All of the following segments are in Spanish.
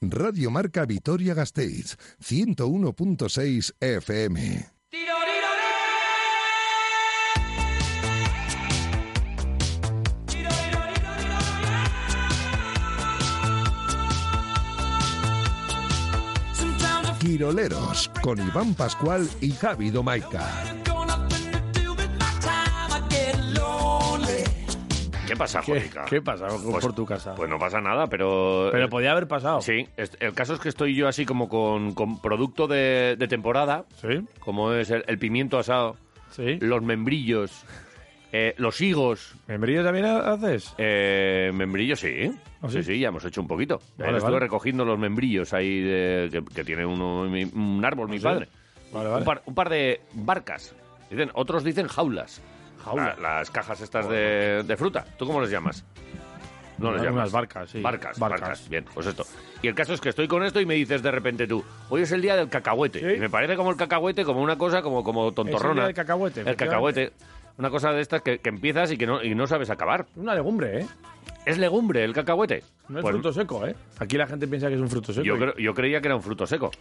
Radio Marca Vitoria Gasteiz, 101.6 FM. Quiroleros, con Iván Pascual y Javi Domaica. ¿Qué pasa, ¿Qué, Jónica? qué pasa por Pues- tu casa? Pues no pasa nada, pero... eh, Pero podía haber pasado. Sí, es- el caso es que estoy yo así como con, con producto de, de temporada, Sí, como es el, el pimiento asado, sí. los membrillos, eh, los higos. ¿Membrillo también ha- haces? Eh, membrillos, sí. ¿Ah, sí, sí? sí, ya hemos hecho un poquito. Vale, Eh, Estuve vale. recogiendo los membrillos ahí de- que, que tiene uno, mi- un árbol, mi ¿Ah, sí? padre. Vale, vale. Un, par, un par de barcas. Dicen, otros dicen jaulas. Jaula. La- las cajas estas de, de fruta. ¿Tú cómo les llamas? No les Unas llamas. barcas, sí. Barcas, barcas, Barcas. Bien, pues esto. Y el caso es que estoy con esto y me dices de repente tú, hoy es el día del cacahuete. Sí. Y me parece como el cacahuete, como una cosa, como, como tontorrona. día del cacahuete, El cacahuete. Una cosa de estas que, que empiezas y que no, y no sabes acabar. Una legumbre, ¿eh? ¿Es legumbre el cacahuete? No es Pues, fruto seco, ¿eh? Aquí la gente piensa que es un fruto seco. yo, Y- cre- yo creía que era un fruto seco.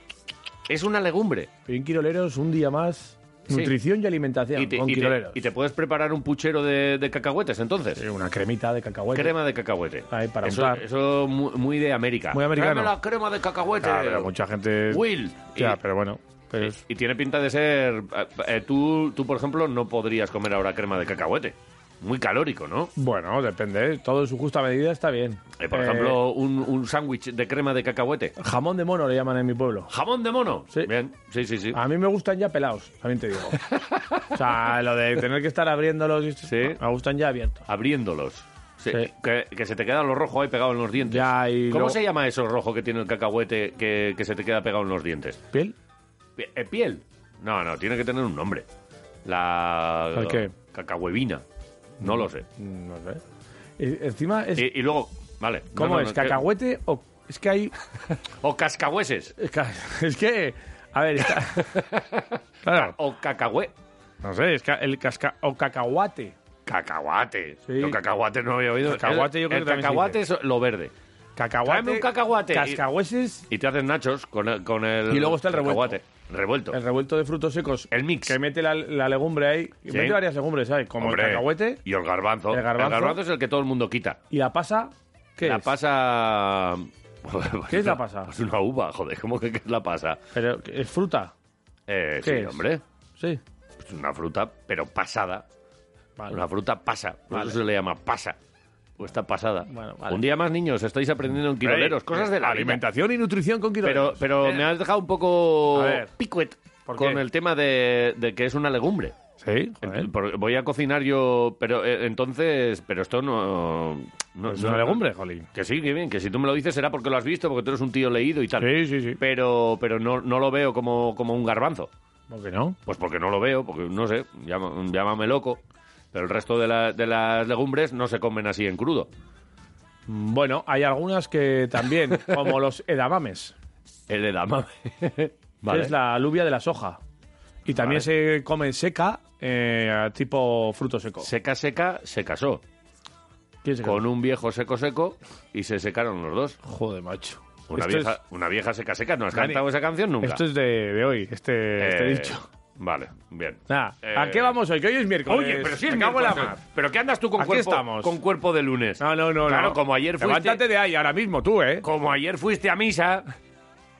Es una legumbre. Pero en Quiroleros, un día más. Sí. Nutrición y alimentación Y te, con y te- Quiroleros. y te puedes preparar un puchero de, de cacahuetes, entonces. Sí, una cremita de cacahuete. Crema de cacahuete. Ahí, para eso, untar. eso mu- muy, de América. Muy americano. Tráeme la crema de cacahuete. Ah, pero mucha gente. Will. Ya, Y- pero bueno. Pero es- Y tiene pinta de ser... eh, eh, tú, tú, por ejemplo, no podrías comer ahora crema de cacahuete. Muy calórico, ¿no? Bueno, depende. ¿eh? Todo en su justa medida está bien. Eh, por Eh, ejemplo, un, un sándwich de crema de cacahuete. Jamón de mono le llaman en mi pueblo. Jamón de mono. Sí. Bien, sí, sí, sí. A mí me gustan ya pelados, también te digo. o sea, lo de tener que estar abriéndolos. y- Sí. Me gustan ya abiertos. Abriéndolos. Sí, Sí. Que, que se te queda lo rojo ahí pegado en los dientes. Ya, y ¿Cómo luego- se llama eso rojo que tiene el cacahuete que, que se te queda pegado en los dientes? ¿Piel? Pi- eh, ¿Piel? No, no, tiene que tener un nombre. La... ¿El qué? Cacahuevina. No lo sé. No sé. Y encima es. Y, y luego, vale. no, ¿Cómo no, es? no, que- ¿Cacahuete o.? Es que hay. O cascahueses. Es que. es que- a ver, está- claro. O cacahue... No sé, es ca- el casca. O cacahuate. Cacahuate. Sí. Yo cacahuate no había oído. Cacahuate El- yo creo el que también se cacahuate es lo verde. Cacahuate. Tráeme un cacahuate. Cascahueses. Y te haces nachos con el, con el Y luego está el revuelto. cacahuate. Revuelto. El revuelto de frutos secos. El mix. Que mete la, la legumbre ahí. que Sí. Mete varias legumbres, ¿sabes? Como Hombre, el cacahuete Y el garbanzo. El garbanzo. es el que todo el mundo quita. y la pasa. ¿Qué la es? pasa. ¿Qué es la pasa? Pues una uva, joder, ¿cómo que qué es la pasa? Pero es fruta. Eh, sí, ¿Qué es? hombre. Sí. Es una fruta, pero pasada. Vale. Una fruta pasa. Por Vale. eso se le llama pasa. O está pasada. Bueno, vale. Un día más, niños, estáis aprendiendo en quiroleros. Ey, eh, cosas de la vida. alimentación y nutrición con Pero, quiroleros. Eh. pero me has dejado un poco A ver. picuet ¿Por con qué? el tema de, de que es una legumbre. Sí, joder. Ent- por- Voy a cocinar yo, pero eh, entonces, pero esto no... no- Pues es no- una no- legumbre, jolín. Que sí, que bien, que si tú me lo dices será porque lo has visto, porque tú eres un tío leído y tal. Sí, sí, sí. Pero, pero no, no lo veo como, como un garbanzo. ¿Por qué no? Pues porque no lo veo, porque no sé, llama- llámame loco. Pero el resto de, la- de las legumbres no se comen así en crudo. Bueno, hay algunas que también, como los edamames, El edamame. que es la alubia de la soja. Y también se come seca, eh, tipo fruto seco. Seca, seca, se casó. ¿Quién se Con un viejo seco, seco y se secaron los dos. Joder, macho. Una, Esto vieja, una vieja seca, seca. ¿No has Dani, cantado esa canción es, nunca? esto es de, de hoy, este, este Eh, dicho. Vale, bien. Nada, ¿a Eh, qué vamos hoy? Que hoy es miércoles. Oye, pero sí es Me cago en la miércoles. mar. ¿Pero qué andas tú con Aquí cuerpo, estamos. con cuerpo de lunes? No, no, no. Claro, no. como ayer fuiste... Levántate de ahí ahora mismo tú, ¿eh? Como ayer fuiste a misa,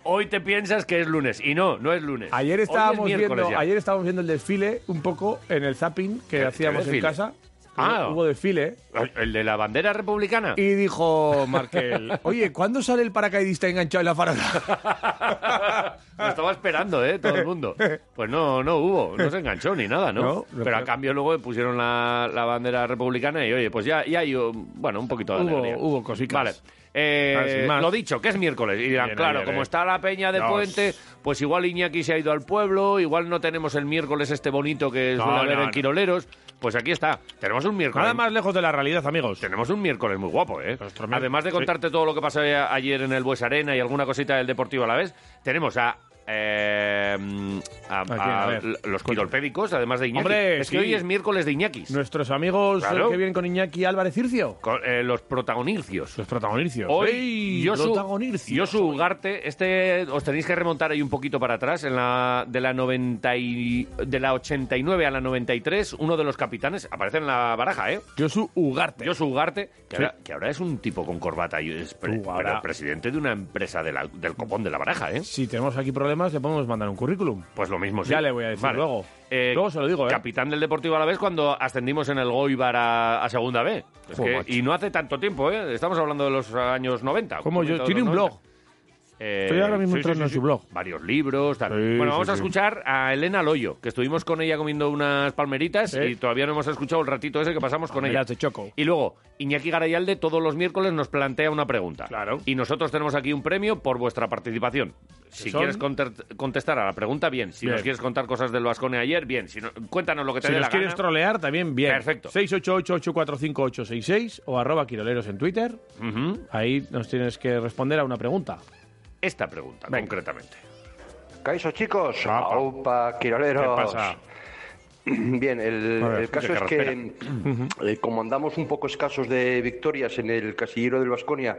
hoy te piensas que es lunes. Y no, no es lunes. Ayer Hoy estábamos, es miércoles viendo, ya. ayer estábamos viendo el desfile un poco en el zapping que ¿Qué- hacíamos qué desfile? en casa. Ah. Hubo desfile. ¿El de la bandera republicana? Y dijo Markel, oye, ¿cuándo sale el paracaidista enganchado en la farola? Lo estaba esperando, ¿eh? Todo el mundo. Pues no, no hubo. No se enganchó ni nada, ¿no? No, no Pero a creo. cambio luego pusieron la, la bandera republicana y, oye, pues ya, ya hay, um, bueno, un poquito de Hubo- alegría. hubo cosicas. Vale. Eh, Nada, sin más. lo dicho, que es miércoles. Y dirán, Bien, claro, ayer, como eh. está la peña de Dos. puente, pues igual Iñaki se ha ido al pueblo, igual no tenemos el miércoles este bonito que No, suele haber no, en no. Quiroleros. Pues aquí está. Tenemos un miércoles. Nada más lejos de la realidad, amigos. Tenemos un miércoles muy guapo, ¿eh? Nuestro miércoles, Además de Mm. sí. contarte todo lo que pasó a- ayer en el Bues Arena y alguna cosita del Deportivo a la vez, tenemos a eh, eh, a, quién? a A ver. los quiropédicos, además de Iñaki. Hombre, es sí. que hoy es miércoles de Iñakis. Nuestros amigos eh, Claro. que vienen con Iñaki Álvarez Ircio. Con, eh, los protagonircios. Los protagonircios. Hoy, ¡Ey! Josu, protagonircios. Josu Ugarte, este os tenéis que remontar ahí un poquito para atrás, en la, de, la 90 y- de la 89 a la 93, uno de los capitanes, aparece en la baraja, ¿eh? Josu Ugarte. Josu Ugarte, que, Sí. ahora, que ahora es un tipo con corbata y es pre- Tú, ahora- pero presidente de una empresa de la- del copón de la baraja, ¿eh? Si tenemos aquí problemas, le podemos mandar un currículum. Pues lo mismo, sí. Ya le voy a decir luego. Luego se lo digo, ¿eh? Capitán del Deportivo Alavés cuando ascendimos en el Goibar a, a Segunda B. Es Joder, que- macho. y no hace tanto tiempo, ¿eh? Estamos hablando de los años 90. ¿Cómo yo? comienzo de Tiene los un 90. blog. Eh, Estoy ahora mismo sí, entrando sí, en sí, su sí. blog. Varios libros, tal. Sí, bueno, vamos sí, a sí. escuchar a Elena Loyo, que estuvimos con ella comiendo unas palmeritas Sí. y todavía no hemos escuchado el ratito ese que pasamos con ella. Palmeras de choco. Y luego, Iñaki Garayalde todos los miércoles nos plantea una pregunta. Claro. Y nosotros tenemos aquí un premio por vuestra participación. Si son? quieres conter- contestar a la pregunta, bien. Si Bien. nos quieres contar cosas del Vascone ayer, bien. Si no- cuéntanos lo que Pues te Si dé la nos quieres gana. trolear, también bien. Perfecto. 688-845-866 o arroba quiroleros en Twitter. Ujú. Ahí nos tienes que responder a una pregunta. Esta pregunta, Venga. concretamente. Caixo, chicos. Apa. Aupa, Quiroleros. ¿Qué pasa? Bien, el, A ver, el caso de es que eh, como andamos un poco escasos de victorias en el casillero del Vasconia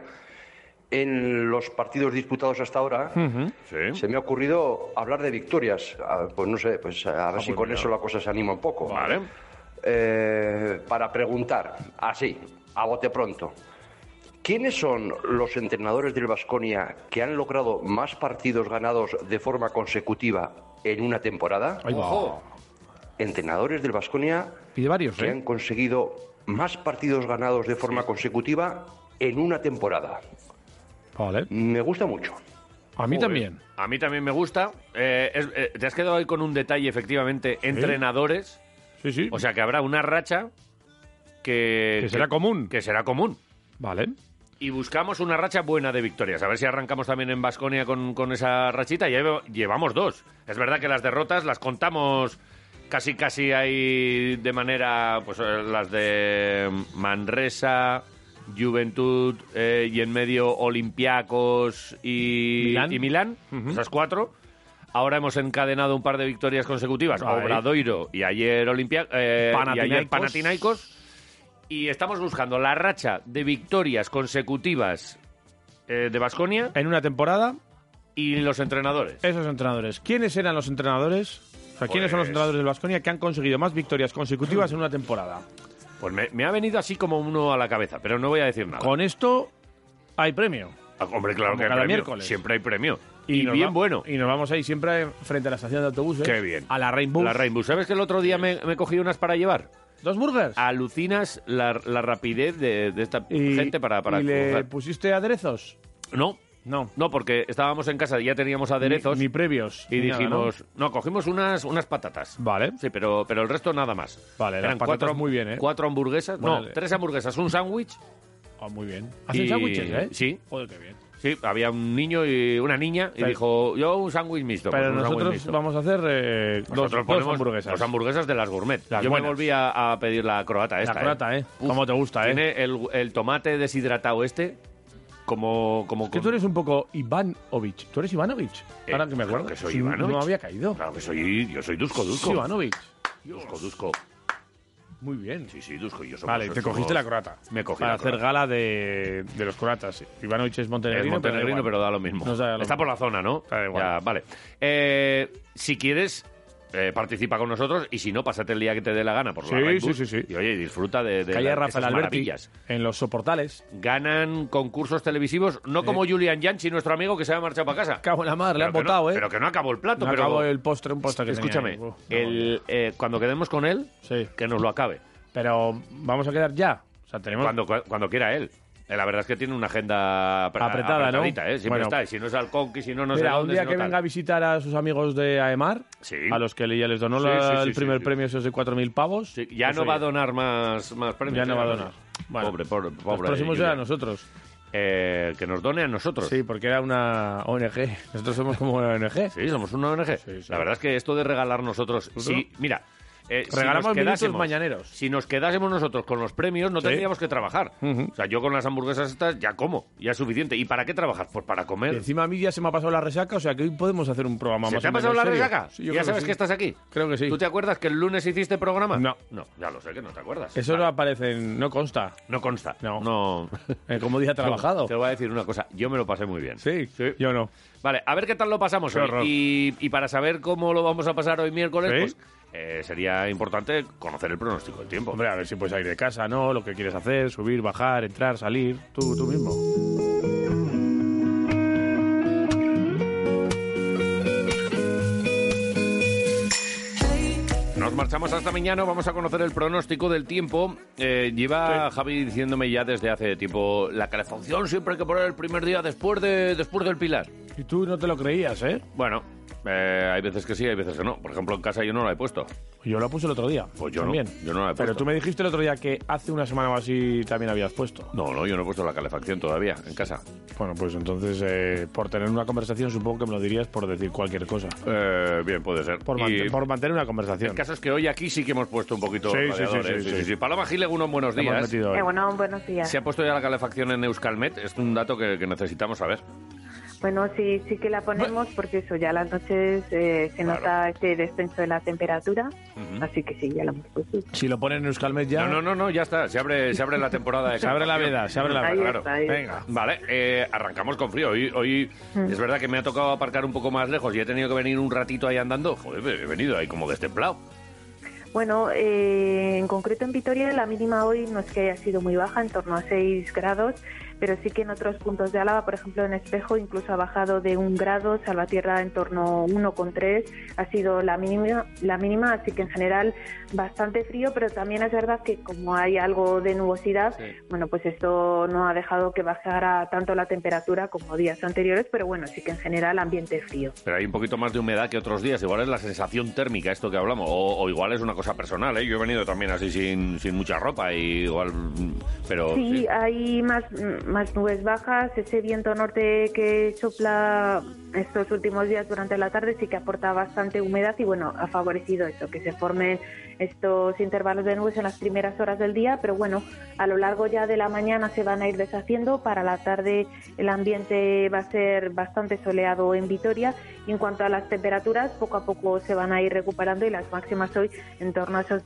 en los partidos disputados hasta ahora, Hmm. Sí. se me ha ocurrido hablar de victorias. Ah, pues no sé, pues a ver si pues con mira. eso la cosa se anima un poco. Vale. Eh, para preguntar, así, a bote pronto. ¿Quiénes son los entrenadores del Vasconia que han logrado más partidos ganados de forma consecutiva en una temporada? Ahí va. Ojo. Entrenadores del Vasconia Pide varios, que han ¿eh? conseguido más partidos ganados de forma consecutiva en una temporada. Vale. Me gusta mucho. A mí Joder. también. A mí también me gusta. Eh, es- eh, te has quedado ahí con un detalle, efectivamente. Entrenadores. Sí, sí. O sea que habrá una racha que, Que será común. Que será común. Vale. Y buscamos una racha buena de victorias. A ver si arrancamos también en Vasconia con, con esa rachita. Ya llevo- llevamos dos. Es verdad que las derrotas las contamos casi casi ahí de manera. Pues eh, las de Manresa, Juventud eh, y en medio Olympiacos y Milán. y Milán esas cuatro. Ahora hemos encadenado un par de victorias consecutivas. Ahí. Obradoiro y ayer, Olimpia, eh, y ayer Panathinaikos. Panathinaikos. Y estamos buscando la racha de victorias consecutivas eh, de Basconia En una temporada, y los entrenadores. esos entrenadores. ¿Quiénes eran los entrenadores? O sea, ¿quiénes son los Pues- entrenadores del Vasconia que han conseguido más victorias consecutivas en una temporada? Pues me, me ha venido así como uno a la cabeza, pero no voy a decir nada. Con esto hay premio. Ah, Hombre, claro como que hay cada premio. miércoles. Siempre hay premio. Y, nos bien va- bueno. Y nos vamos ahí siempre frente a la estación de autobuses. Qué bien. A la Rainbow. La Rainbow. ¿Sabes que el otro día me, me cogí unas para llevar? Dos burgers. Alucinas la, la rapidez de, de esta Y- gente para... para ¿Y le cruzar. pusiste aderezos? No, No. no, porque estábamos en casa y ya teníamos aderezos Ni, ni previos. y ni nada, dijimos... ¿no? cogimos unas, unas patatas. ¿no? Vale. Sí, pero, pero el resto nada más. Vale, las patatas muy bien, ¿eh? Cuatro hamburguesas. no, Bueno, tres hamburguesas, un sándwich. Ah, muy bien. Hacen Y- sándwiches, ¿eh? sí. Joder, qué bien. Sí, había un niño y una niña y Pero- dijo, yo un sándwich mixto. pues Pero un sándwich nosotros mixto. vamos a hacer eh, dos- Nosotros dos, ponemos hamburguesas. Las hamburguesas de las gourmet. Las yo me buenas. volví a, a pedir la croata esta. La croata, ¿eh? Cómo te gusta, ¿eh? Tiene el, el tomate deshidratado este como... como Que tú eres un poco Ivanovich. ¿Tú eres Ivanovich? Eh, Ahora que me claro acuerdo. que soy Sí, Ivanovic. No había caído. Claro que soy... Yo soy Dusko, Sí, Dusko. Ivanovic. Dusko, Dusko. Muy bien. Sí, sí, Dusko. y Yo somos- Vale, te somos- cogiste la croata. Me cogí Para la hacer croata. gala de, de los croatas. sí. Ivanovich es Es montenegrino. montenegrino, pero, da lo mismo. Nos da lo Está mismo. por la zona, ¿no? Da igual. Ya, vale. Eh, si quieres, eh, participa con nosotros y si no, pásate el día que te dé la gana por Sí, la Red sí, Bull. sí, sí. Y oye, disfruta de, de Calle la- Rafael esas Alberti, maravillas. En los soportales. Ganan concursos televisivos, no como Julian Yanchi, nuestro amigo que se ha marchado para casa. Cago en la madre, Pero le han que no- votado, ¿eh? Pero que no acabó el plato. No pero acabo el postre, un postre que tenía Escúchame, ahí. Uf, el, eh, cuando quedemos con él, Sí. que nos lo acabe. Pero vamos a quedar ya. O sea, tenemos. Cuando, cu- cuando quiera él. Eh, La verdad es que tiene una agenda apre- Apretada, ¿no? apretadita, ¿eh? Siempre Bueno. está. Y si no es al Conqui, si no, no sé Mira, un dónde, día si no que tal. venga a visitar a sus amigos de AEMAR, Sí. a los que ya les donó Sí, la- sí, sí, el sí, primer sí. premio, esos de 4.000 pavos. Sí, ya Pues, no va a oye, donar más, más premios. Ya no va a ¿eh? donar. Bueno, pobre, pobre, pobre. Los próximos Julia. eran nosotros. Eh, que nos done a nosotros. Sí, porque era una ONG. Nosotros somos como una ONG. Sí, somos una ONG. Sí, sí. La verdad es que esto de regalar nosotros. Sí, mira, eh, si Regalamos nos minutos quedásemos- mañaneros. Si nos quedásemos nosotros con los premios, no Sí. tendríamos que trabajar. O sea, yo con las hamburguesas estas ya como, ya es suficiente. ¿Y para qué trabajar? Pues para Y comer. encima a mí ya se me ha pasado la resaca, o sea que hoy podemos hacer un programa ¿Se más te o ha pasado la menos serio. resaca? Sí, yo ¿Ya creo sabes que, sí. estás aquí? Creo que sí. ¿Tú te acuerdas que el lunes hiciste programa? No. No, ya lo sé que no te acuerdas. Eso no aparece, en- no consta. No consta. No. No. Eh, como día trabajado. Te voy a decir una cosa. Yo me lo pasé muy bien. Sí, yo no. Vale, a ver qué tal lo pasamos Qué hoy. horror. Y, y para saber cómo lo vamos a pasar hoy miércoles, ¿Sí? pues eh, sería importante conocer el pronóstico del tiempo. Hombre, a ver si puedes ir de casa, ¿no? Lo que quieres hacer, subir, bajar, entrar, salir, tú, tú mismo. Nos marchamos hasta mañana, vamos a conocer el pronóstico del tiempo. Eh, lleva Javi diciéndome ya desde hace tiempo, la calefacción siempre hay que poner el primer día después, de, después del pilar. Y tú no te lo creías, ¿eh? Bueno, eh, hay veces que sí, hay veces que no. Por ejemplo, en casa yo no la he puesto. Yo lo puse el otro día. Pues yo no, también. yo no la he Pero puesto. tú me dijiste el otro día que hace una semana o así también habías puesto. No, no, yo no he puesto la calefacción todavía en casa. Bueno, pues entonces, eh, por tener una conversación, supongo que me lo dirías por decir cualquier cosa. Eh, bien, puede ser. Por, Y mant- por mantener una conversación. El caso es que hoy aquí sí que hemos puesto un poquito Sí, sí, radiador, sí, ¿eh? sí, sí. Paloma Gileguno, buenos Te hemos días. metido hoy. Eh, bueno, buenos días. ¿Se ha puesto ya la calefacción en Euskalmet? Es un dato que, que necesitamos saber. Bueno, sí, sí que la ponemos porque eso, ya las noches eh, se Claro. nota este descenso de la temperatura, así que sí, ya la hemos puesto. Si lo ponen en Euskalmet ya. No, no, no, no, ya está. Se abre, se abre la temporada de Se abre la calefacción. veda, se abre la Ahí veda. está, ahí está. Mm. Venga. Vale, eh, arrancamos con frío. Hoy, hoy es verdad que me ha tocado aparcar un poco más lejos y he tenido que venir un ratito ahí andando. Joder, he venido ahí como destemplado. Bueno, eh, en concreto en Vitoria la mínima hoy no es que haya sido muy baja, en torno a 6 grados, pero sí que en otros puntos de Álava, por ejemplo en Espejo, incluso ha bajado de 1 grado, Salvatierra en torno a 1,3 ha sido la mínima, la mínima, así que en general bastante frío, pero también es verdad que como hay algo de nubosidad, Sí. bueno, pues esto no ha dejado que bajara tanto la temperatura como días anteriores, pero bueno, sí que en general ambiente frío. Pero hay un poquito más de humedad que otros días. Igual es la sensación térmica esto que hablamos. O, o igual es una cosa personal, ¿eh? Yo he venido también así sin, sin mucha ropa y igual... mm, Pero... Sí, sí. hay más, mm, más nubes bajas. Ese viento norte que sopla estos últimos días durante la tarde sí que aporta bastante humedad y bueno, ha favorecido eso, que se formen estos intervalos de nubes en las primeras horas del día, pero bueno, a lo largo ya de la mañana se van a ir deshaciendo. Para la tarde el ambiente va a ser bastante soleado en Vitoria. Y en cuanto a las temperaturas, poco a poco se van a ir recuperando y las máximas hoy en torno a esos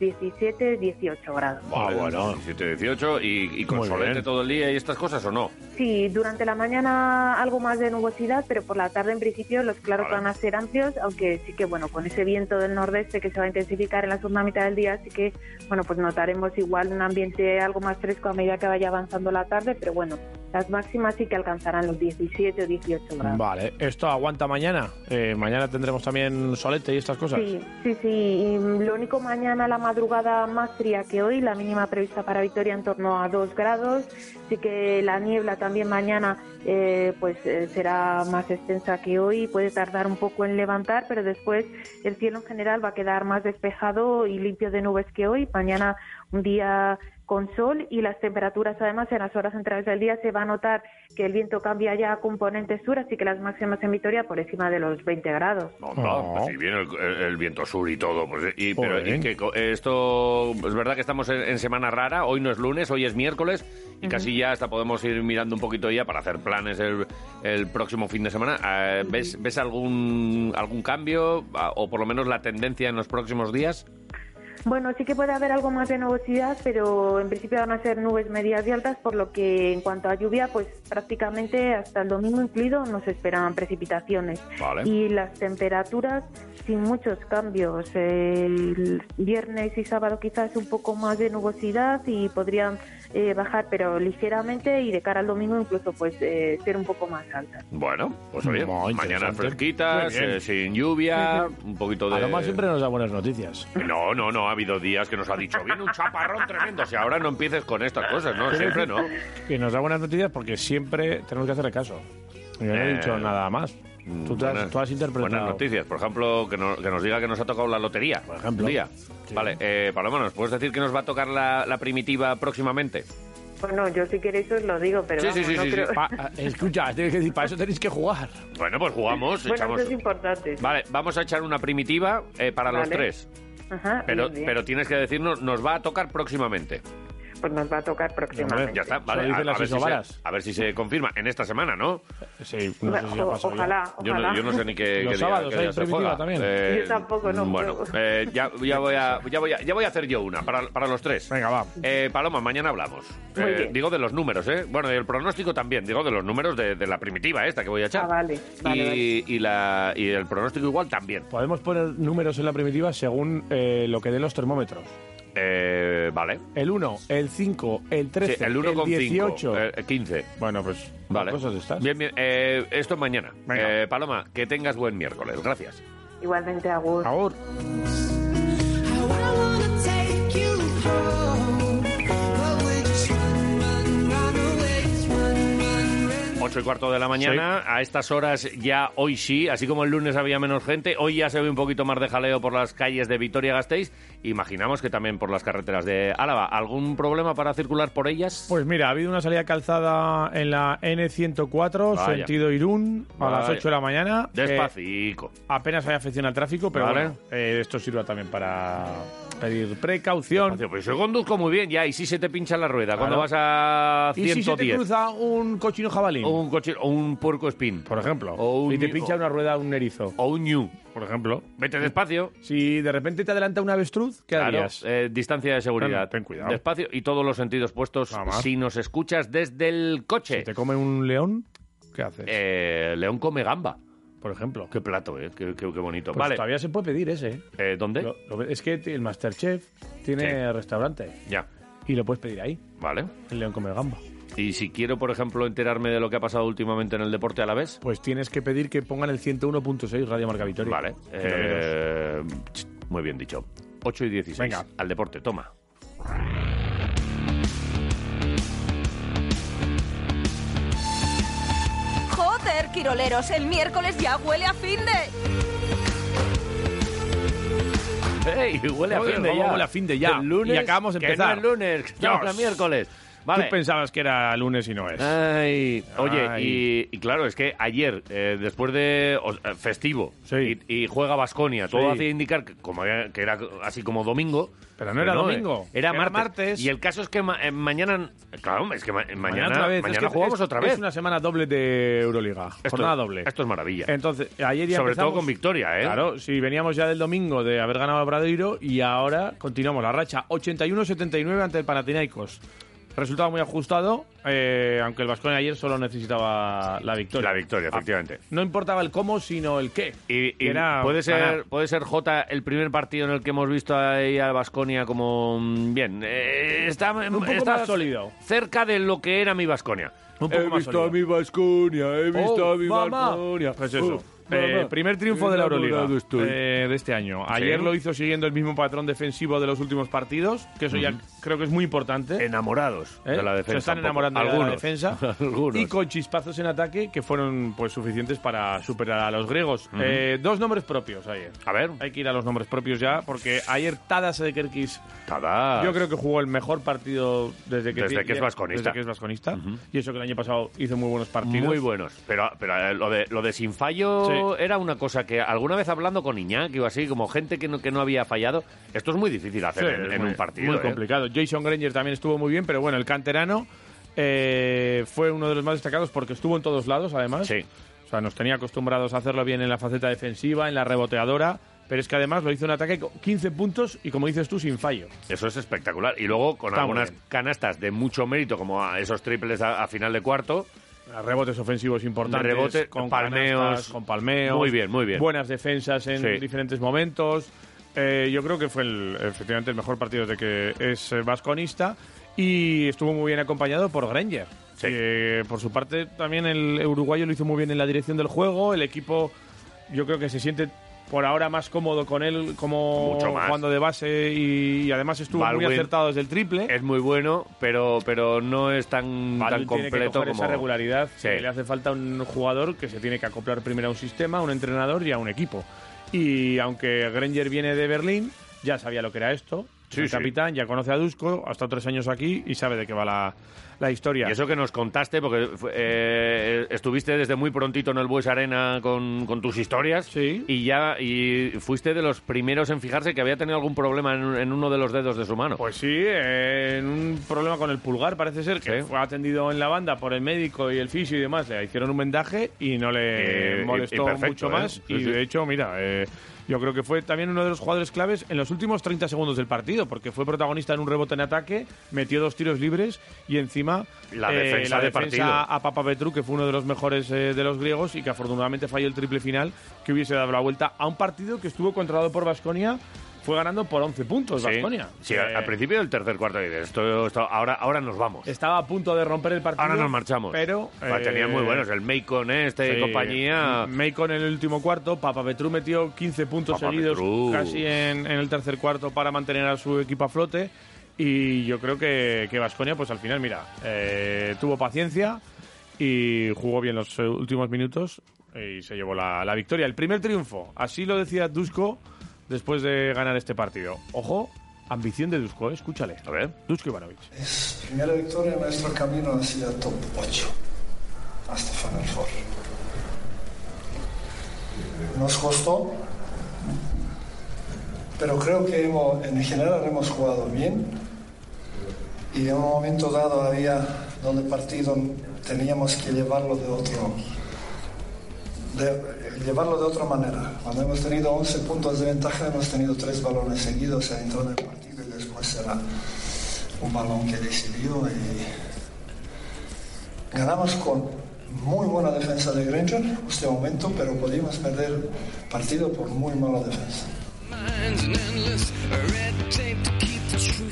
17-18 grados. Vale, Ah, bueno. 17, 18 y, y con Muy solete bien. todo el día y estas cosas o no. Sí, durante la mañana algo más de nubosidad, pero por la tarde en principio los claros Vale. van a ser amplios, aunque sí que bueno, con ese viento del nordeste que se va a intensificar en la segunda mitad del día, así que bueno, pues notaremos igual un ambiente algo más fresco a medida que vaya avanzando la tarde, pero bueno, las máximas sí que alcanzarán los 17 o 18 grados. Vale, esto aguanta mañana. Eh, mañana tendremos también solete y estas cosas. Sí, sí, sí. Y mm, lo único mañana la madrugada más fría que hoy, la mínima prevista para Vitoria en torno a 2 grados. Sí que la niebla también mañana eh, pues eh, será más extensa que hoy, puede tardar un poco en levantar, pero después el cielo en general va a quedar más despejado y limpio de nubes que hoy. Mañana un día con sol y las temperaturas además en las horas centrales del día se va a notar que el viento cambia ya a componente sur, así que las máximas en Vitoria por encima de los 20 grados. No, no, No. pues si viene el, el- el viento sur y todo. Pues, y, pero Joder. y que co- esto es verdad que estamos en, en semana rara. Hoy no es lunes, hoy es miércoles. Y casi ya hasta podemos ir mirando un poquito ya para hacer planes el, el próximo fin de semana. Eh, ¿Ves, ves algún, algún cambio Ah, o por lo menos la tendencia en los próximos días? Bueno, sí que puede haber algo más de nubosidad, pero en principio van a ser nubes medias y altas, por lo que en cuanto a lluvia, pues prácticamente hasta el domingo incluido nos esperan precipitaciones. Vale. Y las temperaturas sin muchos cambios. El viernes y sábado quizás un poco más de nubosidad y podrían eh, bajar, pero ligeramente y de cara al domingo incluso pues eh, ser un poco más altas. Bueno, pues oye, Muy mañana interesante. fresquitas, Muy bien. eh, sin lluvia, un poquito de... Además siempre nos da buenas noticias. No, no, no, ha habido días que nos ha dicho, viene un chaparrón tremendo. Si ahora no empieces con estas cosas, ¿no? Siempre no. Que nos da buenas noticias porque siempre tenemos que hacerle caso. Yo no Eh, he dicho nada más. Tú, te has, Buenas- tú has interpretado. Buenas noticias. Por ejemplo, que, no- que nos diga que nos ha tocado la lotería. Por ejemplo. Día. Sí. Vale, eh, Paloma, ¿nos puedes decir que nos va a tocar la, la primitiva próximamente? Bueno, yo si queréis os lo digo, pero Sí, sí, vamos, sí, no sí, sí. creo- Pa- ah, escucha, tienes que decir, para eso tenéis que jugar. Bueno, pues jugamos. Bueno, echamos- eso es importante. Vale, vamos a echar una primitiva eh, para los Vale. tres. Ajá, Pero, bien, bien. pero tienes que decirnos, nos va a tocar próximamente. Pues nos va a tocar próximamente. Ya está, vale. dicen A, a las ver si se, isobaras. a ver si se confirma en esta semana, ¿no? Sí, no sé si ya O- pasó ya. ojalá, Yo ojalá. no, yo no sé ni qué. Los qué día- sábados qué hay día se primitiva juega. también. Yo tampoco, no Eh, Bueno, puedo. eh, ya, ya voy a, ya, voy a, ya voy a hacer yo una para, para los tres. Venga, va. Eh, Paloma, mañana hablamos. Muy Eh, bien. digo de los números, ¿eh? Bueno, y el pronóstico también. Digo de los números de, de la primitiva esta que voy a echar. Ah, vale, vale, y, vale. Y, la, y el pronóstico igual también. Podemos poner números en la primitiva según eh, lo que den los termómetros. Eh, vale. El 1, el 5, el 13, Sí, el 1 con Eh. 18. 5. 15. Bueno, pues Vale. cosas de estas. Bien, bien. Eh, esto es mañana. Venga. Eh, Paloma, que tengas buen miércoles. Gracias. Igualmente, Agus. Ahora. Ocho y cuarto de la mañana, a estas horas ya hoy sí, así como el lunes había menos gente, hoy ya se ve un poquito más de jaleo por las calles de Vitoria-Gasteiz, imaginamos que también por las carreteras de Álava. ¿Algún problema para circular por ellas? Pues mira, ha habido una salida calzada en la N104, Vaya. sentido Irún, a Vaya. las 8 de la mañana. Eh, Despacico. apenas hay afección al tráfico, pero Vale. bueno, eh, esto sirva también para pedir precaución. Despacio, Pues yo conduzco muy bien ya, y si se te pincha la rueda cuando Claro. vas a ¿Y si se te 110, cruza un cochino jabalí? o un coche, o un puerco espín, por ejemplo. O un- y te pincha una rueda un erizo, o un ñu. por ejemplo. Vete despacio. Si de repente te adelanta un avestruz, ¿qué Claro, harías? eh, distancia de seguridad. No, no, ten cuidado. Despacio y todos los sentidos puestos Nada más. si nos escuchas desde el coche. Si te come un león, ¿qué haces? Eh, León come gamba. por ejemplo. Qué plato, ¿eh? Qué, qué- qué bonito. Pues vale. todavía se puede pedir ese. ¿eh? Eh, ¿Dónde? Lo- lo- es que el Masterchef tiene restaurante Ya. y lo puedes pedir ahí. Vale. El león come gamba. Y si quiero, por ejemplo, enterarme de lo que ha pasado últimamente en el deporte a la vez. Pues tienes que pedir que pongan el 101.6 Radio Marca Vitoria. Vale. Que lo veas. Eh, ch- muy bien dicho. 8 y 16. Venga. Al deporte, toma. Joder, Quiroleros, el miércoles ya huele a fin de. ¡Ey! Huele a Joder, fin de cómo ya. huele a fin de ya. El lunes. Y acabamos de que no empezar. es lunes, que estamos Dios. a miércoles. Tú Vale. Ah, pensabas que era lunes y no es. Ay, oye, Ay. Y, y claro, es que ayer, eh, después de o- eh, festivo, Sí. y, y juega Basconia, todo Sí. hacía indicar que, como era, que era así como domingo. Pero no era eh, domingo, Era, era martes. martes. Y el caso es que ma- eh, mañana. Claro, es que ma- eh, mañana, mañana, otra vez. Es que jugamos es- otra vez. Es una semana doble de Euroliga. Esto- Jornada doble. Esto es maravilla. Entonces, ayer ya Sobre empezamos- todo con victoria, ¿eh? Claro, si veníamos ya del domingo de haber ganado a Bradeiro y ahora continuamos la racha 81-79 ante el Panathinaikos. Resultado muy ajustado, eh, aunque el Vasconia ayer solo necesitaba la victoria. La victoria, efectivamente. No importaba el cómo, sino el qué. Y, y Que Ah, era puede ganar. ser puede ser Jota el primer partido en el que hemos visto ahí a Basconia como mm, bien eh, está Un poco está más sólido. cerca de lo que era mi Basconia. Un poco más sólido. Vasconia, he Oh, mamá. Pues eso. Eh, primer triunfo de la Euroliga Enamorado estoy. eh, de este año. Ayer Sí. lo hizo siguiendo el mismo patrón defensivo de los últimos partidos, que eso ya creo que es muy importante. Enamorados ¿Eh? de la defensa. Se están un poco. enamorando de la Algunos. defensa. Algunos. Y con chispazos en ataque que fueron pues suficientes para superar a los griegos. Eh, dos nombres propios ayer. A ver, Hay que ir a los nombres propios ya, porque ayer Tadas de Kerkis Tadá. yo creo que jugó el mejor partido desde que, Desde ti- que es vasconista. desde que es vasconista. Y eso que el año pasado hizo muy buenos partidos. Muy buenos. Pero, pero eh, lo, de, lo de sin fallo Sí. era una cosa que alguna vez hablando con Iñaki o así, como gente que no, que no había fallado, esto es muy difícil hacer Sí, en, es en muy- un partido. Muy ¿eh? complicado. Jason Granger también estuvo muy bien, pero bueno, el canterano eh, fue uno de los más destacados porque estuvo en todos lados, además. Sí. O sea, nos tenía acostumbrados a hacerlo bien en la faceta defensiva, en la reboteadora, pero es que además lo hizo un ataque con 15 puntos y, como dices tú, sin fallo. Eso es espectacular. Y luego con Está muy algunas bien. canastas de mucho mérito, como a esos triples a, a final de cuarto. Rebotes ofensivos importantes, Rebote, con palmeos. canastas, con palmeos. Muy bien, muy bien. Buenas defensas en Sí. diferentes momentos. Eh, yo creo que fue el- efectivamente el mejor partido de que es eh, vasconista y estuvo muy bien acompañado por Granger. Sí. que por su parte también el uruguayo lo hizo muy bien en la dirección del juego. El equipo yo creo que se siente por ahora más cómodo con él como Mucho más. jugando de base y, y además estuvo Baldwin muy acertado desde el triple. Es muy bueno, pero, pero no es tan, tan Baldwin tiene que completo coger como. esa regularidad Sí. que le hace falta a un jugador que se tiene que acoplar primero a un sistema, a un entrenador y a un equipo. Y aunque Granger viene de Berlín, ya sabía lo que era esto. Es el sí. capitán, ya conoce a Dusko, ha estado tres años aquí y sabe de qué va la, la historia. Y eso que nos contaste, porque fue- eh, estuviste desde muy prontito en el Bues Arena con, con tus historias. Sí. Y ya y fuiste de los primeros en fijarse que había tenido algún problema en, en uno de los dedos de su mano. Pues sí, eh, en un problema con el pulgar parece ser que Sí. fue atendido en la banda por el médico y el fisio y demás. Le hicieron un vendaje y no Eh, le y- molestó y perfecto, mucho ¿eh? más. Sí, y sí. de hecho, mira, eh, yo creo que fue también uno de los jugadores claves en los últimos 30 segundos del partido, porque fue protagonista en un rebote en ataque, metió dos tiros libres y encima eh, La defensa la de defensa partido. a Papa Petru, que fue uno de los mejores eh, de los griegos y que afortunadamente falló el triple final, que hubiese dado la vuelta a un partido que estuvo controlado por Vasconia. Fue ganando por 11 puntos, Eh, Sí. Vasconia. Sí, al- al principio del tercer cuarto. y de Esto, esto- ahora, ahora nos vamos. Estaba a punto de romper el partido. Ahora nos marchamos. Pero. Ah, eh, tenían muy buenos. El Macon este sí, y compañía. Meiko en el último cuarto. Papa Petru metió 15 puntos Papa seguidos Petru. casi en, en el tercer cuarto para mantener a su equipo a flote. Y yo creo que, que Vasconia, pues al final, mira, eh, tuvo paciencia y jugó bien los eh, últimos minutos y se llevó la, la victoria. El primer triunfo. Así lo decía Dusko después de ganar este partido. Ojo, ambición de Dusko, eh, escúchale. A ver. Dusko Ivanovic. Es primera victoria en nuestro camino hacia top 8, hasta Final Four. Nos costó, pero creo que hemos- en general hemos jugado bien y en un momento dado había donde el partido teníamos que llevarlo de otro de- llevarlo de otra manera. Cuando hemos tenido 11 puntos de ventaja, hemos tenido tres balones seguidos a entrar del partido y después será un balón que decidió y ganamos con muy buena defensa de Granger en este momento, pero pudimos perder partido por muy mala defensa.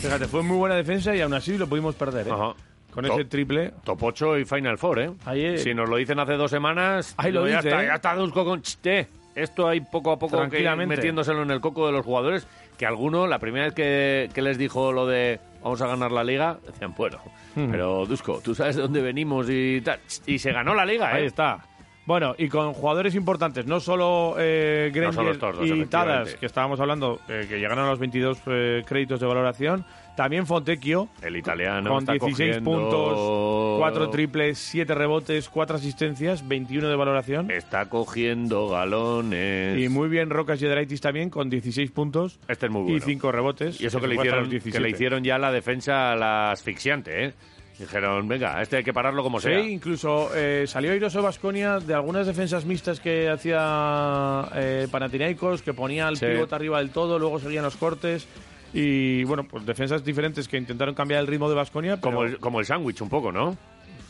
Fíjate, fue muy buena defensa y aún así lo pudimos perder. ¿eh? Ajá. Con No. ese triple. Top 8 y Final Four, ¿eh? Ahí, eh. Si nos lo dicen hace dos semanas, Ahí lo digo, ya dice, está, ¿eh? ya está Dusko con chiste. Esto hay poco a poco que ir Tranquilamente. metiéndoselo en el coco de los jugadores, que alguno, la primera vez que, que les dijo lo de vamos a ganar la liga, decían, bueno, Hmm. pero Dusko, tú sabes de dónde venimos y tal. Y se ganó la liga, ¿eh? Ahí está. Bueno, y con jugadores importantes, no solo eh, No solo Granger estos dos, y efectivamente. Tadas, que estábamos hablando, eh, que llegaron a los 22 eh, créditos de valoración, también Fontecchio, El italiano con Eh, está 16 cogiendo- puntos, 4 triples, 7 rebotes, 4 asistencias, 21 de valoración. Está cogiendo galones. Y muy bien Rocas Yedraitis también, con 16 puntos Este es muy y bueno. 5 rebotes. Y eso que le, se fue hasta hicieron, los que 17. le hicieron ya la defensa a la asfixiante, ¿eh? Dijeron, venga, este hay que pararlo como Sí, sea. incluso eh, salió airoso Vasconia de algunas defensas mixtas que hacía eh, Panathinaikos, que ponía el Sí. pivote arriba del todo, luego seguían los cortes. Y bueno, pues defensas diferentes que intentaron cambiar el ritmo de Vasconia. Como el, como el sándwich un poco, ¿no?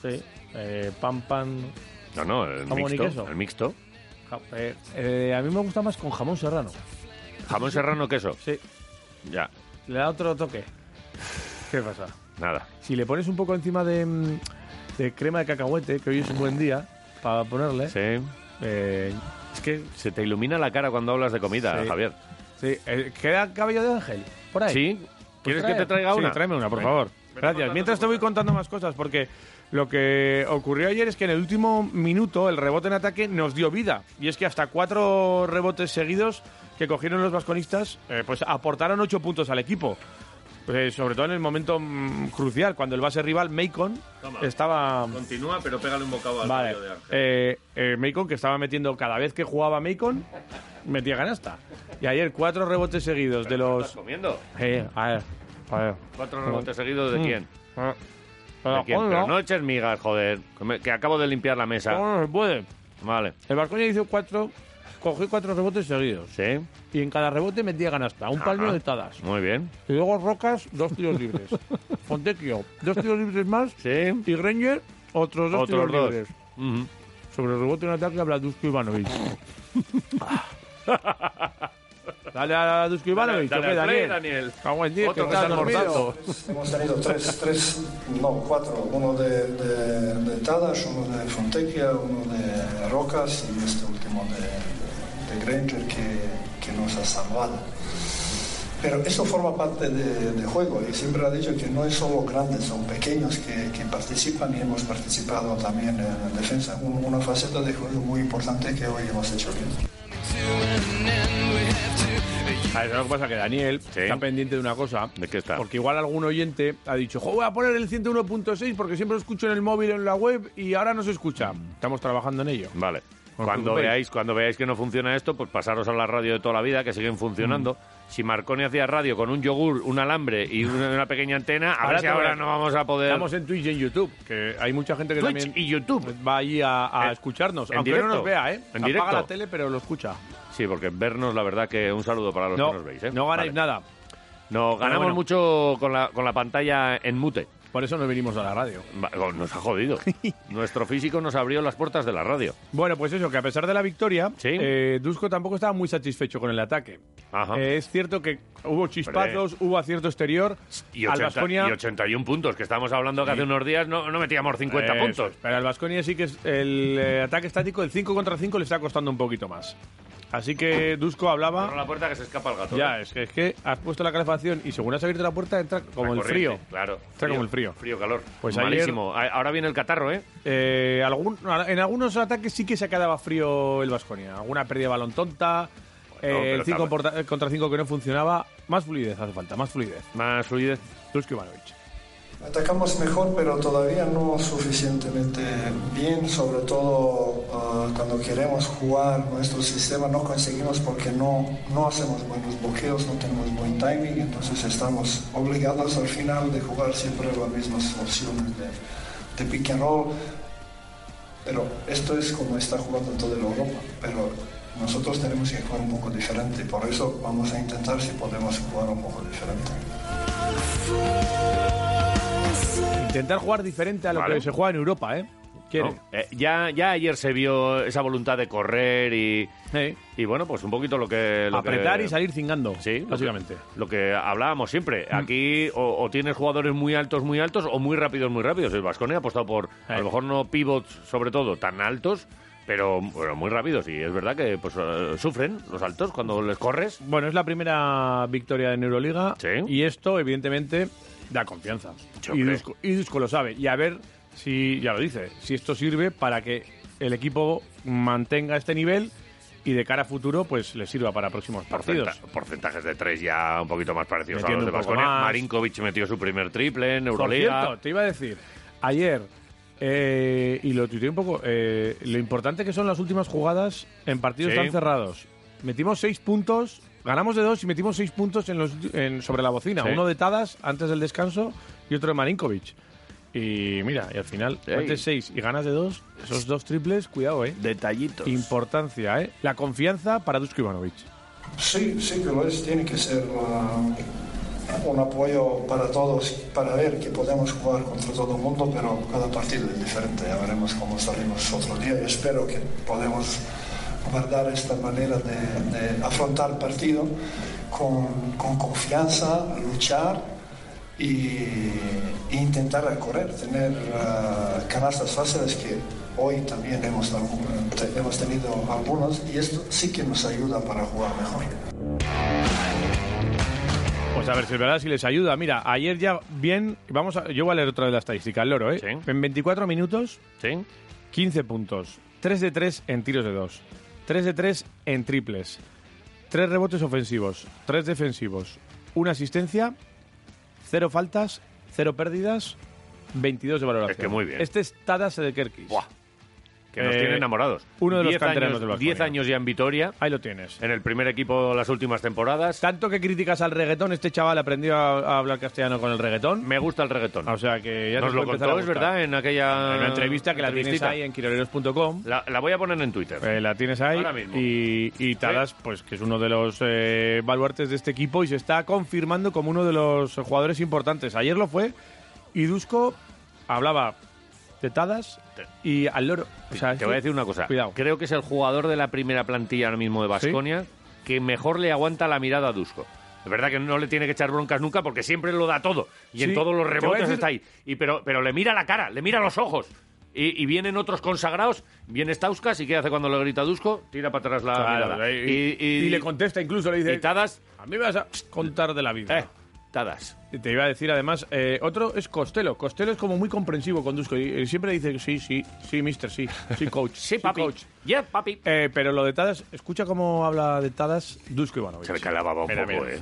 Sí, eh, pam, pam. No, no, el Jamón y mixto. queso. El mixto. ja- eh, eh, a mí me gusta más con jamón serrano. Jamón serrano, queso. Sí, Ya, le da otro toque. ¿Qué pasa? nada. Si le pones un poco encima de, mm, de crema de cacahuete, que hoy es un buen día para ponerle, Sí. eh, es que Se te ilumina la cara cuando hablas de comida, Sí. Javier. Sí, eh, ¿queda cabello de ángel? Por ahí. ¿Sí? ¿Quieres Pues que te traiga sí, una? tráeme una, por Venga. favor. Vete Gracias. contando Mientras tu te voy cosa. contando más cosas, porque lo que ocurrió ayer es que en el último minuto el rebote en ataque nos dio vida. Y es que hasta cuatro rebotes seguidos que cogieron los vasconistas, eh, pues aportaron ocho puntos al equipo. Pues, sobre todo en el momento mm, crucial, cuando el base rival, Macon, estaba... Continúa, pero pégale un bocado al Vale. Eh, eh, Macon, que estaba metiendo cada vez que jugaba Macon, metía ganasta. Y ayer cuatro rebotes seguidos de ¿Estás los. comiendo? Eh, a ver, a ver. Mm. Cuatro rebotes seguidos de quién. Ah, ¿De quién? joder, Pero ¿no? no eches migas, joder. Que, me- que acabo de limpiar la mesa. ¿Cómo no se puede? Vale. El Vasconia hizo cuatro. Cogió cuatro rebotes seguidos. Sí. Y en cada rebote metía ganasta. Un palmo Ajá. de tadas. Muy bien. Y luego Rocas, dos tiros libres. Fontecchio, dos tiros libres más. Sí. Y Granger, otros dos Otros tiros dos. libres. Ujú. Sobre el rebote en ataque habla Dusko Ivanovic. dale a Dusko Ivanovic. Dale- ¿o qué, dale al play, Daniel. Daniel. Cago en diez, Otro que que estás está dormido. almorzando. Hemos tenido tres, tres, no, cuatro, uno de, de, de Tadas, uno de Fontecchia, uno de Rocas y este último de, de Granger que, que nos ha salvado. Pero eso forma parte de- del juego y siempre ha dicho que no es solo grandes, son pequeños que, que participan y hemos participado también en la defensa. Un- una faceta de juego muy importante que hoy hemos hecho bien. to an end. We have to ¿Sabes Ah, lo que pasa? Que Daniel Sí. está pendiente de una cosa. ¿De qué está? Porque igual algún oyente ha dicho, "Jo, voy a poner el 101.6 porque siempre lo escucho en el móvil, en la web y ahora no se escucha. Estamos trabajando en ello. Vale. os Cuando preocupéis. veáis, cuando veáis que no funciona esto, pues pasaros a la radio de toda la vida, que Mm. siguen funcionando. Si Marconi hacía radio con un yogur, un alambre y una, una pequeña antena, a ver si te- ahora no vamos a poder... Estamos en Twitch y en YouTube, que hay mucha gente que Twitch también y YouTube. va allí a, a En- escucharnos. en aunque no directo. nos vea, ¿eh? En Apaga directo. la tele, pero lo escucha. Sí, porque vernos, la verdad que un saludo para los no, que nos veis. ¿eh? no ganáis Vale. nada. No, ganamos bueno. mucho con la, con la pantalla en mute. Por eso nos venimos a la radio. Va- oh, Nos ha jodido. Nuestro físico nos abrió las puertas de la radio. Bueno, pues eso, que a pesar de la victoria, Sí. eh, Dusko tampoco estaba muy satisfecho con el ataque. Ajá. Eh, es cierto que hubo chispazos, hubo acierto exterior. Y, Al 80 Baskonia- y 81 puntos, que estábamos hablando que hace unos días no, no metíamos 50 Eso puntos. es, Pero al Vasconia sí que es- el eh, ataque estático, el 5 contra 5, le está costando un poquito más. Así que Dusko Cierra hablaba. la puerta que se escapa el gato. ¿eh? Ya, es que, es que has puesto la calefacción y según has abierto la puerta entra como La el corriente, frío. Claro. Está como el frío. Frío, calor. Pues ayer- Malísimo. A- Ahora viene el catarro, ¿eh? Eh, algún- en algunos ataques sí que se quedaba frío el Vasconia. Alguna pérdida de balón tonta, eh, pero el 5 estaba- porta- contra 5 que no funcionaba. Más fluidez hace falta, más fluidez. Más fluidez. Dusko Ivanovic. Atacamos mejor, pero todavía no suficientemente bien, sobre todo ah, cuando queremos jugar nuestro sistema, no conseguimos porque no, no hacemos buenos bloqueos, no tenemos buen timing, entonces estamos obligados al final de jugar siempre las mismas opciones de, de pick and roll. Pero esto es como está jugando toda Europa, pero nosotros tenemos que jugar un poco diferente, por eso vamos a intentar si podemos jugar un poco diferente. Intentar jugar diferente a lo Vale. que se juega en Europa, ¿eh? Quiere. ¿no? Eh, ya, ya ayer se vio esa voluntad de correr y, Eh, y bueno, pues un poquito lo que... lo que- Apretar y salir cingando, Sí, lo que- básicamente. Mm. Lo que hablábamos siempre. Aquí o, o tienes jugadores muy altos, muy altos, o muy rápidos, muy rápidos. El Vasconia ha apostado por, a Eh. lo mejor no pivots, sobre todo, tan altos, pero bueno, muy rápidos. Y es verdad que pues eh, sufren los altos cuando les corres. Pues, Bueno, es la primera victoria en Euroliga Sí. y esto, evidentemente, da confianza. Yo Y creo. Dusko, y Dusko lo sabe. Y a ver si, ya lo dice, si esto sirve para que el equipo mantenga este nivel y de cara a futuro, pues le sirva para próximos partidos. Porcenta- porcentajes de tres ya un poquito más parecidos Metiendo a los de un poco Baskonia. más. Marinkovic metió su primer triple en Por Euroliga. cierto, te iba a decir, ayer, eh, y lo tuiteé un poco, eh, lo importante que son las últimas jugadas en partidos Sí. tan cerrados. Metimos seis puntos, ganamos de dos y metimos seis puntos en los, en- sobre la bocina. Sí. Uno de Tadas antes del descanso y otro de Marinkovic. Y mira, y al final, Ey. metes seis y ganas de dos, esos dos triples, cuidado, ¿eh? Detallitos. Importancia, ¿eh? La confianza para Dusko Ivanovic. Sí, sí que lo es. Tiene que ser uh, un apoyo para todos, para ver que podemos jugar contra todo el mundo, pero cada partido es diferente. Ya veremos cómo salimos otro día. Yo espero que podemos guardar esta manera de, de afrontar el partido con, con confianza, luchar y, e intentar correr, tener uh, canastas fáciles que hoy también hemos, algún- te- hemos tenido algunos y esto sí que nos ayuda para jugar mejor. Pues a ver si es verdad, si les ayuda. Mira, ayer ya bien, vamos a, yo voy a leer otra de la estadística, el loro, ¿eh? Sí. En 24 minutos, ¿Sí? 15 puntos, 3 de 3 en tiros de 2, 3 de 3 en triples, 3 rebotes ofensivos, 3 defensivos, 1 asistencia, 0 faltas, 0 pérdidas, 22 de valoración. Es que muy bien. Este es Tada Sedekerkis. Buah. Que nos Eh, tiene enamorados. uno de los Diez canteranos años- del Baskonia. 10 años ya en Vitoria. Ahí lo tienes. En el primer equipo las últimas temporadas. Tanto que criticas al reggaetón, este chaval aprendió a, a hablar castellano con el reggaetón. Me gusta el reggaetón. O sea que ya Nos te lo puede empezar a contó, es gustar. verdad, en aquella En una entrevista que la tienes entrevistita. ahí en quiroleros.com. La, la voy a poner en Twitter. eh, la tienes ahí Ahora mismo. y, y Tadas, pues que es uno de los eh, baluartes de este equipo y se está confirmando como uno de los jugadores importantes. Ayer lo fue y Dusko hablaba de Tadas y al loro. O sea, es Te voy a que- decir una cosa. Cuidado. Creo que es el jugador de la primera plantilla ahora mismo de Basconia que mejor le aguanta la mirada a Dusko. Es verdad que no le tiene que echar broncas nunca porque siempre lo da todo. Y en Sí, todos los te voy a rebotes decir- está ahí. Y pero, pero le mira la cara, le mira los ojos. Y, y vienen otros consagrados, viene Stauskas y ¿qué hace cuando le grita a Dusko? Tira para atrás la Claro, mirada. y, y le contesta incluso, le dice... y Tadas a mí me vas a contar de la vida. Eh, Tadas. Te iba a decir además, eh, otro es Costello. Costello es como muy comprensivo con Dusko. Y, eh, siempre dice, sí, sí, sí, mister, sí, sí, coach. Sí, papi. coach. Yeah, papi. Eh, pero lo de Tadas, escucha cómo habla de Tadas Dusko Ivanovic. Se le calaba un Mira, poco, mira. ¿eh?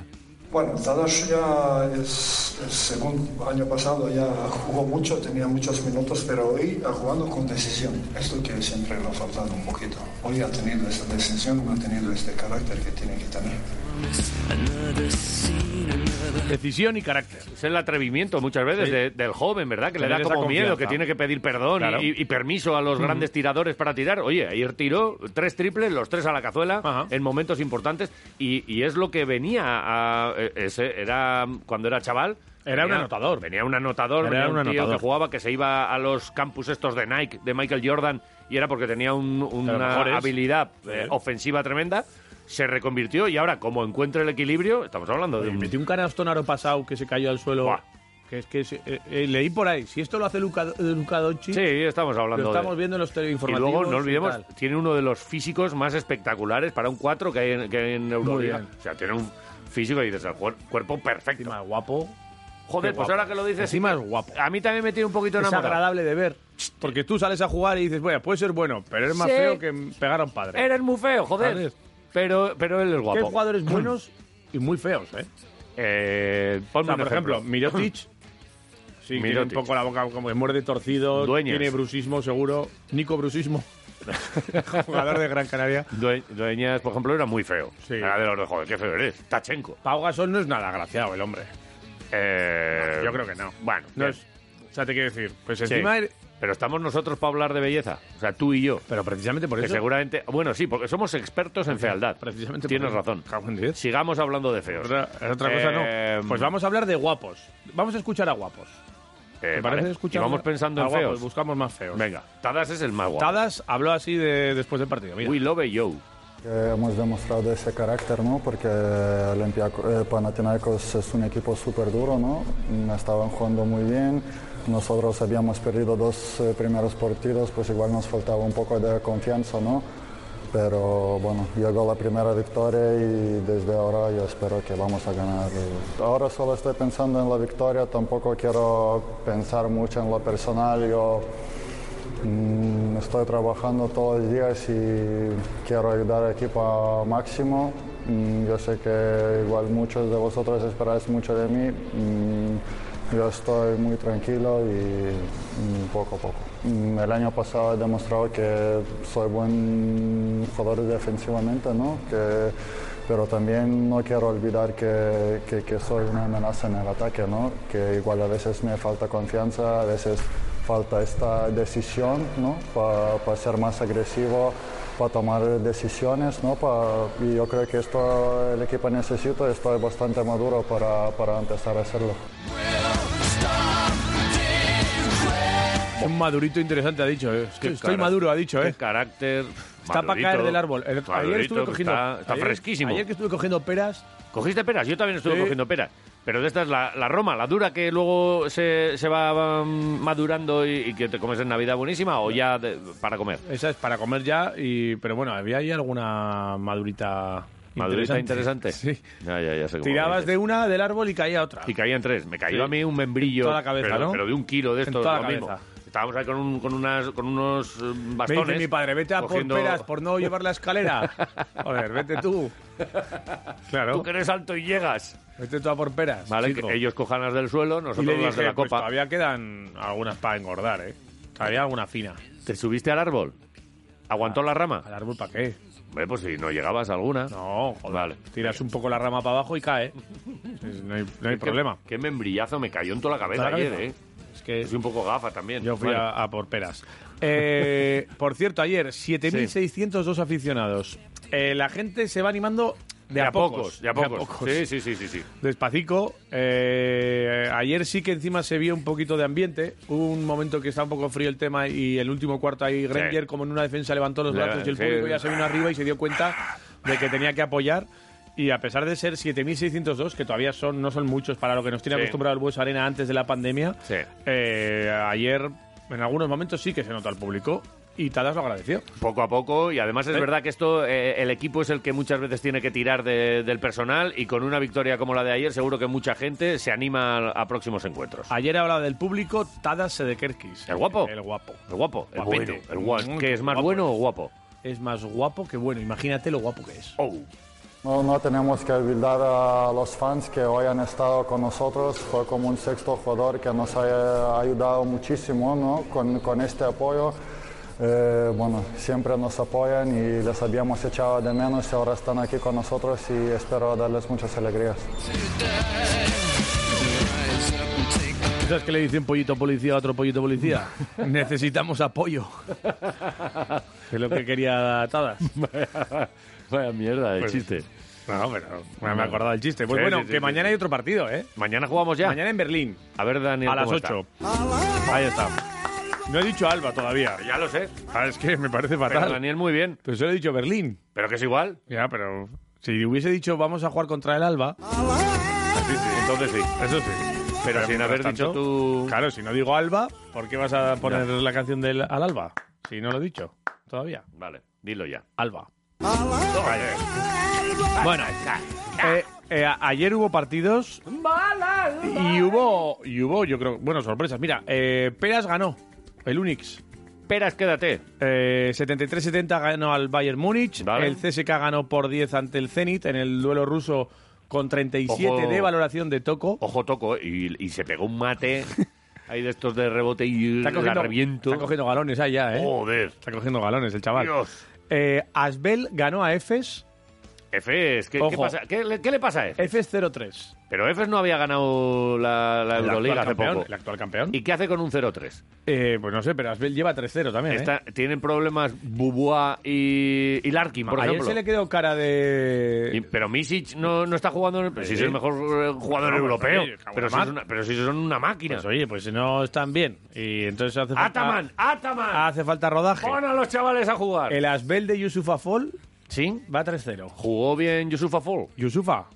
Bueno, Tadash ya es el segundo año pasado, ya jugó mucho, tenía muchos minutos, pero hoy ha jugado con decisión. Esto que siempre le ha faltado un poquito. Hoy ha tenido esa decisión, ha tenido este carácter que tiene que tener. Decisión y carácter. Es el atrevimiento muchas veces Sí. de- del joven, ¿verdad? Que le da Tener esa como miedo, que confianza. tiene que pedir perdón Claro. y, y permiso a los grandes tiradores para tirar. Oye, ayer tiró tres triples, los tres a la cazuela, Ajá. en momentos importantes, y, y es lo que venía a... eh, ese era cuando era chaval. Era un venía- anotador. Venía un anotador, Era venía un, un tío anotador. que jugaba, que se iba a los campus estos de Nike, de Michael Jordan, y era porque tenía un- mejores. una habilidad eh, ofensiva tremenda. Se reconvirtió y ahora, como encuentra el equilibrio, estamos hablando de Oye, un Metí un canastón aro pasado que se cayó al suelo. Buah. Que es que es- eh, eh, leí por ahí. Si esto lo hace Luca, Luca Doncic, Sí, estamos hablando lo de- estamos viendo en los Y teleinformativos. luego, no y olvidemos, tal. tiene uno de los físicos más espectaculares para un 4 que hay en, que hay en Euroliga. bien. O sea, tiene un físico y dices, el cuer- cuerpo perfecto. Encima es guapo. Joder, Qué pues guapo. ahora que lo dices, Encima es guapo. a mí también me tiene un poquito Es enamorado. agradable de ver. Porque tú sales a jugar y dices, bueno, puede ser bueno, pero es más Sí. feo que pegar a un padre. Eres muy feo, joder. Joder. Pero, pero él es Que hay guapo. jugadores Mm. buenos y muy feos, ¿eh? Eh, O ponme sea, un por ejemplo, Mirotic. Sí, tiene un Mirotic. poco la boca como que pues muerde torcido. Dueñas. Tiene brusismo, seguro. Nico Brusismo. jugador de Gran Canaria. Due- Dueñas, por ejemplo, era muy feo. Sí. Era de los de, joder, qué feo eres. Tachenko. Pau Gasol no es nada agraciado el hombre. Eh, Yo creo que no. Bueno, No bien. es, o sea, te quiero decir, pues Sí. encima... er- Pero estamos nosotros para hablar de belleza. O sea, tú y yo. Pero precisamente por Que eso... seguramente. Bueno, sí, porque somos expertos en fealdad. Precisamente Tienes por eso. razón. Cago en diez. Sigamos hablando de feos. Otra, otra cosa Eh, no. Pues vamos a hablar de guapos. Vamos a escuchar a guapos. Eh, ¿Te vale. parece escuchar Y vamos a- pensando a en guapos? feos. Buscamos más feos. Venga, Tadas es el más guapo. Tadas habló así de, después del partido. Mira. We love you. Eh, Hemos demostrado ese carácter, ¿no? Porque Olympiaco- eh, Panathinaikos es un equipo súper duro, ¿no? Mm, Estaban jugando muy bien. Nosotros habíamos perdido dos eh, primeros partidos, pues igual nos faltaba un poco de confianza, ¿no? Pero bueno, llegó la primera victoria y desde ahora yo espero que vamos a ganar. eh, Ahora solo estoy pensando en la victoria, tampoco quiero pensar mucho en lo personal. Yo Mm, Estoy trabajando todos los días y quiero ayudar al equipo a máximo. Mm, Yo sé que igual muchos de vosotros esperáis mucho de mí. Mm, Yo estoy muy tranquilo y mm, poco a poco. Mm, El año pasado he demostrado que soy buen jugador defensivamente, ¿no? Que- pero también no quiero olvidar que, que- que soy una amenaza en el ataque, ¿no? Que igual a veces me falta confianza, a veces falta esta decisión, ¿no? Para ser más agresivo, para tomar decisiones, ¿no? Pa- y yo creo que esto el equipo necesita, estoy bastante maduro para, para empezar a hacerlo. Un madurito interesante ha dicho. eh. Qué Estoy, estoy cara- maduro, ha dicho, qué ¿eh? carácter. Está para Madurito. caer del árbol. El- ayer Madurito, estuve cogiendo. Está, está ayer- fresquísimo. Ayer que estuve cogiendo peras. ¿Cogiste peras? Yo también estuve Sí. cogiendo peras. Pero de estas, la, la Roma, la dura que luego se, se va um, madurando y, y que te comes en Navidad buenísima o ya de- para comer. Esa es para comer ya. Y, pero bueno, había ahí alguna madurita. Madurita interesante. Sí. Ya, ya, ya sé cómo Tirabas dices. de una del árbol y caía otra. Y caían tres. Me cayó Sí. a mí un membrillo. En toda la cabeza, pero, ¿no? pero de un kilo de estos. En toda la lo mismo. cabeza. Estábamos ahí con, un- con unas, con unos eh, Me bastones. dice mi padre, vete a cogiendo- por peras por no llevar la escalera. Joder, vete tú. Claro, Tú que eres alto y llegas. vete tú a por peras. Vale, chico. que ellos cojan las del suelo, y nosotros le dije, las de la pues copa. todavía quedan algunas para engordar, ¿eh? Todavía alguna fina. Ah, ¿Te subiste al árbol? ¿Aguantó la rama? ¿Al árbol para qué? Hombre, pues si no llegabas a alguna. No, joder. Vale. Tiras un poco la rama para abajo y cae. Es- No hay, no hay Qué- problema. Qué membrillazo me cayó en toda la cabeza, Toda la cabeza. ayer, ¿eh? Es que Soy un poco gafa también. yo fui Bueno, a, a por peras. Eh, por cierto, ayer 7.602 aficionados. Eh, la gente se va animando de, De a pocos, pocos. de a pocos. Sí, sí, sí, sí. sí. Despacico. Eh, ayer sí que encima se vio un poquito de ambiente. Hubo un momento que estaba un poco frío el tema y el último cuarto ahí Granger como en una defensa levantó los Le- brazos y el sí. público ya se vino arriba y se dio cuenta de que tenía que apoyar. Y a pesar de ser 7.602, que todavía son no son muchos para lo que nos tiene Sí. acostumbrado el Bues Arena antes de la pandemia, Sí. eh, ayer en algunos momentos sí que se notó al público. y Tadas lo agradeció. Poco a poco, y además es ¿Eh? verdad que esto, eh, el equipo es el que muchas veces tiene que tirar de- del personal y con una victoria como la de ayer seguro que mucha gente se anima a, a próximos encuentros. Ayer hablaba del público Tadas Sedekerkis. ¿El guapo? El guapo. El guapo, el Guapete. guapete, el guapo, Mm, que es más guapo bueno o guapo. Es más guapo que bueno. Imagínate lo guapo que es. Oh. No, no tenemos que olvidar a los fans que hoy han estado con nosotros. Fue como un sexto jugador que nos ha ayudado muchísimo ¿no? con, con este apoyo. Eh, bueno, siempre nos apoyan y les habíamos echado de menos y ahora están aquí con nosotros y espero darles muchas alegrías. ¿Tú ¿Sabes qué le dice un pollito policía a otro pollito policía? Necesitamos apoyo. es lo que quería Tadas. Vaya mierda de chiste. No, pero me he acordado del chiste. Pues Sí, bueno, sí, sí, que sí, mañana sí. hay otro partido, ¿eh? Mañana jugamos ya. Mañana en Berlín, A ver, Daniel. a las ¿cómo está? 8. Ahí está. No he dicho Alba todavía. Ya lo sé. Ah, es que me parece Pero fatal. Daniel muy bien. Pero solo he dicho Berlín. Pero que es igual. Ya, pero si hubiese dicho vamos a jugar contra el Alba, Ah, Sí, sí, entonces sí. eso sí. Pero sin mientras haber dicho tú- Claro, si no digo Alba, ¿por qué vas a poner la canción del al Alba? Si no lo he dicho todavía. Vale, dilo ya. Alba. Bueno, eh, eh, a- ayer hubo partidos y hubo, y hubo, yo creo, bueno, sorpresas. Mira, eh, Peras ganó el Unix. Peras, quédate. Eh, 73-70 ganó al Bayern Múnich. Vale. El CSK ganó por 10 ante el Zenit en el duelo ruso con 37 Ojo. de valoración de Toco. Ojo, toco. ¿eh? Y, y se pegó un mate. Ahí de estos de rebote y Está la cogiendo, reviento. está cogiendo galones ahí ya, ¿eh? Joder. Está cogiendo galones el chaval. Dios. Eh, Asbel ganó a Efes, Efes, ¿qué, qué Ojo. pasa? ¿Qué, le- qué le pasa a Efes? Efes 0-3. Pero Efes no había ganado la, la El Euroliga actual hace campeón, poco. El actual campeón. ¿Y qué hace con un 0-3? Eh, pues no sé, pero Asbel lleva 3-0 también, ¿eh? Está- Tienen problemas Bubuá y, y Larkin, por Ayer ejemplo. se le quedó cara de... Y- pero Misic no, no está jugando. en el- pero si es Sí. el mejor eh, jugador Bueno, pues, europeo. oye, cago pero, en si la es mar. una- pero si son una máquina. Pues oye, pues no están bien. Y entonces hace falta... ¡Ataman! ¡Ataman! Ah, Hace falta rodaje. ¡Pon a los chavales a jugar! El Asbel de Yusufa Fall ¿Sí? va 3-0. ¿Jugó bien Yusufa Fall? Yusufa.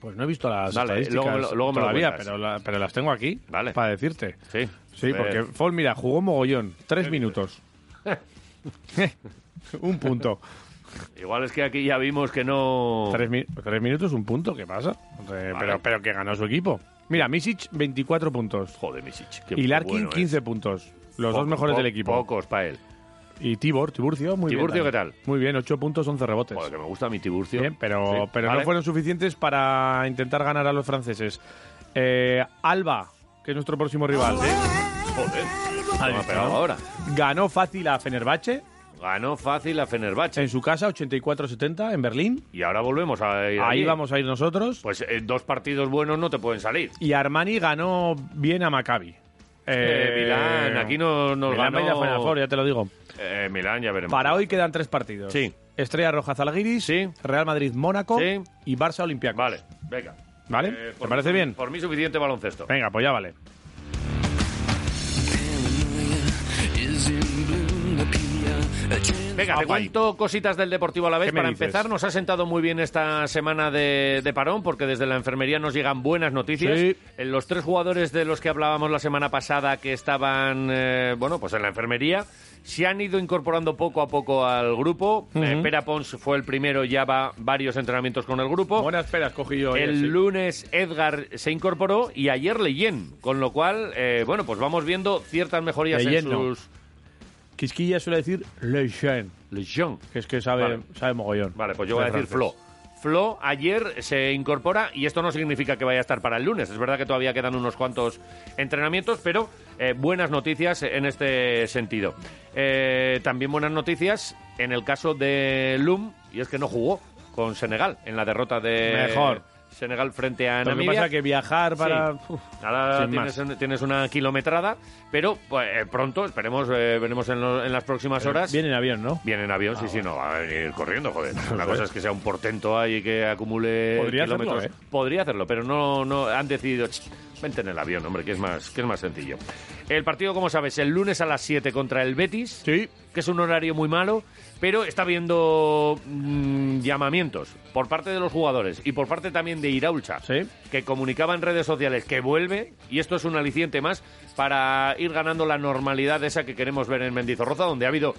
Pues no he visto las Dale, estadísticas luego me lo- luego me lo todavía, cuentas. pero, la- pero las tengo aquí Vale. para decirte. Sí. Sí, porque Fall, mira, jugó mogollón. Eh, Tres minutos. un punto. Igual es que aquí ya vimos que no. Tres, mi- tres minutos, un punto. ¿Qué pasa? Eh, Pero, pero que ganó su equipo. Mira, Misic, 24 puntos. Joder, Misic. qué Y Larkin, bueno eh. es. 15 puntos. Los Poco- dos mejores del po- equipo. Pocos para él. Y Tibor, Tiburcio, muy Tiburcio, ¿qué bien. tal? Muy bien, 8 puntos, 11 rebotes. Joder, que me gusta mi Tiburcio. Bien, pero, Sí, Oh, pero vale. no fueron suficientes para intentar ganar a los franceses. Eh, Alba, que es nuestro próximo rival, Joder. Ahí No me ha está. pegado ahora. ganó fácil a Fenerbahce Ganó fácil a Fenerbahce. en su casa, 84-70 en Berlín. Y ahora volvemos a ir Ahí allí. vamos a ir nosotros. Pues eh, dos partidos buenos no te pueden salir. Y Armani ganó bien a Maccabi. Eh, Milán, aquí no- nos Milán ganó- va a ir a Final Four, ya te lo digo. Eh, Milán, ya veremos. Para hoy quedan tres partidos. Sí. Estrella Roja Zalgiris, Sí. Real Madrid Mónaco Sí. y Barça Olympiacos. Vale, venga. ¿Vale? Eh, ¿Te por parece mí- bien? Por mí suficiente baloncesto. Venga, pues ya vale. Venga, te Apay. cuento cositas del Deportivo a la vez. ¿Qué me Para dices? empezar, nos ha sentado muy bien esta semana de, de parón, porque desde la enfermería nos llegan buenas noticias. Sí. Eh, Los tres jugadores de los que hablábamos la semana pasada que estaban, eh, bueno, pues en la enfermería, se han ido incorporando poco a poco al grupo. Eh, Pera Pons fue el primero, ya va varios entrenamientos con el grupo. Buenas peras cogí yo. ayer, El sí. lunes Edgar se incorporó y ayer Leyen, con lo cual, eh, bueno, pues vamos viendo ciertas mejorías Leyen en no. sus... Quisquilla suele decir Le Chien, Leyen. que es que sabe, Vale. sabe mogollón. Vale, pues yo voy a De decir Flo. francés. Flo ayer se incorpora y esto no significa que vaya a estar para el lunes. Es verdad que todavía quedan unos cuantos entrenamientos, pero eh, buenas noticias en este sentido. Eh, también buenas noticias en el caso de Lum, y es que no jugó con Senegal en la derrota de Mejor. Senegal frente a Lo que Namibia. pasa que viajar para... Sí. Uf, Ahora sin tienes, más. un- tienes una kilometrada, pero pues, eh, pronto, esperemos, eh, veremos en, lo- en las próximas horas. Eh, Viene en avión, ¿no? Ah, Viene en avión, sí, sí, no, va a venir corriendo, joder. Una cosa es que sea un portento ahí que acumule Podría hacerlo, kilómetros. ¿eh? Podría hacerlo, pero no, no han decidido, "Ch, vente en el avión, hombre, que es más, que es más sencillo. El partido, como sabes, el lunes a las 7 contra el Betis. Sí. que es un horario muy malo, pero está viendo mm, llamamientos por parte de los jugadores y por parte también de Iraulcha, Sí. que comunicaba en redes sociales que vuelve, y esto es un aliciente más para ir ganando la normalidad esa que queremos ver en Mendizorroza, donde ha habido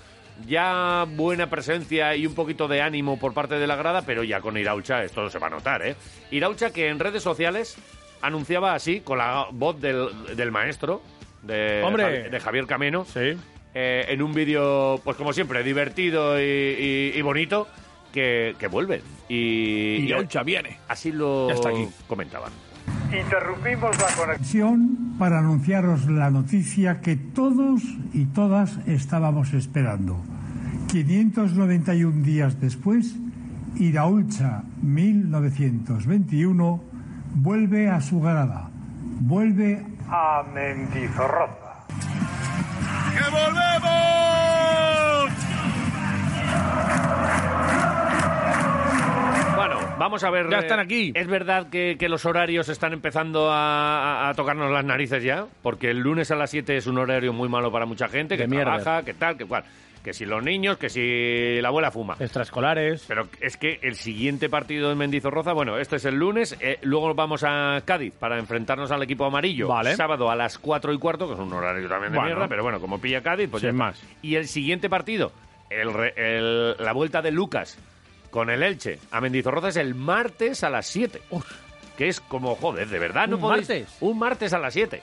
ya buena presencia y un poquito de ánimo por parte de la grada, pero ya con Iraucha esto se va a notar, ¿eh? Iraucha que en redes sociales anunciaba así, con la voz del, del maestro, de, Hombre. de Javier Cameno, Sí. eh, en un vídeo, pues como siempre, divertido y, y- y bonito, que, que vuelven. Y, y Iraucha viene. así lo Ya está aquí. comentaban. Interrumpimos la conexión. Acción para anunciaros la noticia que todos y todas estábamos esperando. 591 días después, Iraulcha 1921 vuelve a su grada, vuelve Ah, A Mendizorroza. Bueno, vamos a ver. Ya eh, están aquí. ¿Es verdad que, que los horarios están empezando a, a- a tocarnos las narices ya? Porque el lunes a las 7 es un horario muy malo para mucha gente, que De mierda. trabaja, que tal, que cual. Que si los niños, que si la abuela fuma. Extraescolares. Pero es que el siguiente partido de Mendizorroza, bueno, este es el lunes, eh, luego vamos a Cádiz para enfrentarnos al equipo amarillo. Vale. Sábado a las 4 y cuarto, que es un horario también de Bueno. mierda, pero bueno, como pilla Cádiz, pues Sin ya está. más. Y el siguiente partido, el re- el- la vuelta de Lucas con el Elche a Mendizorroza es el martes a las 7. Que es como, joder, de verdad, no ¿Un podéis- martes? Un martes a las 7.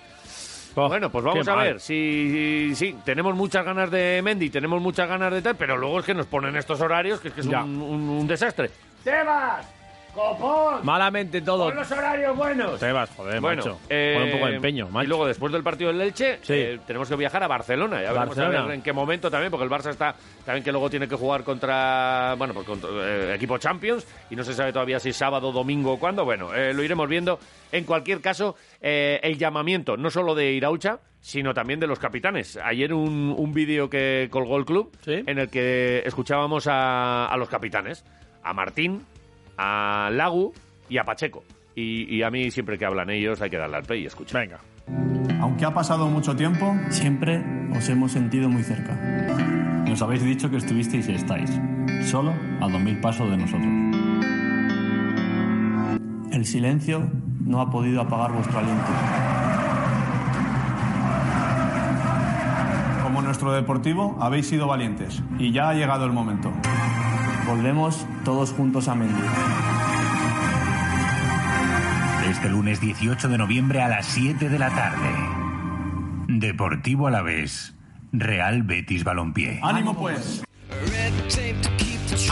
Oh, Bueno, pues vamos qué a mal. ver. Sí, sí, sí, tenemos muchas ganas de Mendy, tenemos muchas ganas de tal, pero luego es que nos ponen estos horarios que es, que es Ya. un, un- un desastre. ¡Tebas! ¡Copón! Malamente todo. ¡Con los horarios buenos! Te vas, joder, Bueno, macho. eh, Pon un poco de empeño, macho. Y luego, después del partido del Elche, Sí. eh, tenemos que viajar a Barcelona. Ya veremos a Barcelona. ver en qué momento también, porque el Barça está también que luego tiene que jugar contra, bueno, pues contra eh, equipo Champions y no se sabe todavía si sábado, domingo o cuándo. Bueno, eh, lo iremos viendo. En cualquier caso, eh, el llamamiento no solo de Iraucha, sino también de los capitanes. Ayer un, un vídeo que colgó el club Sí. en el que escuchábamos a, a los capitanes, a Martín, a Lagu y a Pacheco. Y, y a mí siempre que hablan ellos hay que darle al play y escuchar. Venga. Aunque ha pasado mucho tiempo, siempre os hemos sentido muy cerca. Nos habéis dicho que estuvisteis y estáis, solo a 2.000 pasos de nosotros. El silencio no ha podido apagar vuestro aliento. Como nuestro deportivo, habéis sido valientes y ya ha llegado el momento. Volvemos todos juntos a Mendy. Este lunes 18 de noviembre a las 7 de la tarde. Deportivo Alavés. Real Betis Balompié. ¡Ánimo pues!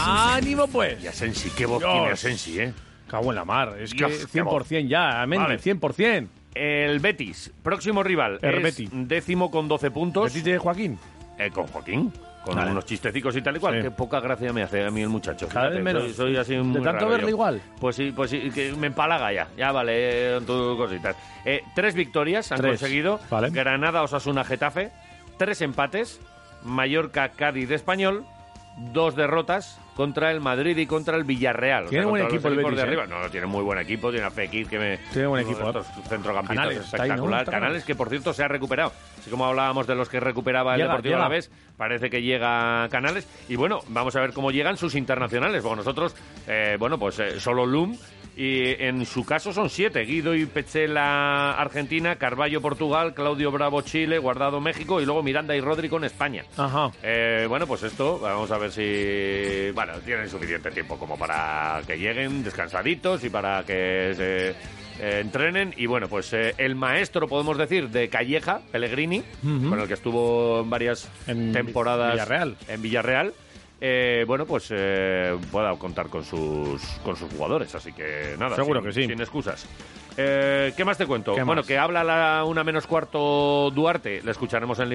¡Ánimo, pues! Y Asensi, qué voz Dios. tiene Asensi, ¿eh? Cago en la mar. Es que Dios, qué 100% ya, amén. Vale. 100%. El Betis, próximo rival. El es Betis. Décimo con 12 puntos. ¿Betis de Joaquín? Eh, con Joaquín. Con Vale. unos chistecicos y tal y cual. Sí. Qué poca gracia me hace a mí el muchacho. Cada vez menos. Soy, soy así De muy tanto raro verle yo. igual. Pues sí, pues sí, que me empalaga ya. Ya vale, eh, tus cositas. Eh, tres victorias han Tres. conseguido. Vale. Granada, Osasuna, Getafe. Tres empates. Mallorca, Cádiz, Español. Dos derrotas contra el Madrid y contra el Villarreal. Tiene buen contra los equipo el equipos de Betis, ¿eh? arriba. No, no, tiene muy buen equipo. Tiene a Fekir que me... Tiene buen uno de equipo, ¿eh? Estos centrocampistas Canales, está ahí, ¿no? espectacular. Está Canales que, por cierto, se ha recuperado. Así como hablábamos de los que recuperaba el Llega, Deportivo llega. a la vez, parece que llega a Canales. Y bueno, vamos a ver cómo llegan sus internacionales. Porque nosotros, eh, bueno, pues eh, solo Lum. Y en su caso son siete. Guido y Pechela, Argentina. Carballo, Portugal. Claudio Bravo, Chile. Guardado, México. Y luego Miranda y Rodri con España. Ajá. Eh, bueno, pues esto, vamos a ver si. Bueno, tienen suficiente tiempo como para que lleguen descansaditos y para que se eh, entrenen. Y bueno, pues eh, el maestro, podemos decir, de Calleja, Pellegrini, con el que estuvo en varias En temporadas. Villarreal. En Villarreal. eh, bueno, pues eh, pueda contar con sus, con sus jugadores, así que nada. Seguro sin- que sí. Sin excusas. Eh, ¿Qué más te cuento? ¿Qué Bueno, más? que habla la una menos cuarto Duarte, la escucharemos en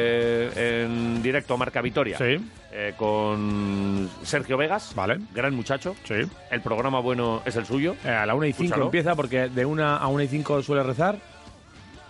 libre en directo a Marca Vitoria. Sí. Eh, con Sergio Vegas. Vale. Gran muchacho. Sí. El programa bueno es el suyo. Eh, a la 1 y 5 Escúchalo. empieza porque de 1 a 1 y 5 suele rezar.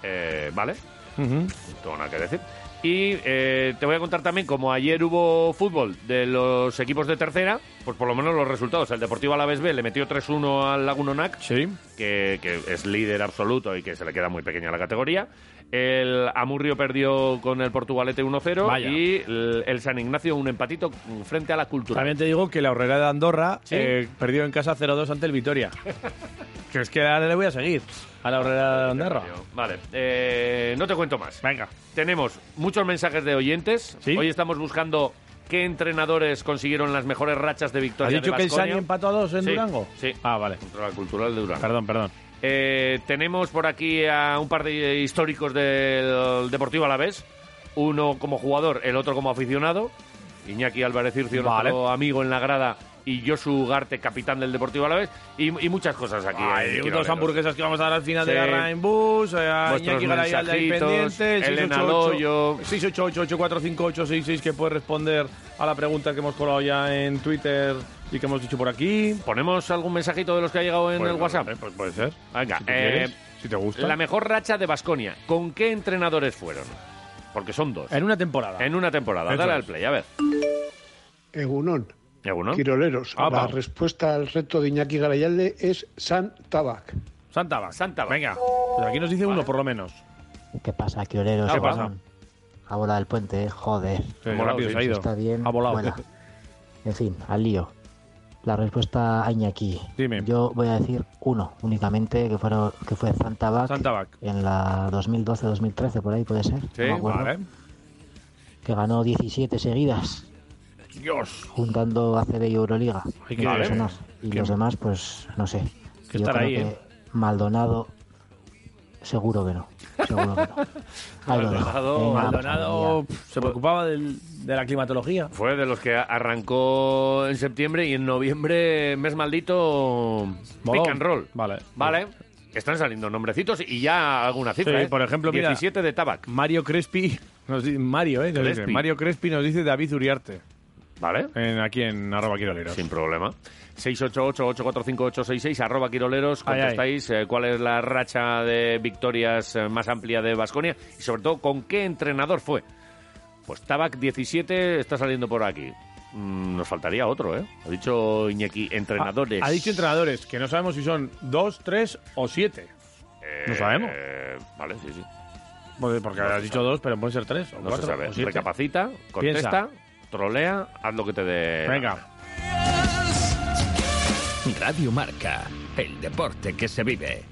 Eh, vale. No tengo nada que decir. Y eh, te voy a contar también, como ayer hubo fútbol de los equipos de tercera, pues por lo menos los resultados. El Deportivo Alavés B le metió 3-1 al Lagunonac, que, que es líder absoluto y que se le queda muy pequeña la categoría. El Amurrio perdió con el Portugalete 1-0 Vaya. y el, el San Ignacio un empatito frente a la Cultura. También te digo que la horrera de Andorra Sí. eh, perdió en casa 0-2 ante el Vitoria. que es que ahora le voy a seguir a la horrera de Andorra. Vale, eh, no te cuento más. Venga. Tenemos muchos mensajes de oyentes. Hoy estamos buscando qué entrenadores consiguieron las mejores rachas de ¿Has victoria. dicho de que el Sani Baskonia. empató a dos en Sí, Durango? Sí. Ah, vale. Contra la cultural de Durango. Perdón, perdón. Eh, tenemos por aquí a un par de históricos del Deportivo Alavés. Uno como jugador, el otro como aficionado. Iñaki Álvarez Ircio, Vale. nuestro amigo en la grada. Y Josu Ugarte, capitán del Deportivo Alavés. Y, y muchas cosas aquí. eh, en Ay, Quiroleros. dos hamburguesas que vamos a dar al final de la Sí. Rainbus, eh, a Vuestros Iñaki Garayalde ahí mensajitos, pendiente, el Elena 688 688-845866 que puede responder a la pregunta que hemos colado ya en Twitter y que hemos dicho por aquí. ¿Ponemos algún mensajito de los que ha llegado en Pues, el WhatsApp? pues puede ser. Venga, Si tú eh, quieres, si te gusta. La mejor racha de Basconia. ¿Con qué entrenadores fueron? Porque son dos. En una temporada. En una temporada. Eso Dale es. al play, a ver. Egunon. Egunon. Ah, Quiroleros. Apa. La respuesta al reto de Iñaki Garayalde es San Tabac. Santa va. Venga. Pues aquí nos dice uno por lo menos. ¿Qué pasa, Quioleros? ¿Qué pasa? Ha volado el puente, ¿eh? joder. Ha volado, rápido, sí. se ha ido. Está bien, Ha volado. vuela. En fin, al lío. La respuesta a Iñaki. Dime. Yo voy a decir uno únicamente, que, fueron, que fue Zantabac. Zantabac. En la 2012-2013, por ahí puede ser. no Sí, me acuerdo. vale. Que ganó 17 seguidas, Dios. juntando ACB y Euroliga. Ay, No qué- los demás. Y qué- los demás, pues, no sé. que Yo estar creo ahí, que ¿eh? Maldonado, seguro que no. Seguro que no. Ahí lo dejo. Maldonado, Venga, Maldonado, pf, se preocupaba del- de la climatología. Fue de los que arrancó en septiembre y en noviembre, mes maldito, Molón. pick and roll. Vale. Vale. Están saliendo nombrecitos y ya alguna cifra. Sí, ¿eh? por ejemplo, mira, 17 de Tabac. Mario Crespi, nos di- Mario, eh, nos dice, Crespi. Mario Crespi nos dice David Uriarte. Vale. aquí en arroba quiroleros. Sin problema. 688-845-866, arroba quiroleros. Ay, ay. Contestáis eh, cuál es la racha de victorias eh, más amplia de Vasconia y sobre todo con qué entrenador fue. Pues Tabac 17 está saliendo por aquí. Mm, nos faltaría otro, ¿eh? Ha dicho Iñaki, entrenadores. Ah, Ha, ha dicho entrenadores, que no sabemos si son dos, tres o siete. no sabemos. Eh, vale, sí, sí. Porque, porque no se has dicho dos, pero pueden ser tres o No cuatro se sabe. o siete. Recapacita, contesta, trolea, haz lo que te dé. Venga. Radio Marca, el deporte que se vive.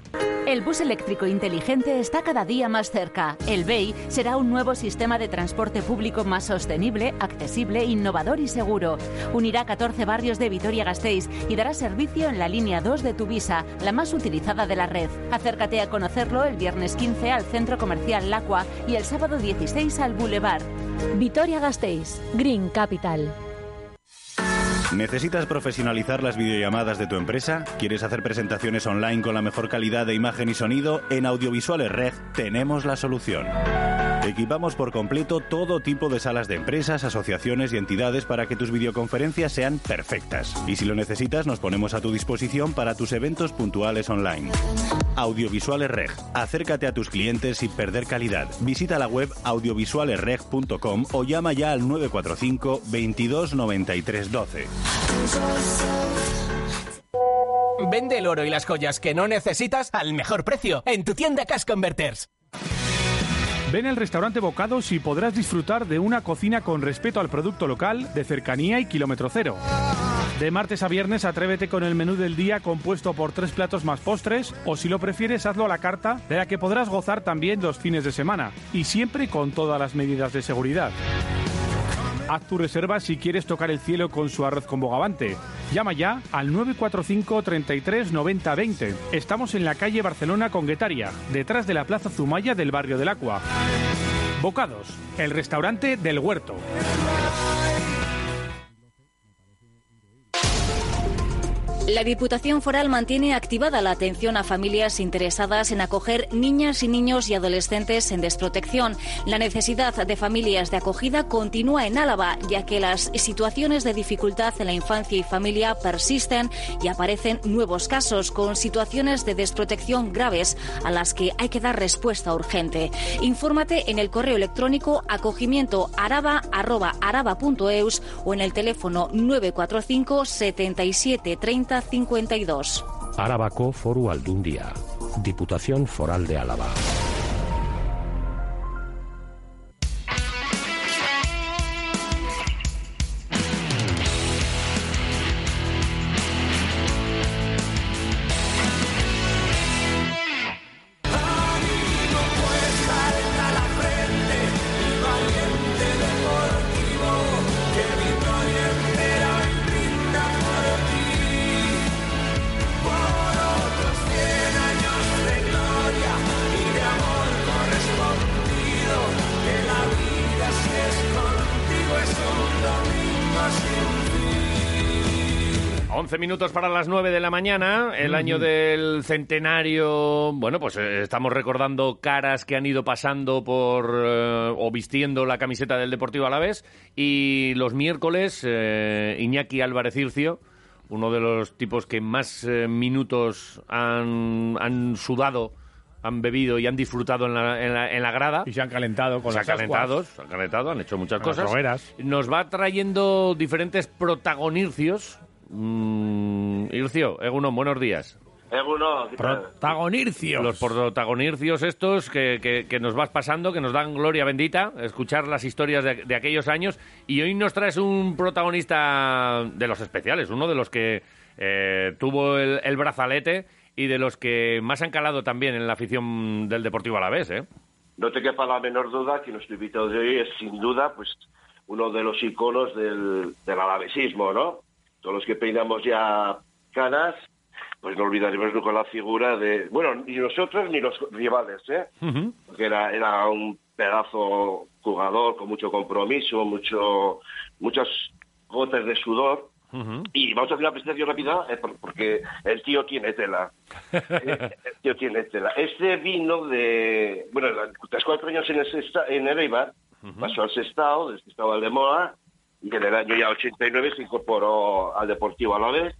El bus eléctrico inteligente está cada día más cerca. El BEI será un nuevo sistema de transporte público más sostenible, accesible, innovador y seguro. Unirá 14 barrios de Vitoria-Gasteiz y dará servicio en la línea 2 de Tuvisa, la más utilizada de la red. Acércate a conocerlo el viernes 15 al Centro Comercial Lacua y el sábado 16 al Boulevard. Vitoria-Gasteiz, Green Capital. ¿Necesitas profesionalizar las videollamadas de tu empresa? ¿Quieres hacer presentaciones online con la mejor calidad de imagen y sonido? En Audiovisuales Red tenemos la solución. Equipamos por completo todo tipo de salas de empresas, asociaciones y entidades para que tus videoconferencias sean perfectas. Y si lo necesitas, nos ponemos a tu disposición para tus eventos puntuales online. ¿eh? Audiovisuales Reg. Acércate a tus clientes sin perder calidad. Visita la web audiovisualesreg.com o llama ya al 945 22 93 12. Vende el oro y las joyas que no necesitas al mejor precio en tu tienda Cash Converters. Ven al restaurante Bocados y podrás disfrutar de una cocina con respeto al producto local, de cercanía y kilómetro cero. De martes a viernes atrévete con el menú del día compuesto por tres platos más postres o si lo prefieres hazlo a la carta de la que podrás gozar también los fines de semana y siempre con todas las medidas de seguridad. Haz tu reserva si quieres tocar el cielo con su arroz con bogavante. Llama ya al 945 33 90 20. Estamos en la calle Barcelona con Guetaria, detrás de la Plaza Zumaya del barrio del Acua. Bocados, el restaurante del huerto. La Diputación Foral mantiene activada la atención a familias interesadas en acoger niñas y niños y adolescentes en desprotección. La necesidad de familias de acogida continúa en Álava, ya que las situaciones de dificultad en la infancia y familia persisten y aparecen nuevos casos con situaciones de desprotección graves a las que hay que dar respuesta urgente. Infórmate en el correo electrónico acogimiento araba.araba.eus o en el teléfono 945 77 30 52. Arabako Foru Aldundia, Diputación Foral de Álava. Once minutos para las nueve de la mañana, el año del centenario. Bueno, pues eh, estamos recordando caras que han ido pasando por eh, o vistiendo la camiseta del Deportivo Alavés. Y los miércoles, eh, Iñaki Álvarez Ircio, uno de los tipos que más eh, minutos han, han sudado, han bebido y han disfrutado en la, en la- en la grada. Y se han calentado con se han las ascuas. calentado, se han calentado, han hecho muchas Con las cosas. hogueras. Nos va trayendo diferentes protagonircios. Mm, Ircio, Egunon, buenos días. Eguno, ¿qué tal? Protagonircios. Los protagonircios estos que, que- que nos vas pasando, que nos dan gloria bendita, escuchar las historias de, de aquellos años. Y hoy nos traes un protagonista de los especiales, uno de los que eh, tuvo el, el brazalete y de los que más han calado también en la afición del Deportivo Alavés, ¿eh? No te quepa la menor duda que nuestro invitado de hoy es sin duda pues uno de los iconos del, del alavesismo, ¿no? Todos los que peinamos ya canas, pues no olvidaremos nunca la figura de, bueno, ni nosotros ni los rivales, ¿eh? Porque era, era un pedazo jugador con mucho compromiso, mucho, muchas gotas de sudor. Y vamos a hacer una presentación rápida eh, por- porque el tío tiene tela. Yo tiene tela. Este vino de. Bueno, tras cuatro años en el, Sesta- en el Eibar, pasó al Sestao, del Sestao al Demora, y en el año ya 89 se incorporó al Deportivo Alavés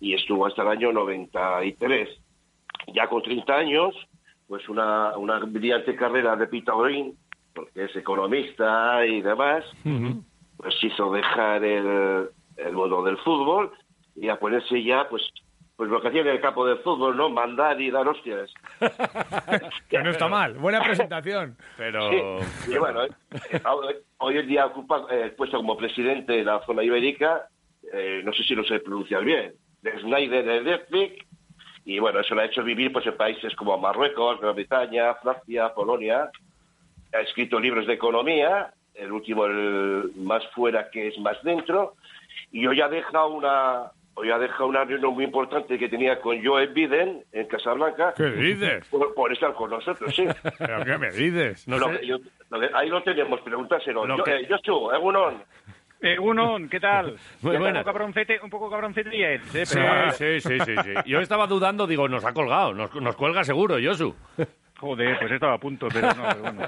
y estuvo hasta el año 93. Ya con 30 años, pues una, una brillante carrera de Pita Orín, porque es economista y demás, pues hizo dejar el, el mundo del fútbol y a ponerse ya, pues, pues lo que hacía en el campo del fútbol, ¿no? Mandar y dar hostias. Que no está mal. Buena presentación. Pero... Sí, y bueno, eh, eh, hoy- hoy en día ocupa eh, el puesto como presidente de la zona ibérica, eh, no sé si lo sé pronunciar bien, de Snyder de Leipzig, y bueno, eso lo ha hecho vivir pues en países como Marruecos, Gran Bretaña, Francia, Polonia. Ha escrito libros de economía, el último, el más fuera que es más dentro, y hoy ha dejado una... Hoy ha dejado una reunión muy importante que tenía con Joe Biden en Casablanca. ¿Qué dices? Por, por estar con nosotros, sí. ¿Pero qué me dices? Lo que yo- lo que- ahí lo tenemos, pregúntaselo. Lo yo, que- eh, Josu, Egunon. Egunon, Eh, ¿qué tal? Muy Ya está buenas. Un poco cabroncete, un poco cabroncete ya eres, ¿eh? Sí, Pero- sí, sí, sí, sí. Yo estaba dudando, digo, nos ha colgado, nos, nos cuelga seguro, Josu. Joder, pues estaba a punto, pero no, pero bueno.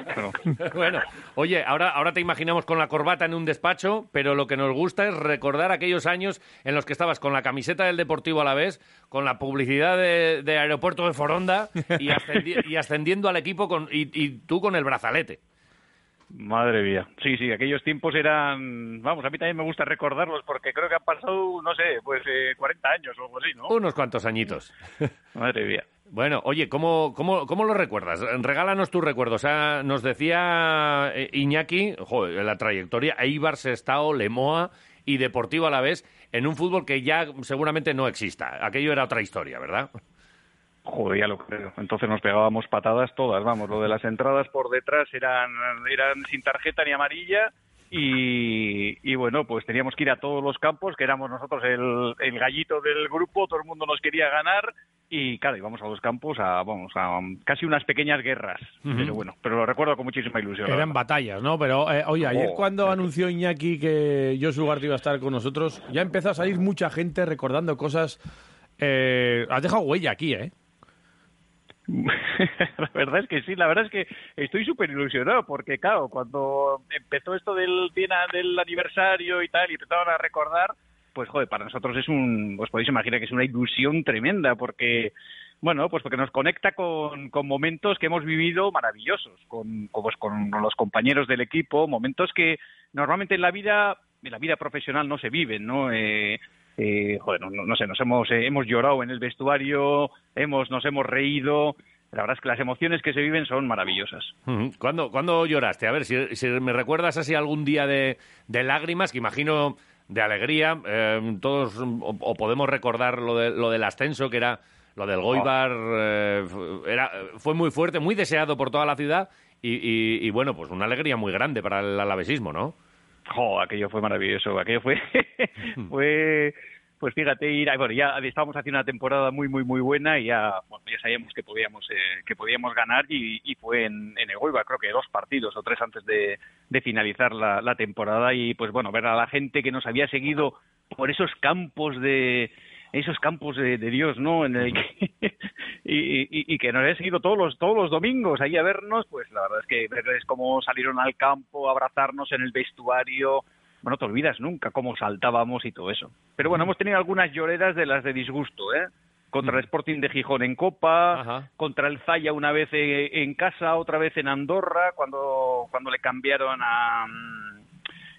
pero- Bueno, oye, ahora, ahora te imaginamos con la corbata en un despacho, pero lo que nos gusta es recordar aquellos años en los que estabas con la camiseta del Deportivo a la vez, con la publicidad de, de Aeropuerto de Foronda y, ascendi- y ascendiendo al equipo con, y, y tú con el brazalete. Madre mía. Sí, sí, aquellos tiempos eran... Vamos, a mí también me gusta recordarlos porque creo que han pasado, no sé, pues eh, 40 años o algo así, ¿no? Unos cuantos añitos. Madre mía. Bueno, oye, ¿cómo, cómo, cómo lo recuerdas? Regálanos tus recuerdos. O sea, nos decía eh, Iñaki, jo, la trayectoria, Eibar, Sestao, Lemoa y Deportivo a la vez, en un fútbol que ya seguramente no exista. Aquello era otra historia, ¿verdad? Joder, ya lo creo. Entonces nos pegábamos patadas todas, vamos. Lo de las entradas por detrás eran, eran sin tarjeta ni amarilla. Y, y bueno, pues teníamos que ir a todos los campos, que éramos nosotros el, el gallito del grupo, todo el mundo nos quería ganar. Y, Y claro, íbamos a los campos a, vamos, a um, casi unas pequeñas guerras. Ujú. Pero bueno, pero lo recuerdo con muchísima ilusión. la Eran batallas, ¿no? Pero, eh, oye, ayer Oh, cuando anunció Iñaki que Josu Ugarte iba a estar con nosotros, ya empezó a salir mucha gente recordando cosas. Eh, has dejado huella aquí, ¿eh? La verdad es que sí, la verdad es que estoy súper ilusionado porque, claro, cuando empezó esto del, 100 a- del aniversario y tal, y empezaron a recordar, pues joder, para nosotros es un, os podéis imaginar que es una ilusión tremenda porque, bueno, pues porque nos conecta con, con momentos que hemos vivido maravillosos, con, con, pues, con los compañeros del equipo, momentos que normalmente en la vida, en la vida profesional no se viven, ¿no? Eh, eh, joder, no, no- no sé, nos hemos, eh, hemos llorado en el vestuario, hemos, nos hemos reído. La verdad es que las emociones que se viven son maravillosas. Ujú. ¿Cuándo, cuándo lloraste? A ver, si, si me recuerdas así algún día de, de lágrimas, que imagino de alegría, eh, todos, mm, o, o podemos recordar lo, de- lo del ascenso, que era lo Ah. del Goibar, eh, fu- era, fue muy fuerte, muy deseado por toda la ciudad, y, y- y bueno, pues una alegría muy grande para el alavesismo, ¿no? Jo, aquello fue maravilloso, aquello fue, fue, pues fíjate, ir, a- bueno, ya estábamos haciendo una temporada muy, muy, muy buena y ya, bueno, ya sabíamos que podíamos, eh, que podíamos ganar y, y fue en, en Egoiba, creo que dos partidos o tres antes de, de finalizar la, la temporada y pues bueno, ver a la gente que nos había seguido por esos campos de, esos campos de, de Dios, ¿no? En el que- y, y- y que nos había seguido todos los, pues, todos los domingos ahí a vernos, pues la verdad es que verles cómo salieron al campo, abrazarnos en el vestuario, bueno, no te olvidas nunca cómo saltábamos y todo eso. Pero bueno, hemos tenido algunas lloreras de las de disgusto, ¿eh? Contra el Sporting de Gijón en Copa, contra el Zaya una vez eh, en casa, otra vez en Andorra, cuando, cuando le cambiaron a mm,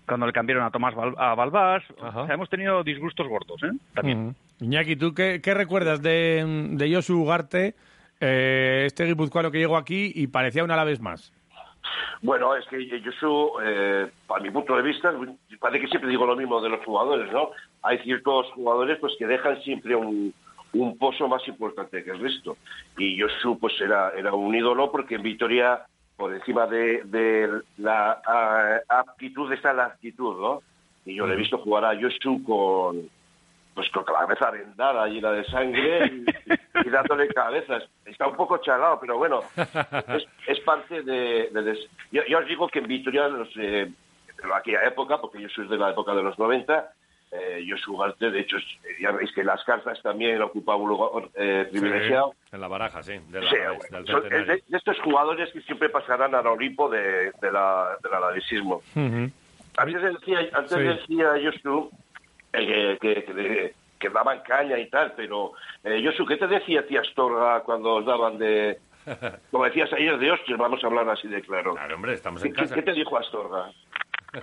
cuando le cambiaron a Tomás Bal- a Balbás. O sea, hemos tenido disgustos gordos, ¿eh? También. Iñaki, ¿tú qué, qué recuerdas de, de Josu Ugarte, eh, este guipuzcoano que llegó aquí y parecía una vez más? Bueno, es que Josu, eh, para mi punto de vista, parece que siempre digo lo mismo de los jugadores, ¿no? Hay ciertos jugadores pues que dejan siempre un, un pozo más importante que el resto. Y Josu pues era, era un ídolo porque en Vitoria, por encima de, de la ah, aptitud está la actitud, ¿no? Y yo le he visto jugar a Josu con pues con la cabeza vendada llena de sangre y, y dándole cabezas. Está un poco chalado, pero bueno, es, es parte de... de des- yo, yo os digo que en Vitoria, los, eh, en aquella época, porque yo soy de la época de los 90, eh, yo su arte, de hecho, es- eh, ya veis que las cartas también ocupaba un lugar eh, privilegiado. Sí, en la baraja, sí, de la, Sí, del bueno, son- es centenario. de, de estos jugadores que siempre pasarán al Olimpo de, de la, del alavesismo. Antes decía, antes Sí. decía Josu eh, que, que, que- que daban caña y tal, pero eh, Josu, ¿qué te decía tía Astorga cuando os daban de... Como decías ayer de hostias, vamos a hablar así de claro. Claro, hombre, estamos en casa. ¿Qué te dijo Astorga?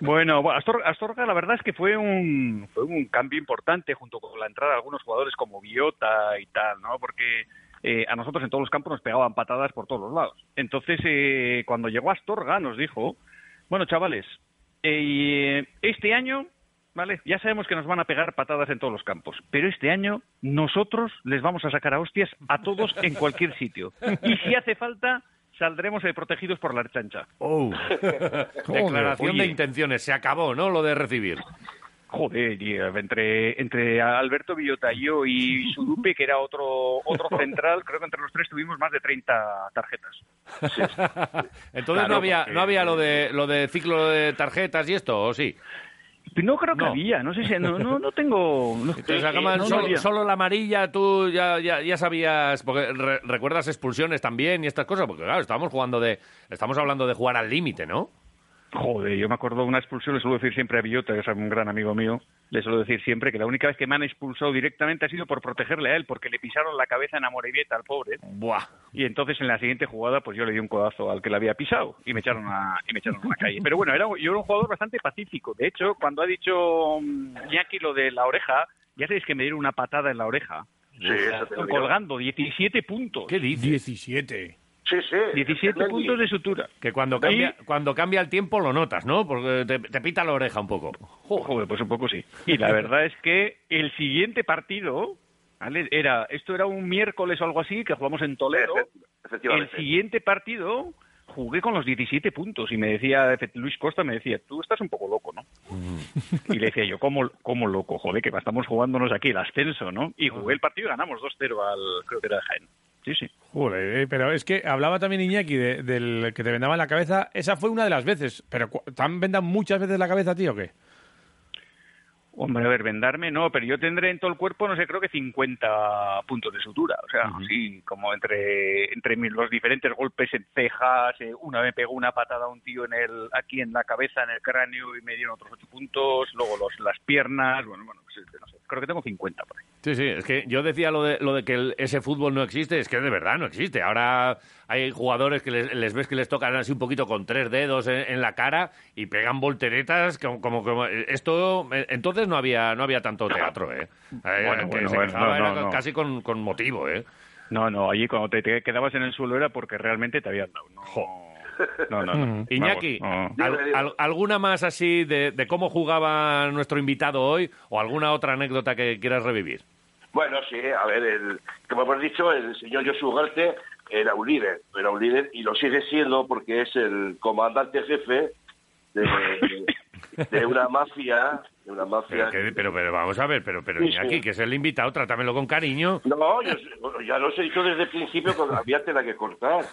Bueno, bueno, Astor- Astorga la verdad es que fue un, fue un cambio importante junto con la entrada de algunos jugadores como Biota y tal, ¿no? Porque eh, a nosotros en todos los campos nos pegaban patadas por todos los lados. Entonces, eh, cuando llegó Astorga nos dijo, bueno, chavales, eh, este año, ¿vale? Ya sabemos que nos van a pegar patadas en todos los campos, pero este año nosotros les vamos a sacar a hostias a todos en cualquier sitio. Y si hace falta, saldremos eh, protegidos por la chancha. Oh. Declaración Oye. de intenciones, se acabó, ¿no? Lo de recibir. Joder, tío, entre, entre Alberto Villota y yo y Sudupe, que era otro, otro central, creo que entre los tres tuvimos más de 30 tarjetas. Entonces Claro, no había, porque- no había lo de lo de ciclo de tarjetas y esto, ¿o sí? No creo que había, no sé si... No, no, no tengo... no- Entonces, eh, Ackerman, no, no solo, había. solo la amarilla, tú ya, ya, ya sabías, porque re- recuerdas expulsiones también y estas cosas, porque claro, estamos jugando de, estamos hablando de jugar al límite, ¿no? Joder, yo me acuerdo de una expulsión, le suelo decir siempre a Villota, que es un gran amigo mío, le suelo decir siempre que la única vez que me han expulsado directamente ha sido por protegerle a él, porque le pisaron la cabeza en Amorebieta al pobre. Buah. Y entonces en la siguiente jugada, pues yo le di un codazo al que le había pisado y me echaron a, y me echaron a la calle. Pero bueno, era, un- yo era un jugador bastante pacífico. De hecho, cuando ha dicho mm, Iñaki lo de la oreja, ya sabéis que me dieron una patada en la oreja. Sí, eso te lo digo. colgando 17 puntos. ¿Qué dices? 17. Sí, sí. 17 puntos de sutura. Que cuando Ahí- cambia, cuando cambia el tiempo lo notas, ¿no? Porque te, te pita la oreja un poco. Joder, pues un poco sí. Y la verdad es que el siguiente partido, ¿vale? Era, esto era un miércoles o algo así, que jugamos en Toledo. Efe- El Efectivamente. siguiente partido jugué con los 17 puntos y me decía, Luis Costa me decía, tú estás un poco loco, ¿no? Y le decía yo, ¿cómo, cómo loco? Joder, que estamos jugándonos aquí el ascenso, ¿no? Y jugué el partido y ganamos 2-0 al, creo que era Jaén. Sí, sí. Joder, eh, pero es que hablaba también Iñaki de- del que te vendaban la cabeza. Esa fue una de las veces. Pero cu- ¿te han vendado muchas veces la cabeza, tío, o qué? Hombre, a ver, vendarme no, pero yo tendré en todo el cuerpo, no sé, creo que 50 puntos de sutura. O sea, sí, como entre, entre mis- los diferentes golpes en cejas, eh, una me pegó una patada a un tío en el, aquí en la cabeza, en el cráneo, y me dieron otros 8 puntos, luego los, las piernas, bueno, bueno, pues, no sé, creo que tengo 50 por ahí. Sí, sí, es que yo decía lo de, lo de que el- ese fútbol no existe, es que de verdad no existe. Ahora hay jugadores que les, les ves que les tocan así un poquito con tres dedos en, en la cara y pegan volteretas como, como, como- esto eh, entonces no había no había tanto teatro, eh. Eh, Bueno, que bueno, se bueno, quejaba, no, era no, no. casi con, con motivo, eh. No, no, allí cuando te, te quedabas en el suelo era porque realmente te habían dado. No, no, no. no. Mm. Iñaki, Vamos, no. al- al- ¿alguna más así de, de cómo jugaba nuestro invitado hoy o alguna otra anécdota que quieras revivir? Bueno, sí, a ver, el, como hemos dicho, el señor Josu Ugarte era un líder, era un líder y lo sigue siendo porque es el comandante jefe de, de- de una mafia, de una mafia. Pero, que- pero, pero vamos a ver, pero, pero Sí, Iñaki, sí. que es el invitado, trátamelo con cariño. No, yo- ya los he dicho desde el principio porque había tela que cortar.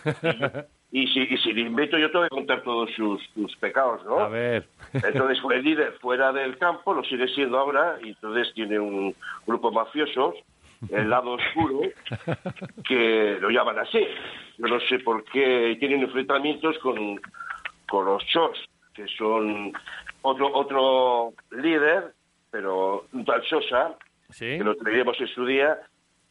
Y, y si, y si le invito yo tengo que contar todos sus, sus pecados, ¿no? A ver. Entonces fue el líder fuera del campo, lo sigue siendo ahora, y entonces tiene un grupo mafiosos, el lado oscuro, que lo llaman así. Yo no sé por qué tienen enfrentamientos con, con los Chos, que son otro, otro líder, pero un tal Sosa, que lo traeremos en su día,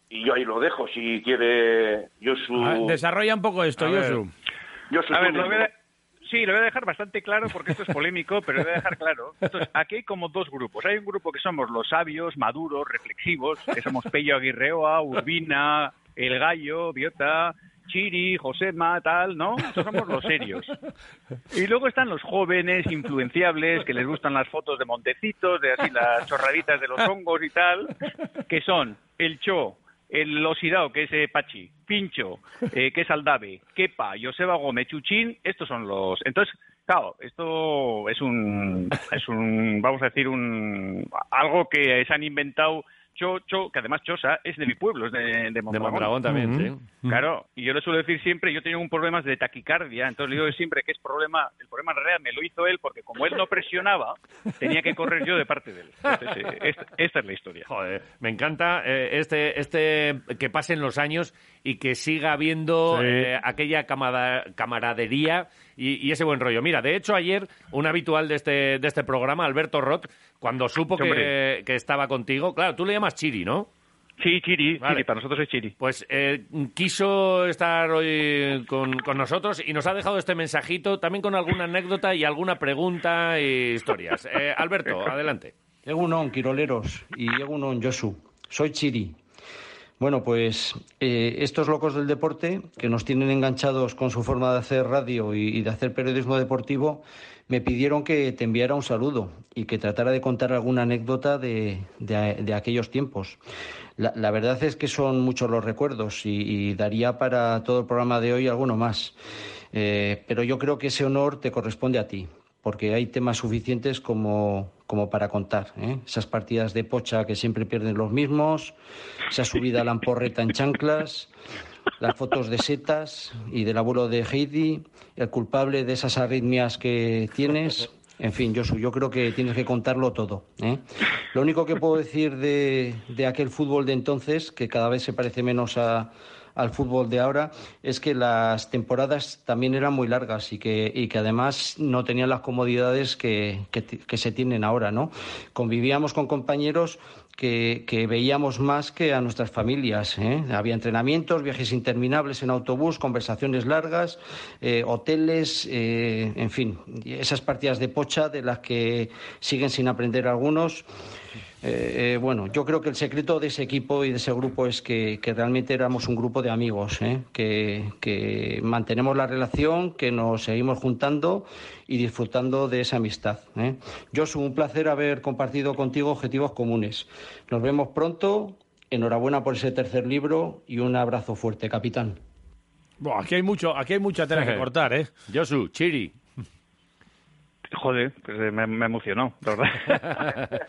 y yo ahí lo dejo, si quiere yo su... A ver, Ah, desarrolla un poco esto, A ver. Josu. yo su A ver, lo voy a- sí, lo voy a dejar bastante claro porque esto es polémico, pero lo voy a dejar claro. Entonces, aquí hay como dos grupos. Hay un grupo que somos los sabios, maduros, reflexivos, que somos Pello Aguirreoa, Urbina, El Gallo, Biota, Chiri, Josema, tal, ¿no? Esos somos los serios. Y luego están los jóvenes, influenciables, que les gustan las fotos de montecitos, de así las chorraditas de los hongos y tal, que son el Cho, el Osidao, que es eh, Pachi, Pincho, eh, que es Aldave, Kepa, Joseba Gómez, Chuchín, estos son los... Entonces, claro, esto es un, es un vamos a decir, un algo que se han inventado Cho, Cho, que además Chosa es de mi pueblo, es de, de Mondragón. Mondragón también, sí. Ujú. Claro, y yo le suelo decir siempre, yo tengo un problema de taquicardia, entonces le digo siempre que es problema, el problema en realidad me lo hizo él porque como él no presionaba, tenía que correr yo de parte de él. Entonces, eh, es- esta es la historia. Joder, me encanta eh, este, este que pasen los años y que siga habiendo Sí. eh, aquella camada- camaradería y, y ese buen rollo. Mira, de hecho ayer un habitual de este, de este programa, Alberto Roth, cuando supo Sí, hombre. que, que estaba contigo, claro, tú le llamas Chiri, ¿no? Sí, Chiri, Chiri, para nosotros es Chiri. Pues eh, quiso estar hoy con, con nosotros y nos ha dejado este mensajito también con alguna anécdota y alguna pregunta y historias. Eh, Alberto, adelante. Egunon, Quiroleros y Egunon, Josu. Soy Chiri. Bueno, pues eh, estos locos del deporte que nos tienen enganchados con su forma de hacer radio y, y de hacer periodismo deportivo, me pidieron que te enviara un saludo y que tratara de contar alguna anécdota de, de- de aquellos tiempos. La, la verdad es que son muchos los recuerdos y, y daría para todo el programa de hoy alguno más. Eh, pero yo creo que ese honor te corresponde a ti, porque hay temas suficientes como, como para contar. ¿eh? Esas partidas de pocha que siempre pierden los mismos, esa subida a la amporreta en chanclas, las fotos de setas y del abuelo de Heidi, el culpable de esas arritmias que tienes. En fin, Josu, yo creo que tienes que contarlo todo. ¿eh? Lo único que puedo decir de, de aquel fútbol de entonces, que cada vez se parece menos a- al fútbol de ahora, es que las temporadas también eran muy largas y que, y que además no tenían las comodidades que, que ti- que se tienen ahora, ¿no? Convivíamos con compañeros que, que veíamos más que a nuestras familias. ¿eh? Había entrenamientos, viajes interminables en autobús, conversaciones largas, eh, hoteles, eh, en fin, y esas partidas de pocha de las que siguen sin aprender algunos. Eh, eh, bueno, yo creo que el secreto de ese equipo y de ese grupo es que, que realmente éramos un grupo de amigos, ¿eh? que, que mantenemos la relación, que nos seguimos juntando y disfrutando de esa amistad. ¿eh? Josu, un placer haber compartido contigo objetivos comunes. Nos vemos pronto. Enhorabuena por ese tercer libro y un abrazo fuerte, capitán. Buah, aquí hay mucho, aquí hay mucha tela que cortar, ¿eh? Josu, Chiri. Joder, pues eh, me, me emocionó, la verdad.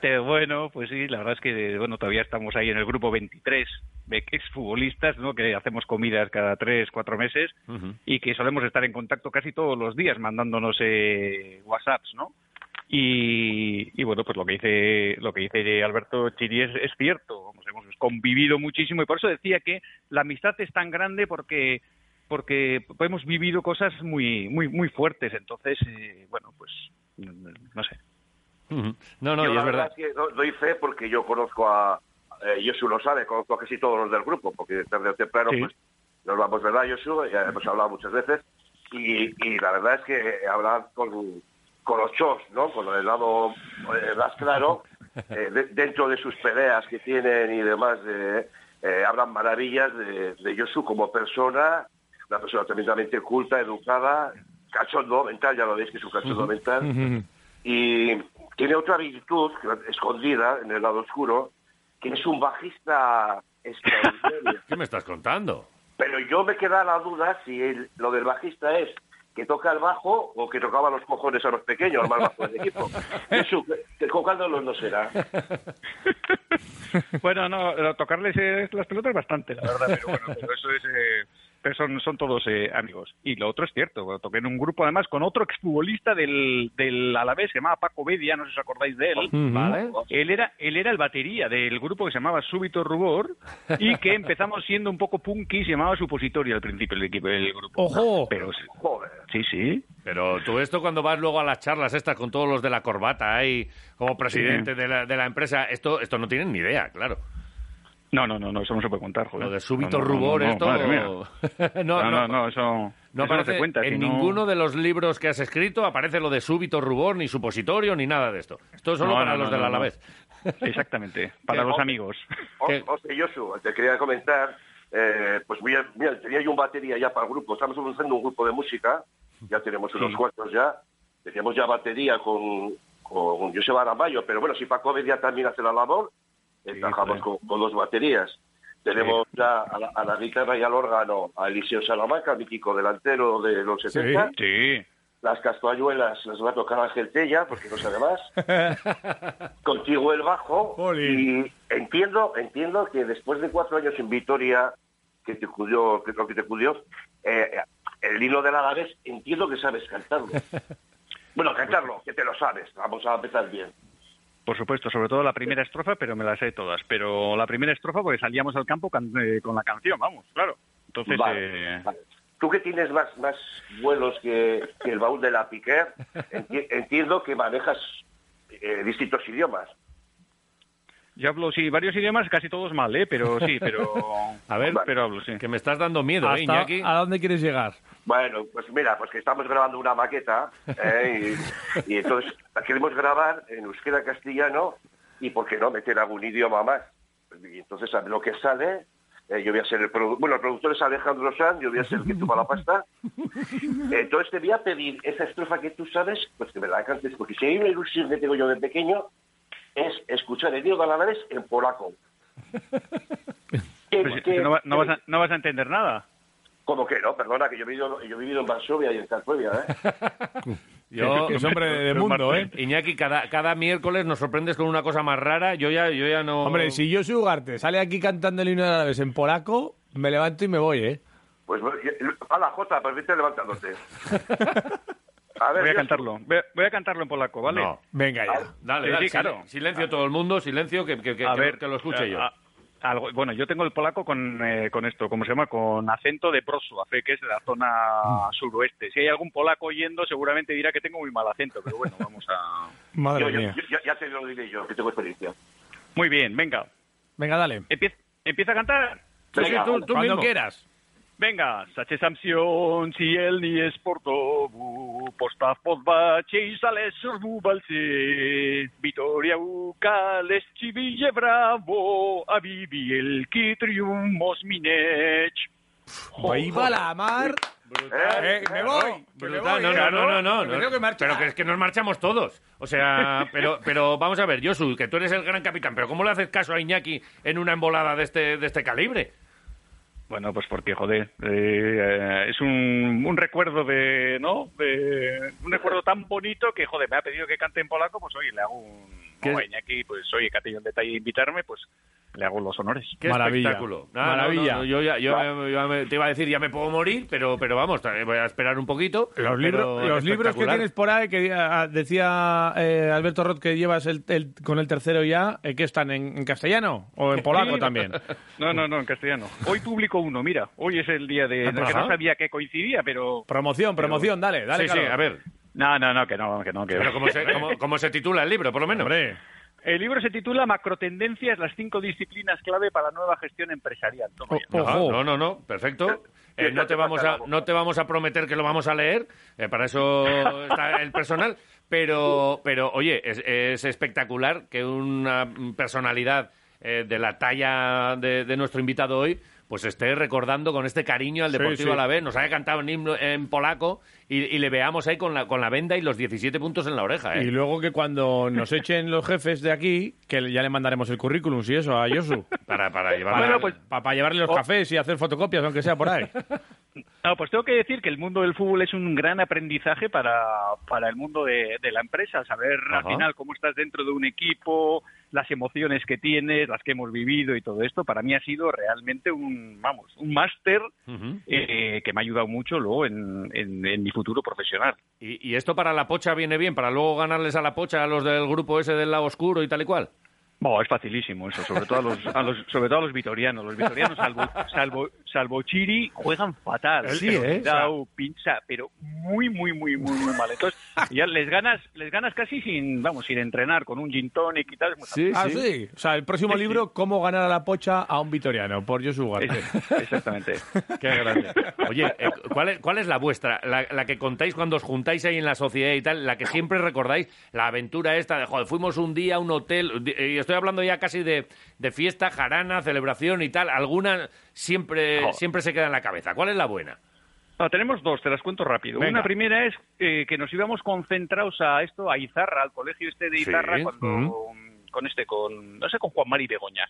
Pero bueno, pues sí, la verdad es que bueno, todavía estamos ahí en el grupo 23 de exfutbolistas, ¿no? que hacemos comidas cada tres, cuatro meses y que solemos estar en contacto casi todos los días mandándonos eh, WhatsApps, ¿no? Y, y bueno, pues lo que dice lo que dice Alberto Chiri es, es cierto. Vamos, hemos convivido muchísimo y por eso decía que la amistad es tan grande porque porque hemos vivido cosas muy muy muy fuertes. Entonces, eh, bueno, pues no sé. No, no, Yo y la es verdad. que do- doy fe porque yo conozco a. Eh, Yosu lo sabe, conozco a casi todos los del grupo, porque tarde o temprano pues, nos vamos, ¿verdad, Yosu? Ya hemos hablado muchas veces. Y, y la verdad es que eh, hablar con, con los chos, ¿no? Con el lado eh, más claro, eh, de- dentro de sus peleas que tienen y demás, eh, eh, hablan maravillas de, de Yosu como persona, una persona tremendamente culta, educada, cachondo mental, ya lo veis que es un cachondo mental. Y tiene otra virtud que- escondida en el lado oscuro, que es un bajista extraordinario. ¿Qué me estás contando? Pero yo me queda la duda si el- lo del bajista es que toca el bajo o que tocaba los cojones a los pequeños, al más bajo del equipo. Jesús, que cojándolos no será. Bueno, no, lo- tocarles eh, las pelotas bastante, la verdad, pero bueno, pero eso es... eh, pero son, son todos eh, amigos. Y lo otro es cierto, bueno, toqué en un grupo además con otro exfutbolista del, del Alavés, se llamaba Paco Bedia, no sé si os acordáis de él. Ujú. Vale. Él era, él era el batería del grupo que se llamaba Súbito Rubor y que empezamos siendo un poco punky, se llamaba Supositorio al principio el, equipo, el grupo. ¡Ojo! Pero, sí, sí. Pero tú esto cuando vas luego a las charlas estas con todos los de la corbata ahí, como presidente de, la, de la empresa, esto, esto no tienen ni idea, claro. No, no, no, no, eso no se puede contar, joder. Lo de súbito No, no, no, rubor, no, esto... madre mía. no, No, no, no, no, eso, eso no no aparece se cuenta. en si no- ninguno de los libros que has escrito aparece lo de súbito rubor, ni supositorio, ni nada de esto. Esto es solo No, para no, los no, del no, no. Alavés. oh, Exactamente, para los amigos. José Yosu, Oh, te quería comentar, eh, pues mira, mira, tenía yo un batería ya para el grupo, estamos organizando un grupo de música, ya tenemos unos cuantos ya, teníamos ya batería con, con Josep Aramayo, pero bueno, si Paco ya también hace la labor, encajamos con, con dos baterías. Tenemos ya a la, a la guitarra y al órgano a Eliseo Salamanca, mítico delantero de los 70. Sí. Las castoayuelas las va a tocar Ángel Tella, porque no sabe más. Contigo el bajo. Y entiendo, entiendo que después de cuatro años en Vitoria, que te cudió, que lo que te cudió, eh, el hilo del Alavés, entiendo que sabes cantarlo. bueno, cantarlo, que te lo sabes. Vamos a empezar bien. Por supuesto, sobre todo la primera estrofa, pero me las sé todas. Pero la primera estrofa porque salíamos al campo can- eh, con la canción, vamos, claro. Entonces, Vale, eh, vale. Tú que tienes más, más vuelos que, que el baúl de la Piquer, enti- entiendo que manejas eh, distintos idiomas. yo hablo sí varios idiomas, casi todos mal, ¿eh? Pero sí, pero... A ver, pero hablo, sí. que me estás dando miedo, ¿eh, Hasta- Iñaki? ¿A dónde quieres llegar? Bueno, pues mira, pues que estamos grabando una maqueta ¿eh? y, y entonces la queremos grabar en euskera castellano y por qué no meter algún idioma más. Y entonces a lo que sale, eh, yo voy a ser el productor, bueno, el productor es Alejandro Sanz, yo voy a ser el que toma la pasta. Entonces te voy a pedir esa estrofa que tú sabes, pues que me la cantes, porque si hay una ilusión que tengo yo de pequeño es escuchar el Diego Galares en polaco. Pues, no, va- no vas a, no vas a entender nada. Como que no, perdona, que yo he vivido, yo he vivido en Varsovia y en Cracovia, ¿eh? Yo, Es hombre de mundo, ¿eh? Iñaki, cada, cada miércoles nos sorprendes con una cosa más rara. Yo ya, yo ya no. Hombre, si yo soy Ugarte, sale aquí cantando el himno de Alavés en polaco, me levanto y me voy, ¿eh? Pues a la Jota, permite levantándote. A ver, voy a yo- cantarlo. Voy a, voy a cantarlo en polaco, ¿vale? No. Venga ya. Dale, Sí, dale, sí, claro. silen- silencio todo el mundo, silencio, que, que- que- A que ver, lo- que lo escuche eh, yo. a- algo- bueno, yo tengo el polaco con, eh, con esto, ¿cómo se llama? Con acento de Prosuafe, que es de la Mm. zona suroeste. Si hay algún polaco oyendo, seguramente dirá que tengo muy mal acento, pero bueno, vamos a... Madre yo- yo- mía. yo- ya- ya te lo diré yo, que tengo experiencia. Muy bien, venga. Venga, dale. Empieza, empieza a cantar. Sí, Venga, tú- tú cuando mismo. quieras. Venga, sache samsion, si el ni es portobu, postav podbache y sales balse, Vitoria ukales chiville bravo, avivi el que triunfos minech. ¡Viva la mar! Eh, ¡Me voy! que me Brutal, voy, no, no, eh, no, no, no, que no. me tengo que marchar. Pero que es que nos marchamos todos. O sea, pero, pero vamos a ver, Josu, que tú eres el gran capitán, pero ¿cómo le haces caso a Iñaki en una embolada de este, de este calibre? Bueno, pues porque, joder, eh, es un, un recuerdo de, ¿no? De- un recuerdo tan bonito que, joder, me ha pedido que cante en polaco, pues oye, le hago un... ¿Qué- Oye, Iñaki, pues oye, que ha tenido el detalle de invitarme, pues le hago los honores. Qué espectáculo. Ah, no, Maravilla. no, no, yo ya- yo Va. me- yo me- te iba a decir, ya me puedo morir, pero, pero vamos, t- voy a esperar un poquito. Los, libros, los libros que tienes por ahí, que ah, decía eh, Alberto Roth que llevas el, el- con el tercero ya, eh, que están en, en castellano o en polaco Sí. también. No, no, no, en castellano. Hoy publico uno, mira. Hoy es el día de... Ah, pues, que ajá. no sabía que coincidía, pero... Promoción, promoción, dale, dale. Sí, sí, Carlos. a ver. No, no, no, que no, que no. Que... Pero ¿cómo se, cómo- cómo se titula el libro, por lo menos? El libro se titula Macrotendencias, las cinco disciplinas clave para la nueva gestión empresarial. Toma ya. Ajá, No, no, no, perfecto. Eh, no, te vamos a, no te vamos a prometer que lo vamos a leer, eh, para eso está el personal, pero, pero oye, es, es espectacular que una personalidad eh, de la talla de, de nuestro invitado hoy pues esté recordando con este cariño al Sí, Deportivo sí. a la vez, nos haya cantado en, himno- en polaco y, y le veamos ahí con la, con la venda y los 17 puntos en la oreja. ¿eh? Y luego que cuando nos echen los jefes de aquí, que ya le mandaremos el currículum y eso a Yosu. Para, para llevarlo Para, al- pa- para llevarle los Oh. cafés y hacer fotocopias, aunque sea por ahí. No, pues tengo que decir que el mundo del fútbol es un gran aprendizaje para, para el mundo de, de la empresa, saber Ajá. al final cómo estás dentro de un equipo, las emociones que tienes, las que hemos vivido y todo esto, para mí ha sido realmente un, vamos, un máster eh, que me ha ayudado mucho luego en, en- en mi futuro profesional. y, y esto para la pocha viene bien, para luego ganarles a la pocha a los del grupo ese del lado oscuro y tal y cual. Bueno, es facilísimo eso, sobre todo a los, a los- sobre todo a los vitorianos. Los vitorianos, salvo, salvo, salvo Chiri, juegan fatal. Sí, ¿eh? Dau, pincha, pero muy, muy, muy, muy, muy mal. Entonces, ya les ganas, les ganas casi sin, vamos, sin entrenar, con un gin tonic y tal. es muy fácil. Ah, sí. O sea, el próximo Sí, sí. libro, ¿Cómo ganar a la pocha a un vitoriano? Por Josu Ugarte. Exactamente. Qué grande. Oye, eh, ¿cuál, es, cuál es la vuestra? La, la que contáis cuando os juntáis ahí en la sociedad y tal, la que siempre recordáis, la aventura esta de, joder, fuimos un día a un hotel, di- eh, y estoy hablando ya casi de, de fiesta, jarana, celebración y tal, alguna siempre, Joder. siempre se queda en la cabeza. ¿Cuál es la buena? No, tenemos dos, te las cuento rápido. Venga. Una primera es eh, que nos íbamos concentrados a esto, a Izarra, al colegio este de Sí. Izarra, cuando, Ujú. con este, con, no sé, con Juan Mari Begoña.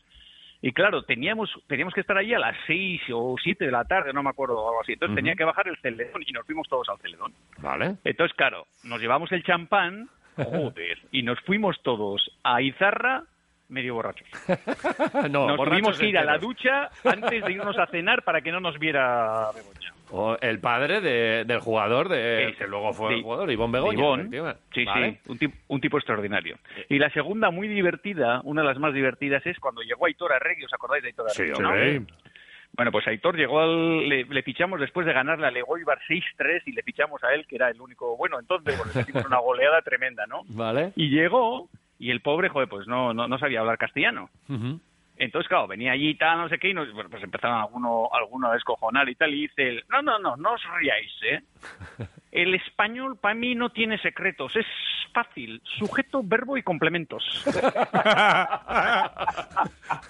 Y claro, teníamos, teníamos que estar allí a las seis o siete de la tarde, no me acuerdo, o algo así. Entonces Ujú. tenía que bajar el celedón y nos fuimos todos al celedón. Vale. Entonces, claro, nos llevamos el champán, joder, y nos fuimos todos a Izarra medio borrachos. No, nos borrachos tuvimos que ir a la enteros. ducha antes de irnos a cenar para que no nos viera Begoña. O el padre de- del jugador, de, que luego fue Sí. el jugador, Ivón Begoña. Ivón. efectivamente. Sí, Vale. sí, un, tip- un tipo extraordinario. Y la segunda, muy divertida, una de las más divertidas, es cuando llegó Aitor Arregui, ¿os acordáis de Aitor Sí, Arregui? no? hombre. Bueno, pues Aitor llegó al... Le, le fichamos después de ganarle a Legoibar 6-3 y le fichamos a él, que era el único... Bueno, entonces, bueno, le hicimos una goleada tremenda, ¿no? Vale. Y llegó, y el pobre, joder, pues no, no, no sabía hablar castellano. Entonces, claro, venía allí y tal, no sé qué, y nos, bueno, pues empezaron alguno, alguno a descojonar y tal, y dice él, no, no, no, no os riáis, ¿eh? El español para mí no tiene secretos, es fácil, sujeto, verbo y complementos.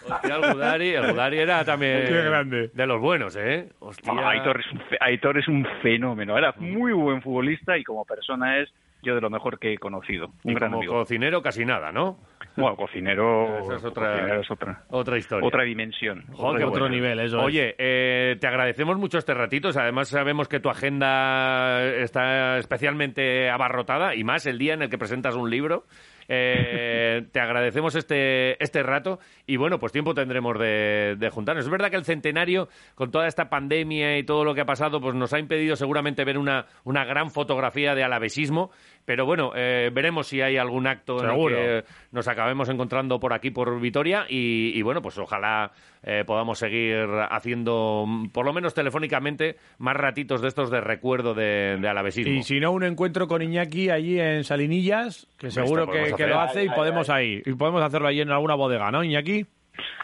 Hostia, el Gudari, el Gudari era también Qué grande. de los buenos, ¿eh? Hostia. Bueno, Aitor, es un, fe- Aitor es un fenómeno, era muy buen futbolista y como persona es yo de lo mejor que he conocido. Un Y gran como amigo. cocinero casi nada, ¿no? Bueno, cocinero, Esa es otra- cocinero es otra, otra historia. otra dimensión. Joder, qué bueno. Oye, eh, te agradecemos mucho este ratito. O sea, Además, sabemos que tu agenda está especialmente abarrotada y más el día en el que presentas un libro. Eh, te agradecemos este, este rato y bueno, pues tiempo tendremos de, de juntarnos. Es verdad que el centenario, con toda esta pandemia y todo lo que ha pasado, pues nos ha impedido seguramente ver una, una gran fotografía de alavesismo, pero bueno, eh, veremos si hay algún acto en el Seguro. que nos acabemos encontrando por aquí, por Vitoria, y, y bueno, pues ojalá eh, podamos seguir haciendo, mm, por lo menos telefónicamente, más ratitos de estos de recuerdo de, de alavesismo. Y si no, un encuentro con Iñaki allí en Salinillas, que Hombre, seguro esto que, podemos que hacer. lo hace Ay, y ay, podemos ahí. Y podemos hacerlo allí en alguna bodega, ¿no, Iñaki?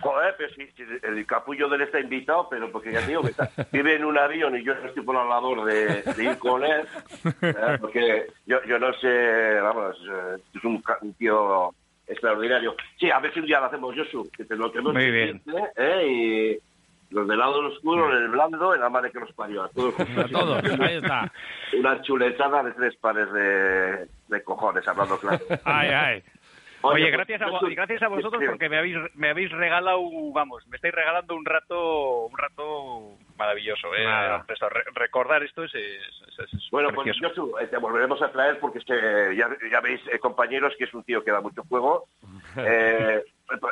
Joder, pero sí, sí, el capullo del está invitado, pero porque ya te digo que está- vive en un avión y yo no estoy por la labor de, de ir con él, eh, porque yo, yo no sé, vamos, eh, es un, ca- un tío extraordinario. Sí, a ver si un día lo hacemos, Josu, que te lo tenemos Muy pendiente, ¿eh? Y los del lado del oscuro, el blando, en la madre que los parió, a todos. Ahí está. Una chuletada de tres pares de, de cojones, hablando claro. Ay, ay. Oye, pues, gracias a, vo- Josu, y gracias a vosotros sí, porque me habéis, me habéis regalado, vamos, me estáis regalando un rato, un rato maravilloso. ¿eh? Nada. Pues, re- recordar esto es, es- es- es Bueno, pues precioso. Josu, eh, te volveremos a traer porque se- ya, ya veis, eh, compañeros, que es un tío que da mucho juego. Eh,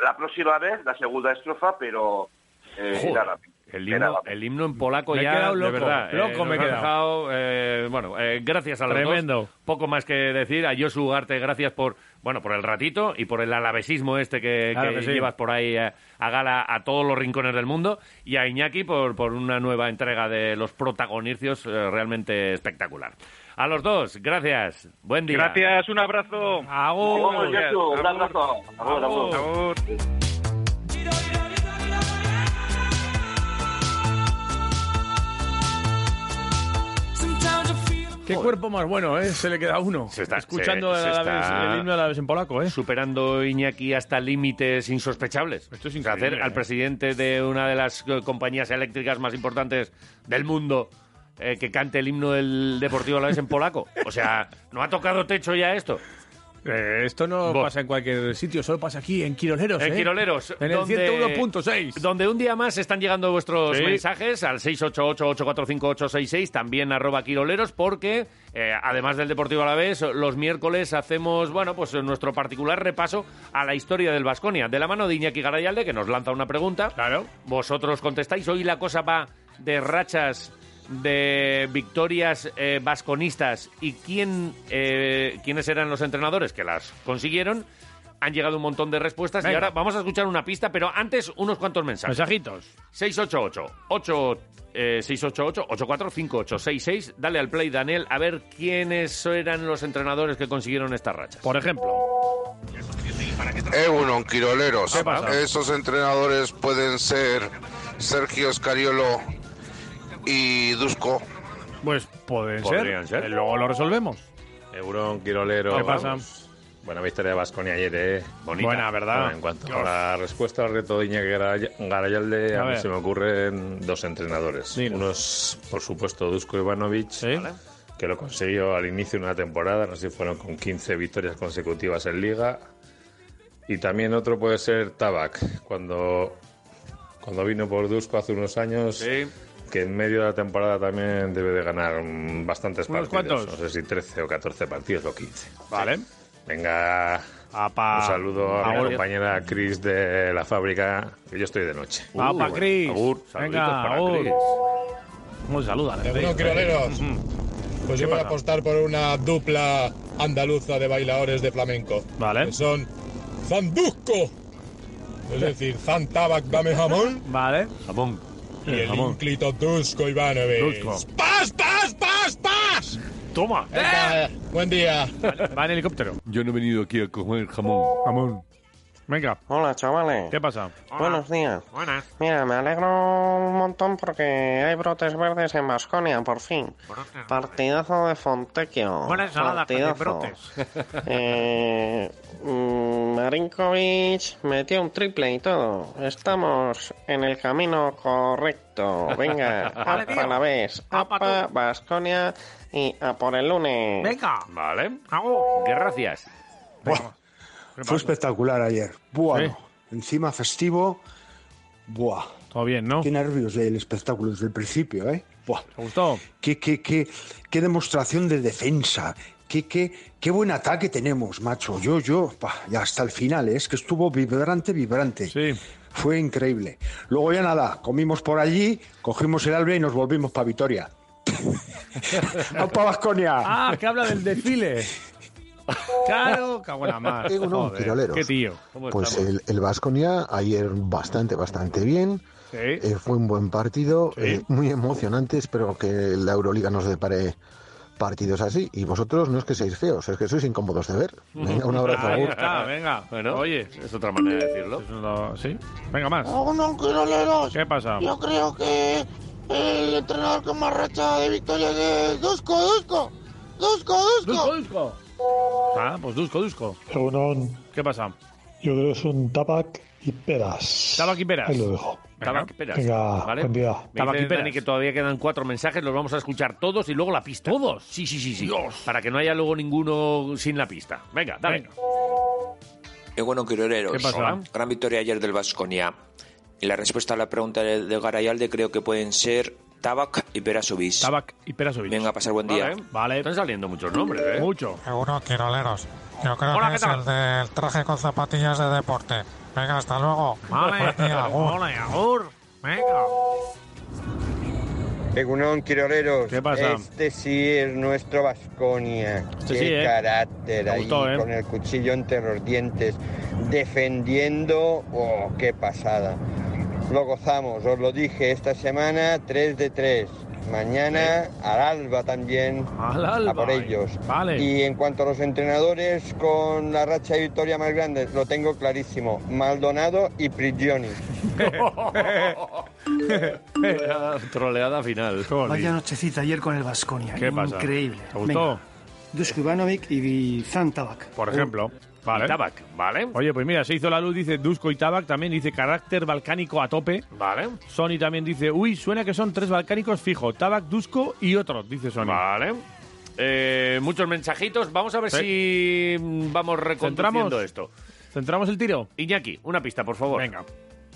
la próxima vez, la segunda estrofa, pero... eh, Joder, nada, El que nada. himno, el himno en polaco Me he ya, quedado loco, de verdad. loco me he nos ha quedado. dejado, eh, bueno, eh, gracias a los Tremendo. dos. Poco más que decir. A Josu Ugarte, gracias por, bueno, por el ratito y por el alavesismo este que, Claro que que sí. llevas por ahí eh, a gala a todos los rincones del mundo. Y a Iñaki por, por una nueva entrega de los protagonicios eh, realmente espectacular. A los dos, gracias. Buen día. Gracias, un abrazo. Agur. Vamos, Josu, un abrazo. Agur, agur. Qué cuerpo más bueno, ¿eh? Se le queda uno. Se está escuchando se- a la se vez está- el himno a la vez en polaco, ¿eh? Superando Iñaki hasta límites insospechables. Esto es Hacer increíble, al ¿eh? presidente de una de las eh, compañías eléctricas más importantes del mundo eh, que cante el himno del Deportivo a la vez en polaco. O sea, ¿no ha tocado techo ya esto? Eh, esto no pasa en cualquier sitio, solo pasa aquí, en Quiroleros. En ¿eh? Quiroleros. En el donde- 101.6. Donde un día más están llegando vuestros Sí. mensajes al 688-845-866, también arroba Quiroleros, porque eh, además del Deportivo a la vez, los miércoles hacemos, bueno, pues nuestro particular repaso a la historia del Vasconia. De la mano de Iñaki Garayalde, que nos lanza una pregunta. Claro. Vosotros contestáis. Hoy la cosa va de rachas de victorias eh, vasconistas y quién, eh, quiénes eran los entrenadores que las consiguieron. Han llegado un montón de respuestas y Venga. ahora vamos a escuchar una pista, pero antes unos cuantos mensajes. Mensajitos. 688 8 eh, 688 845866. Dale al play, Daniel, a ver quiénes eran los entrenadores que consiguieron estas rachas. Por ejemplo. Euron, Quiroleros. ¿Qué pasa? Esos entrenadores pueden ser Sergio Escariolo y Dusko. Pues pueden Podrían ser. Eh, ser. Luego lo resolvemos. Eurón, Quirolero. ¿Qué pasa? vamos. Buena victoria de Vasconia ayer, ¿eh? Bonita. Buena, ¿verdad? Bueno, en cuanto a Dios. la respuesta al reto de Iñaki Garay- Garayalde, A a, mí ver. se me ocurren dos entrenadores. Uno es, por supuesto, Dusko Ivanovic, que lo consiguió al inicio de una temporada, no sé si fueron con 15 victorias consecutivas en Liga. Y también otro puede ser Tabak, cuando, cuando vino por Dusko hace unos años. Que en medio de la temporada también debe de ganar mm, bastantes ¿Unos partidos. cuantos? No sé si 13 o 14 partidos o 15. Vale. Venga. Un saludo a Agur. mi compañera Chris de la fábrica, que yo estoy de noche. ¡Apa, Cris! Venga, agur. Un saludo. Seguro, Quiroleros. Pues yo voy a apostar por una dupla andaluza de bailadores de flamenco. Vale. Que son Zandusco, es decir, Zantabac Dame Jamón. Vale. Jamón. Y el Jamón. Inclito Dusko Ivanovic. Dusko. ¡Pas, pas, pas, pas! Toma. Buen día. Va en helicóptero. Yo no he venido aquí a comer jamón. Jamón. Venga. Hola, chavales. ¿Qué pasa? Buenos días. Buenas. Mira, me alegro un montón porque hay brotes verdes en Basconia, por fin. Partidazo de Fontecchio. Buena ensalada, con Partidazo. brotes. Eh, mm, Marinkovic metió un triple y todo. Estamos en el camino correcto. Venga, Vale, apa tío. la vez, Apa tú. apa Basconia y a por el lunes. Venga. Vale. Gracias. Fue espectacular ayer. Bueno, encima festivo. Buah. Todo bien, ¿no? Qué nervios del espectáculo desde el principio, ¿eh? Buah. ¿Te gustó? Qué, qué, qué, qué demostración de defensa. Qué, qué, qué buen ataque tenemos, macho. Yo, yo, pa, ya hasta el final, ¿eh? es que estuvo vibrante, vibrante. Sí. Fue increíble. Luego ya nada, comimos por allí, cogimos el alba y nos volvimos para Vitoria. ¡Opa, Vasconia! Ah, que habla del desfile. Claro, cago en la mar. Qué gonón, Joder, piroleros. Qué tío. Pues el, el Vasconia ayer bastante, bastante bien. Sí. Eh, fue un buen partido, eh, muy emocionante. Espero que la Euroliga nos depare partidos así. Y vosotros no es que seáis feos, es que sois incómodos de ver. Venga, un abrazo. Ahí agur. está, venga. Oye, es otra manera de decirlo. Sí. Venga, más. No, no, eh, Quiroleros. ¿Qué pasa? Yo creo que el entrenador con más racha de victorias es Dusko, Dusko. Dusko, Dusko. Ah, pues Dusko, Dusko. ¿Qué pasa? Yo creo que son tabac y peras. Tabac y peras. Ahí lo dejo. Tabaquiperas. Venga, ¿vale? buen día. Me dice Dani que todavía quedan cuatro mensajes, los vamos a escuchar todos y luego la pista. ¿Todos? Sí, sí, sí, sí. Para que no haya luego ninguno sin la pista. Venga, dale. Egunon Quiroleros. ¿Qué pasa? Gran victoria ayer del Vasconia. Y la respuesta a la pregunta de, de Garayalde creo que pueden ser Tabac y Perasovic. Tabac y Perasovic. Venga, a pasar buen día. Vale, Están saliendo muchos nombres, ¿eh? Mucho. Seguro, quiroleros. Yo creo Hola, que ¿qué es tal? el del traje con zapatillas de deporte. Venga, hasta luego. eh, Buen día, agur. Venga. Egunon Quiroleros. ¿Qué pasa? Este sí es nuestro Vasconia. Este Qué sí, ¿eh? carácter Me ahí, gustó, ¿eh? con el cuchillo entre los dientes, defendiendo. ¡Oh, qué pasada! Lo gozamos, os lo dije esta semana, 3 de 3. Mañana al alba también, Al alba, a por ellos. vale. Y en cuanto a los entrenadores, con la racha de victoria más grande, lo tengo clarísimo, Maldonado y Prigioni. Vaya Eh, Troleada final. Vaya nochecita ayer con el Vasconia. ¿Qué pasa? Increíble. ¿Te gustó? Venga, Dusko Ivanovic y Oh, Zantabak. Por ejemplo. Vale. Tabac, Uh. ¿vale? Oye, pues mira, se hizo la luz, dice Dusko y Tabac, también dice carácter balcánico a tope. Vale. Sony también dice, uy, suena que son tres balcánicos fijo, Tabac, Dusko y otro, dice Sony. Vale. Eh, muchos mensajitos. Vamos a ver si mm, vamos reconduciendo ¿Centramos? esto. ¿Centramos el tiro? Iñaki, una pista, por favor. Venga.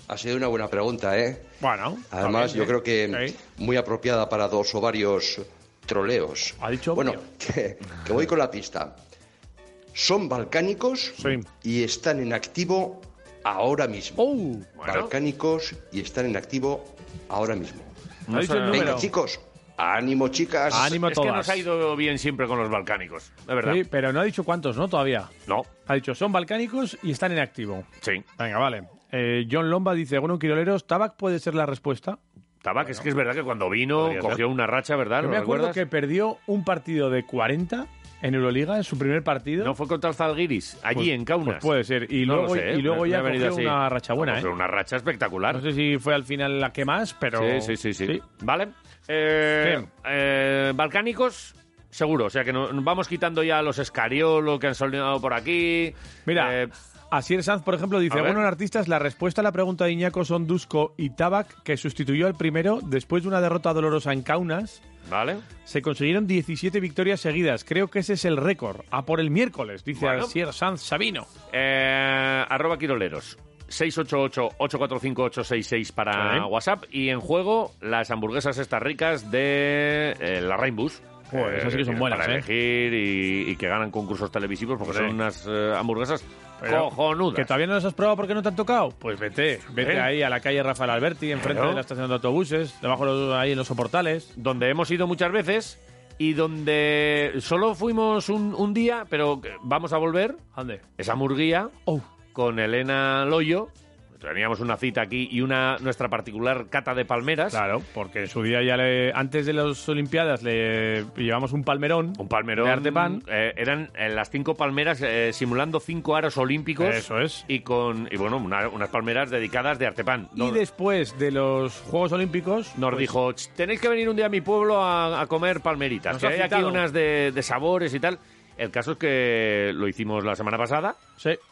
Ha sido una buena pregunta, ¿eh? Bueno. Además, también, ¿eh? yo sí. creo que muy apropiada para dos o varios troleos. Ha dicho Bueno, que, que voy con la pista. Son balcánicos y están en activo ahora mismo. Oh, Balcánicos y están en activo ahora mismo. No Ha dicho sé. el Venga, número. chicos. Ánimo, chicas. es que nos ha ido bien siempre con los balcánicos, de verdad. Sí, pero no ha dicho cuántos, ¿no? Todavía. No. Ha dicho, son balcánicos y están en activo. Sí. Venga, vale. Eh, John Lomba dice, bueno, Quiroleros, Tabac puede ser la respuesta. Tabac, es que es verdad que cuando vino Podría cogió ser. una racha, ¿verdad? Yo ¿Lo me acuerdo recuerdas? que perdió un partido de 40 en Euroliga, en su primer partido. No fue contra el Zalgiris, allí Pues- en Kaunas. pues puede ser. Y No luego- lo sé, y ¿eh? luego Me- ya me ha venido cogió así. una racha buena, No, ¿eh? pero Una racha espectacular. No sé si fue al final la que más, pero... Sí, sí, sí, sí. Vale. Eh, eh, balcánicos, seguro. O sea que no- nos vamos quitando ya los escariolo que han soldado por aquí. Eh, Mira, Asier Sanz, por ejemplo, dice, a ver. bueno, artistas, la respuesta a la pregunta de Iñaco son Dusko y Tabac, que sustituyó al primero después de una derrota dolorosa en Kaunas. Vale. Se consiguieron 17 victorias seguidas. Creo que ese es el récord. A por el miércoles, dice Bueno. Asier Sanz Sabino. Eh, arroba Quiroleros. 688-845-866 para Sí. WhatsApp. Y en juego, las hamburguesas estas ricas de eh, la Rainbus. Joder, esas sí que son tienes buenas, Para ¿eh? elegir y, y que ganan concursos televisivos porque Hombre. son unas eh, hamburguesas Pero, cojonudas. ¿Que todavía no las has probado porque no te han tocado? Pues vete, vete ¿Eh? ahí a la calle Rafael Alberti, enfrente Claro. de la estación de autobuses, debajo de los- ahí en los soportales. donde hemos ido muchas veces y donde solo fuimos un, un día, pero que- vamos a volver. ¿Dónde? Oh. Esa murguía con Elena Loyo. Teníamos una cita aquí y una nuestra particular cata de palmeras. Claro, porque en su día ya le- antes de las Olimpiadas le llevamos un palmerón. Un palmerón. De Artepan. eh, eran eh, las cinco palmeras eh, simulando cinco aros olímpicos. Eso es. Y con y bueno, una- unas palmeras dedicadas de Artepan. Y después de los Juegos Olímpicos Nos pues, dijo, "Ch, tenéis que venir un día a mi pueblo a, a comer palmeritas, Nos que ha hay aquí citado. unas de, de sabores y tal. El caso es que lo hicimos la semana pasada.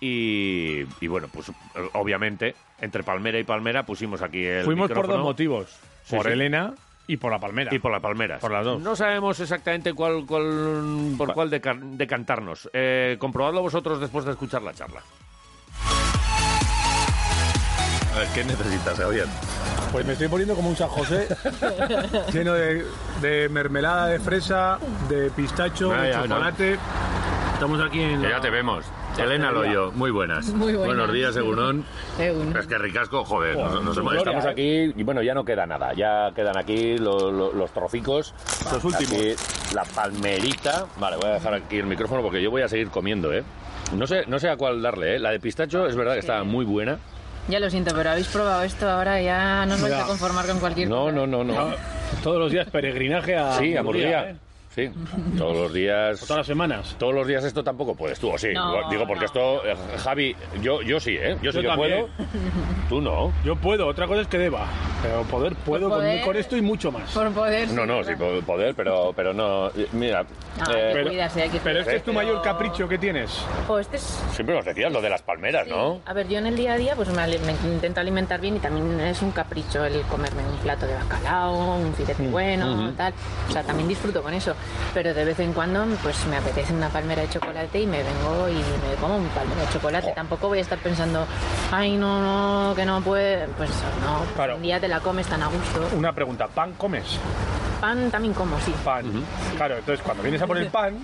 Y, y bueno, pues eh, obviamente, entre palmera y palmera pusimos aquí el fuimos por dos micrófono. motivos. Sí, por sí. Elena y por la palmera. Y por la palmera. Por las dos. No sabemos exactamente cuál, cuál, por cuál deca- decantarnos. Eh, comprobadlo vosotros después de escuchar la charla. A ver, ¿qué necesitas, Javier? Pues me estoy poniendo como un San José, lleno de, de mermelada de fresa, de pistacho, Ah, de ya, ¿no? chocolate. Estamos aquí en... Que la- ya te vemos. Elena Loyo, muy buenas. Muy buenas. Buenos días, Segurón. Es que ricasco, joder, Joder, nos- nos su hemos- gloria, estamos ¿eh? aquí y bueno, ya no queda nada. Ya quedan aquí lo- lo- los troficos. Los últimos. Aquí la palmerita. Vale, voy a dejar aquí el micrófono porque yo voy a seguir comiendo, ¿eh? No sé, no sé a cuál darle, ¿eh? La de pistacho es verdad que está muy buena. Ya lo siento, pero habéis probado esto ahora, ya no os vais Ya. a conformar con cualquier No, cosa. no, no, no. Todos los días peregrinaje a... Sí, a Murcia, Murcia. Sí, todos los días. Todas las semanas. Todos los días esto tampoco puedes tú, ¿o sí. No, Digo, digo, porque esto, eh, Javi, yo, yo sí, ¿eh? Yo sí que también. puedo. Tú no. Yo puedo, otra cosa es que deba. Pero poder puedo con- Pues poder- con, esto y mucho más. Por poder. No, no, sí, po- poder, pero, pero no. eh, Mira. Ah, hay eh, que cuidarse, hay que pero este es tu mayor capricho que tienes. O este es Siempre nos decías lo de las palmeras, ¿no? A ver, yo en el día a día pues me, ale- me intento alimentar bien y también es un capricho el comerme un plato de bacalao, un filete Mm, bueno, ujú. tal. O sea, también disfruto con eso. Pero de vez en cuando pues me apetece una palmera de chocolate y me vengo y me como un palmera de chocolate. Tampoco voy a estar pensando, ay, no, no, que no puede. Pues eso, no, un día te la comes tan a gusto. Una pregunta, ¿pan comes? Pan también como, sí. Pan. Claro, entonces cuando vienes a por el pan.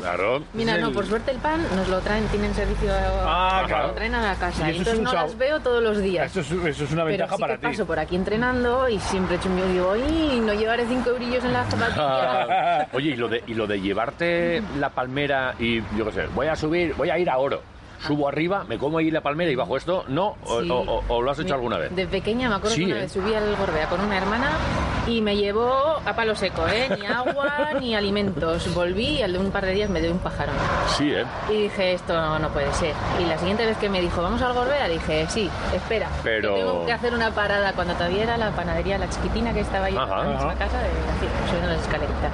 Claro. Mira, no, por suerte el pan nos lo traen, tienen servicio, Ah, nos claro. lo traen a la casa. Y Y eso entonces es un no sab- las veo todos los días. Eso es, eso es una Pero ventaja sí para que ti. paso por aquí entrenando y siempre he hecho un vídeo y digo, "Ay, no llevaré cinco brillos en la zapatilla. Ah. Oye, y lo, de, y lo de llevarte la palmera y yo qué sé, voy a subir, voy a ir a oro. Subo arriba, me como ahí la palmera y bajo esto, ¿no? ¿O, Sí. o- o- o lo has hecho Me- alguna vez? De pequeña me acuerdo Sí, que una ¿eh? vez subí al Gorbea con una hermana y me llevó a palo seco, ¿eh? Ni agua ni alimentos. Volví y al de un par de días me dio un pajarón. Sí, ¿eh? Y dije, esto no, no puede ser. Y la siguiente vez que me dijo, vamos al Gorbea, dije, sí, espera. Pero- que Tengo que hacer una parada cuando todavía era la panadería, la chiquitina que estaba ahí en Ajá, la misma ajá. casa, de, así, subiendo las escaleritas.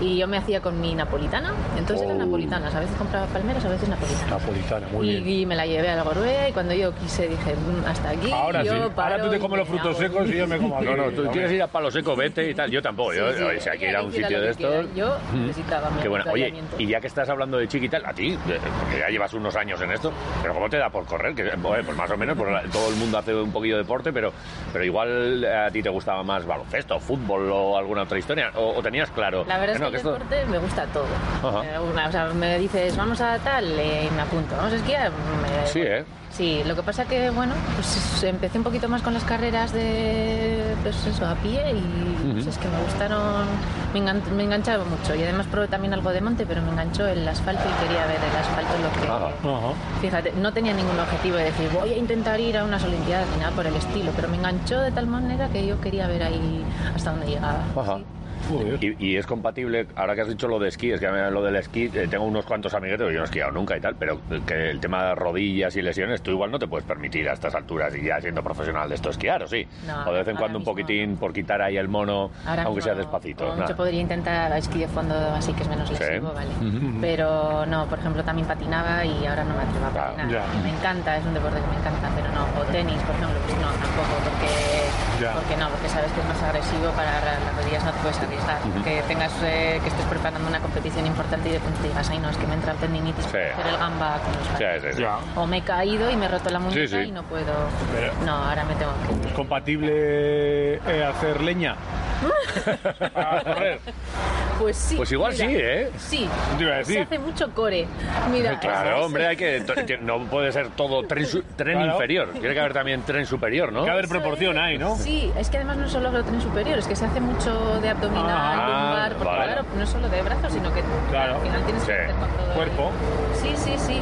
Y yo me hacía con mi napolitana, entonces eran napolitanas. A veces compraba palmeras, a veces napolitanas. Napolitana, muy bien. Y, y me la llevé al Gorbea y cuando yo quise dije, "Mm, hasta aquí. Ahora yo sí. paro Ahora tú te y comes los me frutos hago". secos y yo me como aquí. No, no, tú Hombre. quieres ir a palo seco, vete y tal. Yo tampoco. Yo, Sí, sí. oye, si hay que ir a un Quiera sitio lo de que quiera. estos. Yo necesitaba mi Qué bueno. Oye, avituallamiento. y ya que estás hablando de chiqui y tal, a ti, eh, que ya llevas unos años en esto, pero ¿cómo te da por correr? Que, bueno, pues más o menos, pues, la- todo el mundo hace un poquillo de deporte, pero, pero igual a ti te gustaba más baloncesto, fútbol o alguna otra historia, o, o tenías claro. La verdad que no, es que que el esto- deporte me gusta todo. Ajá. Eh, una- o sea, me dices, vamos a tal, eh, y me apunto. Vamos a esquiar. me- Sí, ¿eh? Sí, lo que pasa que, bueno, pues empecé un poquito más con las carreras de, pues eso, a pie y pues, Ujú. es que me gustaron, me, engan- me enganchaba mucho y además probé también algo de monte, pero me enganchó el asfalto y quería ver el asfalto lo Ah. que... 아. Fíjate, no tenía ningún objetivo de decir voy a intentar ir a unas olimpiadas ni nada por el estilo, pero me enganchó de tal manera que yo quería ver ahí hasta dónde llegaba. Ajá. Y, y es compatible, ahora que has dicho lo de esquí, es que a mí lo del esquí, eh, tengo unos cuantos amiguetes, yo no he esquiado nunca y tal, pero que el tema de rodillas y lesiones, tú igual no te puedes permitir a estas alturas y ya siendo profesional de esto esquiar, ¿o sí? No, o de vez en ahora cuando un poquitín por quitar ahí el mono, Ahora aunque mismo sea no. despacito. Como nada. mucho podría intentar esquí de fondo, así que es menos Sí. lesivo, vale. Ujú. Pero no, por ejemplo, también patinaba y ahora no me atrevo a patinar. ya. Me encanta, es un deporte que me encanta, pero no. O tenis, por ejemplo, pues no, tampoco, porque, Ya. porque no, porque sabes que es más agresivo para las rodillas, no te puedes arriesgar. Ujú. Que tengas, eh, que estés preparando una competición importante y de pronto digas, ay no, es que me entra tendinitis por hacer el gamba con los Sí, sí, sí. O me he caído y me he roto la muñeca sí. y no puedo. Pero- No, ahora me tengo que... ¿Es compatible eh, hacer leña? Pues sí. Pues igual sí, ¿eh? Sí. Te iba a decir. Se hace mucho core. Mira. Claro, sí. hombre, hay que, to- que no puede ser todo tren, su- tren Claro. inferior, tiene que haber también tren superior, ¿no? Tiene que haber proporción ahí, ¿no? Sí, es que además no solo lo tren superior, es que se hace mucho de abdominal, Ah, lumbar, porque vale. claro, no solo de brazos, sino que al final tienes que hacer con todo. Cuerpo. Sí, sí, sí.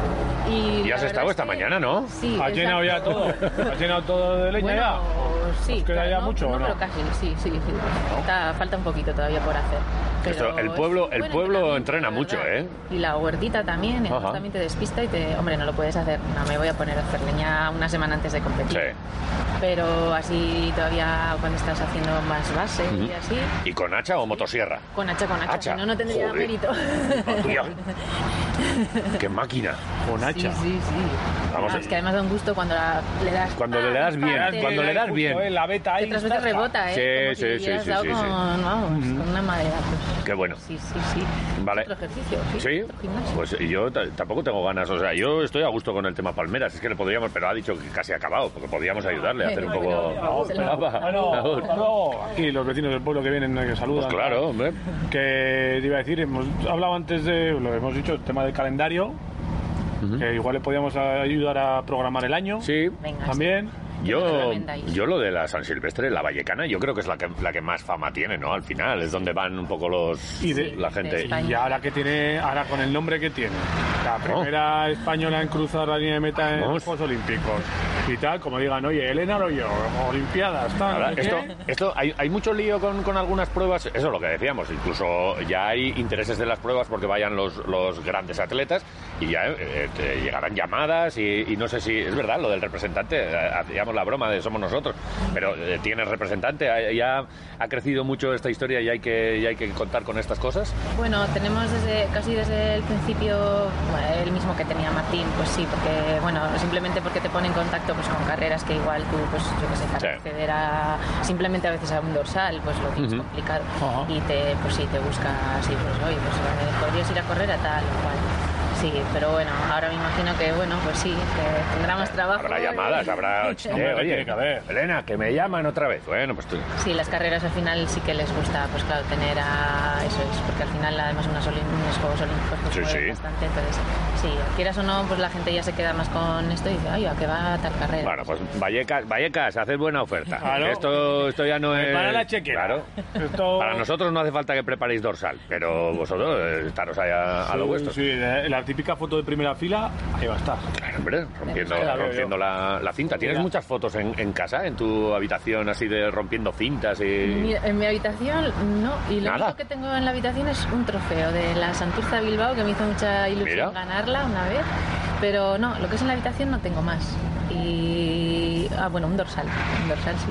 Y Y la has verdad estado es esta que- mañana, ¿no? Sí, ¿Has llenado ya exacto. todo? ¿Has llenado todo de leña Bueno, ya? sí. queda claro, ya no, mucho, no, ¿o no? pero casi, sí, sí, sí. Está- falta un poquito todavía por hacer. Esto, Pero el es pueblo, el buen pueblo entrena mucho, ¿eh? Y la huertita también, entonces Ajá. también te despista y te... Hombre, no lo puedes hacer. No, me voy a poner a hacer leña una semana antes de competir. Pero así todavía cuando estás haciendo más base y Ujú. así... ¿Y con hacha o motosierra? Con hacha, con hacha. Hacha. Si no, no tendría Joder. mérito. Dios. ¡Qué máquina! Con hacha. Sí, sí. Vamos, No, es que además da un gusto cuando la- le das... Cuando le das bien, cuando le Ah, das bien. La beta Que otras veces rebota, ¿eh? Sí, sí, Como si sí, hubieras sí, dado sí, sí. con, vamos, con una madera. Qué bueno. Sí, sí, sí. Vale. Otro ejercicio. Sí, pues yo ta- tampoco tengo ganas, o sea, yo estoy a gusto con el tema palmeras, es que le podríamos, pero ha dicho que casi ha acabado, porque Ah, podríamos ayudarle a hacer un poco... Ah, no, no, aquí los vecinos del pueblo que vienen eh, que saludan. Pues claro, hombre. Que te iba a decir, hemos hablado antes de, lo hemos dicho, el tema del calendario, que igual le podíamos ayudar a programar el año. Sí. También. Yo, yo lo de la San Silvestre, la Vallecana, yo creo que es la que, la que más fama tiene, ¿no? Al final es donde van un poco los Y de- la gente. Y ahora que tiene, ahora con el nombre que tiene, Oh. la primera española en cruzar la línea de meta en los Juegos Olímpicos y tal, como digan, oye, Elena Loyo, Olimpiadas, tal. Ahora, no sé esto, qué. esto hay, hay mucho lío con, con algunas pruebas, eso es lo que decíamos, incluso ya hay intereses de las pruebas porque vayan los, los grandes atletas y ya eh, te llegarán llamadas y, y no sé si es verdad lo del representante, eh, hacía hacemos la broma de somos nosotros, pero eh, tienes representante, ¿Ha- ya ha crecido mucho esta historia y hay que, y hay que contar con estas cosas. Bueno, tenemos desde, casi desde el principio bueno, el mismo que tenía Martín, pues sí, porque, bueno, simplemente porque te pone en contacto pues, con carreras que igual tú, pues yo qué sé, para Sí. acceder a, simplemente a veces a un dorsal, pues lo tienes Ujú. complicado y te, pues sí, te buscas y pues, oye, pues eh, podrías ir a correr a tal o cual. Sí, pero bueno, ahora me imagino que, bueno, pues sí, que tendrá más trabajo. Habrá y- llamadas, habrá... "Che, Hombre, que oye, tiene que Elena, que me llaman otra vez. Bueno, pues tú... Sí, las carreras al final sí que les gusta, pues claro, tener a eso es, porque al final además unos, olí- unos Juegos Olímpicos pues, Sí, mueven sí. bastante, entonces sí, quieras o no, pues la gente ya se queda más con esto y dice, ay, ¿a qué va tal carrera? Bueno, pues Vallecas, Vallecas, haces buena oferta. Claro. Esto, esto ya no es... Prepara la chequera. Claro. Para nosotros no hace falta que preparéis dorsal, pero vosotros eh, estaros allá a lo Sí, vuestro. Sí, la, la típica foto de primera fila, ahí va a estar. Claro, hombre, rompiendo, Claro, yo. rompiendo la, la cinta. ¿Tienes Mira. muchas fotos en, en casa, en tu habitación, así de rompiendo cintas y...? Mira, en mi habitación no, y lo Nada. único que tengo en la habitación es un trofeo de la Santurza Bilbao que me hizo mucha ilusión Mira. ganarla una vez, pero no, lo que es en la habitación no tengo más. Y ah, bueno, un dorsal, un dorsal sí.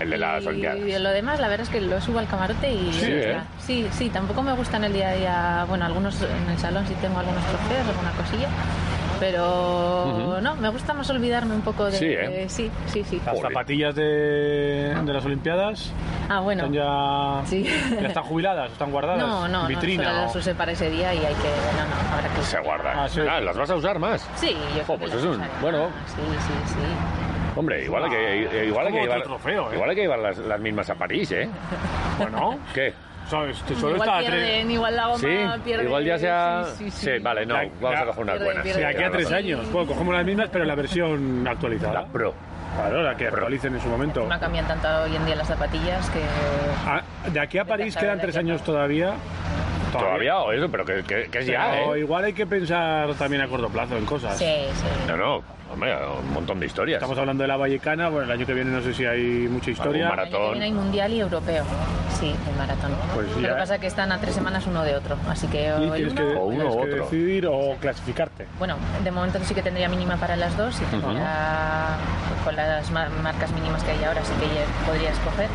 El de las Olimpiadas. Y lo demás, la verdad es que lo subo al camarote y... Sí, ya ¿eh? está. sí, sí, tampoco me gustan el día a día... Bueno, algunos en el salón sí tengo algunos trofeos, alguna cosilla, pero Ujú. no, me gusta más olvidarme un poco de... Sí, ¿eh? de- sí, sí, sí. Las zapatillas de, de las Olimpiadas Ah, bueno. están ya, Sí. ya están jubiladas, están guardadas. No, no, vitrina. no, solo o- las usé para ese día y hay que... No, no, habrá que... Se guardan. Ah, sí. Ah, ¿las vas a usar más? Sí, yo Jo, creo pues que es las un- usaré. bueno. Sí, sí, sí. Hombre, igual hay que, igual hay que Ah, como otro llevar, trofeo, ¿eh? igual hay que llevar las, las mismas a París, ¿eh? Bueno. ¿Qué? ¿Sabes? Te suelo Igual estar a tres- pierden, igual la goma Sí, pierde. igual ya sea... Sí, sí, sí. vale, no, Ya- vamos ya- a coger unas Pierde, buenas. pierde. Sí, aquí a Tienes tres razón. años. Bueno, cogemos las mismas, pero la versión actualizada. La Pro. Claro, la que actualicen en su momento. No cambian tanto hoy en día las zapatillas que... Ah, de aquí a París quedan tres años todavía. Todavía o eso, pero que, que- que es ya, Pero ¿eh? igual hay que pensar también a corto plazo en Ah, cosas. Sí, sí. No, no, hombre, un montón de historias. Estamos hablando de la Vallecana, bueno, el año que viene no sé si hay mucha historia. Algún maratón. También hay mundial y europeo. Sí, el maratón. Pues Lo ya- que pasa es que están a tres semanas uno de otro, así que Y hoy tienes que, uno... tienes que decidir o clasificarte. Bueno, de momento sí que tendría mínima para las dos y Ujú. ya con las ma- marcas mínimas que hay ahora sí que ya podría escoger.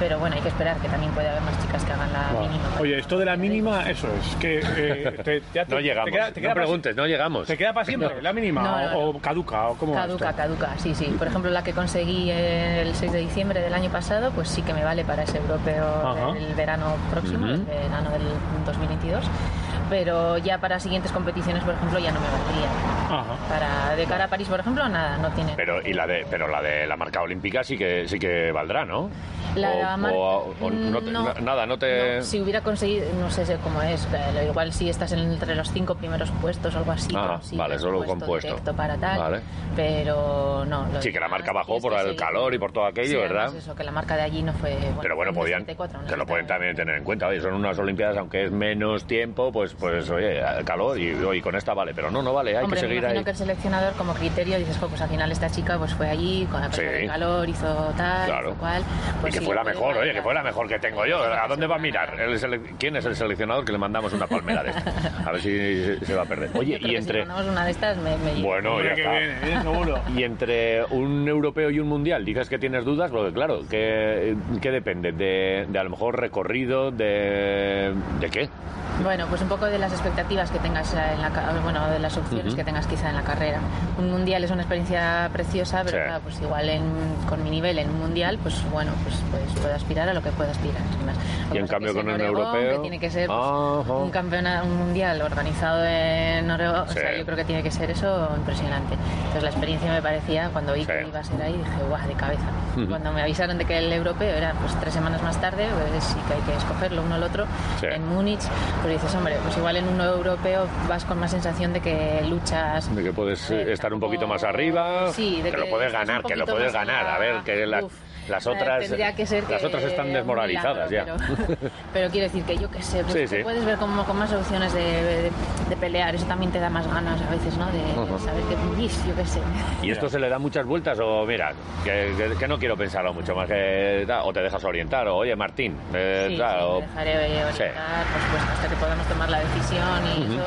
Pero bueno, hay que esperar que también puede haber más chicas que hagan la Va. mínima. Oye, esto de la mínima, eso es, que eh, te, ya te- No llegamos. te queda- te queda no para- preguntes, no llegamos. ¿Te queda para siempre la mínima No, no, o, o caduca o cómo va Caduca, esto? caduca, sí, sí. Por ejemplo, la que conseguí el 6 de diciembre del año pasado, pues sí que me vale para ese europeo Ajá. del verano próximo, Ujú. el verano del 2022. Pero ya para siguientes competiciones, por ejemplo, ya no me valdría. Para de cara a París, por ejemplo, nada, no tiene. Pero y la de pero la de la marca olímpica sí que sí que valdrá, ¿no? La o, de la marca, o- o no te- no. na- nada, no te Si hubiera conseguido, no sé si- cómo es, eh, igual si estás entre los cinco primeros puestos o algo así. Ah, pero sí, vale, solo puesto compuesto. directo para tal. Vale. Pero no. lo Sí que la demás marca bajó es por que el sí. calor y por todo Sí, aquello, además ¿verdad? Eso, que la marca de allí no fue. Pero bueno, un podían 64, un que lo pueden 60. también tener en cuenta, oye, son unas olimpiadas aunque es menos tiempo, pues pues oye, el calor y, oye, con esta vale, pero no no vale, hay Hombre, que me seguir imagino ahí. que el seleccionador como criterio dices, "Jo, pues al final esta chica pues fue allí con la presión Sí. de calor, hizo tal, Claro. hizo cual. Y Pues que sí, fue la lo puede mejor, oye, que valorar. fue la mejor que tengo yo. ¿A dónde va a mirar? El sele- ¿Quién es el seleccionador que le mandamos una palmera de esta? A ver si se va a perder. Oye, Yo creo y que si entre ganamos una de estas me, me llevo. Bueno, ya está. ¿eh? Y entre un europeo y un mundial, dices que tienes dudas, porque claro, ¿qué, qué depende? De, de a lo mejor recorrido, de... ¿De qué? Bueno, pues un poco de las expectativas que tengas eh, en la ca- bueno, de las opciones Ujú. que tengas quizá en la carrera. Un mundial es una experiencia preciosa, pero Sí. claro, pues igual en, con mi nivel en un mundial, pues bueno, pues, pues puedo aspirar a lo que pueda aspirar. sin más. Lo Y que en pasa cambio es que con en un Oregón, europeo... que tiene que ser pues, Ajá. un campeonato un mundial organizado en Oregón, Sí. o sea, yo creo que tiene que ser eso impresionante. Entonces la experiencia me parecía cuando vi que iba a ser ahí, dije, guau, de cabeza. Ujú. Cuando me avisaron de que el europeo era pues tres semanas más tarde, pues sí que hay que escogerlo uno al otro Sí. en Múnich, pues dices, hombre, pues igual en uno europeo vas con más sensación de que luchas. De que puedes eh, estar un poquito más arriba, Sí, de que, lo que puedes estás un ganar, que lo poquito puedes más ganar. arriba. A ver, que las, Uf. las Eh, otras... Tendría que que ser que... Las otras están desmoralizadas milagro, ya. Pero, pero quiero decir que yo qué sé, pues Sí, te sí. puedes ver como con más opciones de, de- de pelear, eso también te da más ganas a veces, ¿no? De Ujú. Eh, saber qué pullis, yo qué sé. ¿Y esto se le da muchas vueltas o mira, que, que- que no quiero pensarlo mucho más que da, o te dejas orientar o oye Martín, eh, Sí, tal, sí, o- me dejaré orientar, Sí. pues, pues, hasta que podamos tomar la decisión y Ujú. eso...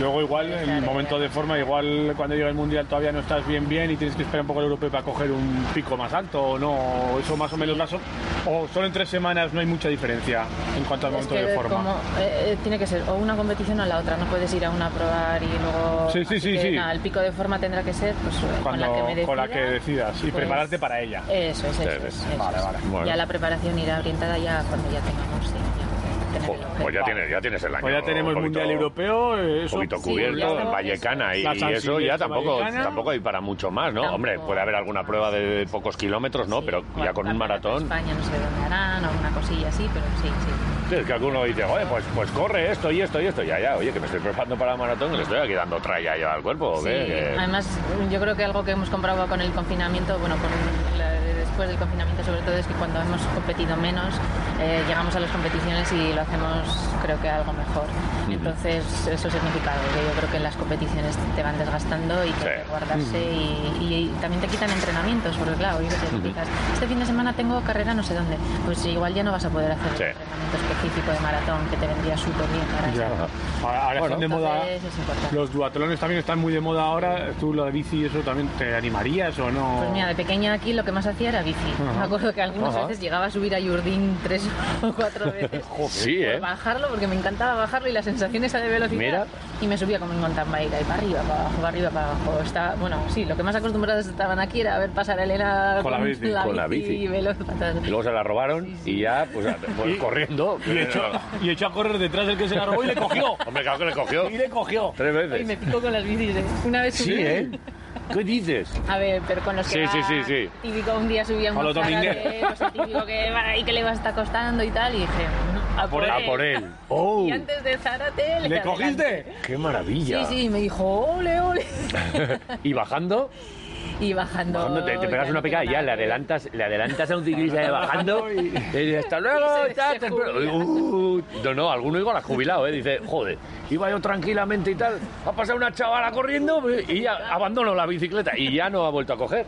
Luego igual en el momento de forma, igual cuando llega el mundial todavía no estás bien bien y tienes que esperar un poco el europeo para coger un pico más alto o no, eso más o menos las o- o solo en tres semanas no hay mucha diferencia en cuanto al Es momento que de ver forma. cómo- eh, eh, tiene que ser o una competición o la otra, no puedes ir a una a probar y luego... Sí, sí, así sí, que, sí. nada, el pico de forma tendrá que ser pues, eh, con la Cuando- que me decida. con la que decidas y pues, prepararte para ella. Eso es, eso es, eso Vale, es. vale. Ya la preparación irá orientada ya cuando ya tengamos... sí, ya tener el pues ya tienes, ya tienes el año. Pues ya tenemos un poquito- Mundial Europeo, eh, Un eso poquito sí, cubierto ya en Vallecana y, La San y eso ya Silvestre tampoco Vallecana. tampoco hay para mucho más, ¿no? Hombre, puede haber alguna prueba de pocos kilómetros, ¿no? Pero ya con un maratón. España no sé dónde harán o una cosilla así, pero sí, sí. Sí, es que alguno dice, oye, pues, pues corre esto y esto y esto. Ya, ya, oye, que me estoy preparando para el maratón y le estoy aquí dando tralla yo al cuerpo. ¿o qué? Sí, Que- Además, yo creo que algo que hemos comprobado con el confinamiento, bueno, con la- después del confinamiento sobre todo, es que cuando hemos competido menos, eh, llegamos a las competiciones y lo hacemos, creo que algo mejor. Ujú. Entonces, eso significa algo, que yo creo que las competiciones te van desgastando y que hay que guardarse y, y- y también te quitan entrenamientos, porque claro, yo qué sé, Ujú. digas, este fin de semana tengo carrera no sé dónde, pues igual ya no vas a poder hacer Sí. el entrenamiento específico de maratón que te vendría súper bien para Ya. esto. Ahora ahora están de moda. Entonces, es importante. Los duatlones también están muy de moda ahora. ¿Tú la bici eso también te animarías o no? Pues mira, de pequeña aquí lo que más hacía era bici. Ajá. Me acuerdo que algunas Ajá. veces llegaba a subir a Jordín tres o cuatro veces. Sí, por ¿eh? bajarlo, porque me encantaba bajarlo y la sensación esa de velocidad. Mira. Y me subía como en mountain bike, ahí para arriba, para abajo, para arriba, para abajo. Estaba, bueno, sí, lo que más acostumbrados estaban aquí era ver pasar a Elena Con la bici. Con la bici. y veloz para atrás. Y luego se la robaron y ya, pues, a- pues, corriendo. Y echó, y echó a correr detrás del que se la robó y le cogió. Hombre, claro que le cogió. Y le cogió. Tres Y me veces. pico con las bicis, ¿eh? Una vez Sí, subí- ¿eh? ¿Qué dices? A ver, pero con los que Sí, sí, va- sí, sí. Típico, un día subía un Con los domingueros. o sea, típico que va y que le va a estar costando y tal, y dije, "No, a por, él". A por él. ¡Oh! Y antes de Zárate le, adelanté. ¡Qué maravilla! Sí, sí, me dijo, ole, ole. ¿Y bajando? Y bajando. Bajando, te, te pegas ya una no tengo picada y ya nada. ¿eh? le adelantas, le adelantas a un ciclista de bajando y, y hasta luego. y tal, te espero. Uh, no, no, alguno igual ha jubilado, ¿eh? dice, joder, iba yo tranquilamente y tal, ha pasado una chavala corriendo y ya abandono la bicicleta y ya no ha vuelto a coger.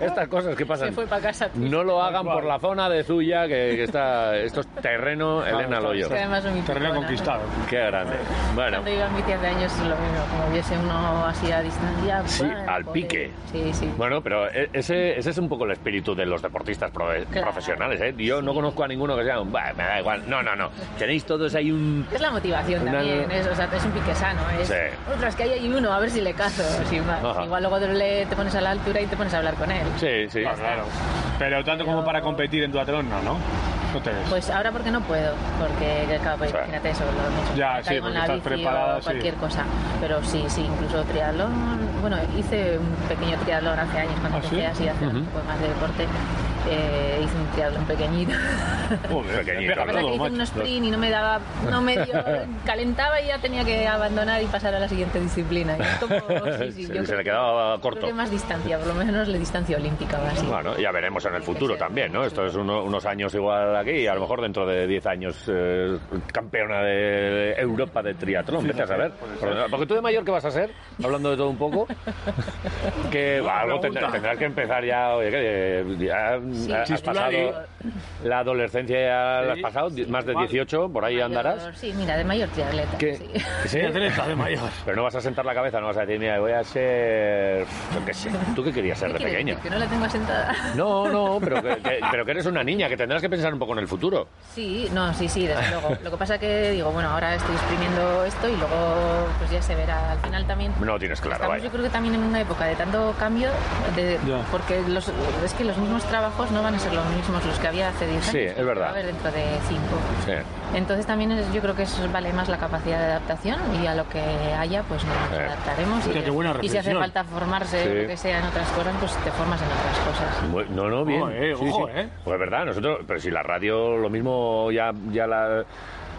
Estas cosas que Se pasan. fue para casa. No lo hagan por la zona de Zuya, que, que está, esto es terreno, Elena está- Loyo. Que además son mi Terreno conquistado. Qué grande. Bueno, Cuando iba a mi 10 de años, lo mismo, como viese uno así a distancia. pues, Sí, ¡buah! al pique. Sí, sí. Bueno, pero e- ese, ese es un poco el espíritu de los deportistas profe- Claro. profesionales, ¿eh? Yo no conozco a ninguno que sea un... "Bah, me da igual. No, no, no. Tenéis todos ahí un... Es la motivación Una- también, es, o sea, es un pique sano. Es, Sí. Ostras, que ahí hay uno, a ver si le caso. sin más. Ajá. Igual luego le- te pones a la altura y te pones a hablar con él. Sí, sí. Ah, Claro. Pero tanto como para competir en duatlón, no, ¿no? No te ves. Pues ahora porque no puedo, porque claro, pues, imagínate eso, lo mucho Ya, que me sí, caigo en porque la estás bici preparada, o sí. cualquier cosa. Pero sí, sí, incluso triatlón. Bueno, hice un pequeño triatlón hace años cuando ¿Ah, empecé sí? así a hacer un Ujú. poco más de deporte. Eh, hice un triatlón pequeñito. Pequeñito, Lo que pasa es que hice un sprint y no me daba, no me dio, calentaba y ya tenía que abandonar y pasar a la siguiente disciplina. Y es como, sí, sí, yo se, se creo le quedaba creo corto. que más distancia, por lo menos la distancia olímpica ahora sí. Bueno, ya veremos en el futuro también, ¿no? Esto es uno- unos años igual aquí y a lo mejor dentro de 10 años eh, campeona de Europa de triatlón. Vete a saber. Porque, porque tú de mayor, ¿qué vas a ser? Hablando de todo un poco. que va, algo tendrás, tendrás que empezar ya, oye, que eh, ya Sí, has sí, pasado la adolescencia, ya la has Sí, pasado, di- más de igual. 18, por ahí andarás. Mayor, eh, Sí, mira, de mayor triatleta. ¿Qué? sí. ¿Sí? de mayor. Pero no vas a sentar la cabeza, no vas a decir, mira, voy a ser... Yo qué sé, ¿tú qué querías ser de Quiere pequeña? decir Que no la tengo asentada. No, no, pero que, que- pero que eres una niña, que tendrás que pensar un poco en el futuro. Sí, no, sí, sí, desde luego. Lo que pasa que digo, bueno, ahora estoy exprimiendo esto y luego pues ya se verá. Al final también No lo tienes claro, estamos, vaya. yo creo que también en una época de tanto cambio, de- Ya. porque los, es que los mismos trabajos no van a ser los mismos los que había hace 10 años. Sí, es verdad. Va a haber dentro de 5. Sí. Entonces también es- yo creo que eso vale más la capacidad de adaptación y a lo que haya pues nos Sí. adaptaremos. Hostia, y, qué buena y si hace reflexión. falta formarse, Eh. Sí. lo que sea, en otras cosas, pues te formas en otras cosas. Bu- No, no, bien. Ojo, eh, ojo, eh. Pues verdad, nosotros, pero si la radio lo mismo ya, ya la,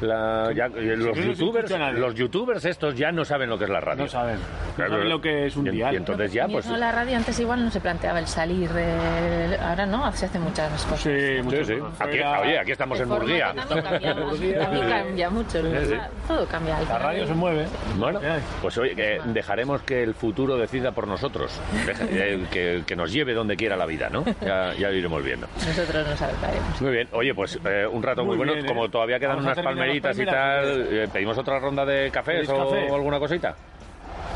La- ya- los, no se youtubers, escucha nadie. los youtubers estos ya no saben lo que es la radio. No saben. saben lo que es un y, y dial. entonces ya, Y pues... eso la radio antes igual no se planteaba el salir, eh, ahora no, se hace muchas cosas. Sí, sí. Aquí- oye, aquí estamos en Murguía. Todo cambia mucho, Sí, sí. ¿verdad? todo cambia. al final. mueve. ¿eh? Bueno, pues oye, que dejaremos que el futuro decida por nosotros. Deja- eh, que, que nos lleve donde quiera la vida, ¿no? Ya, ya lo iremos viendo. Nosotros nos adaptaremos. Muy bien, oye, pues eh, un rato muy, Muy bueno. bien, ¿eh? Como todavía quedan Vamos a unas terminar las palmeritas y palmeras, tal, eh, ¿pedimos otra ronda de cafés ¿Queréis o café? alguna cosita?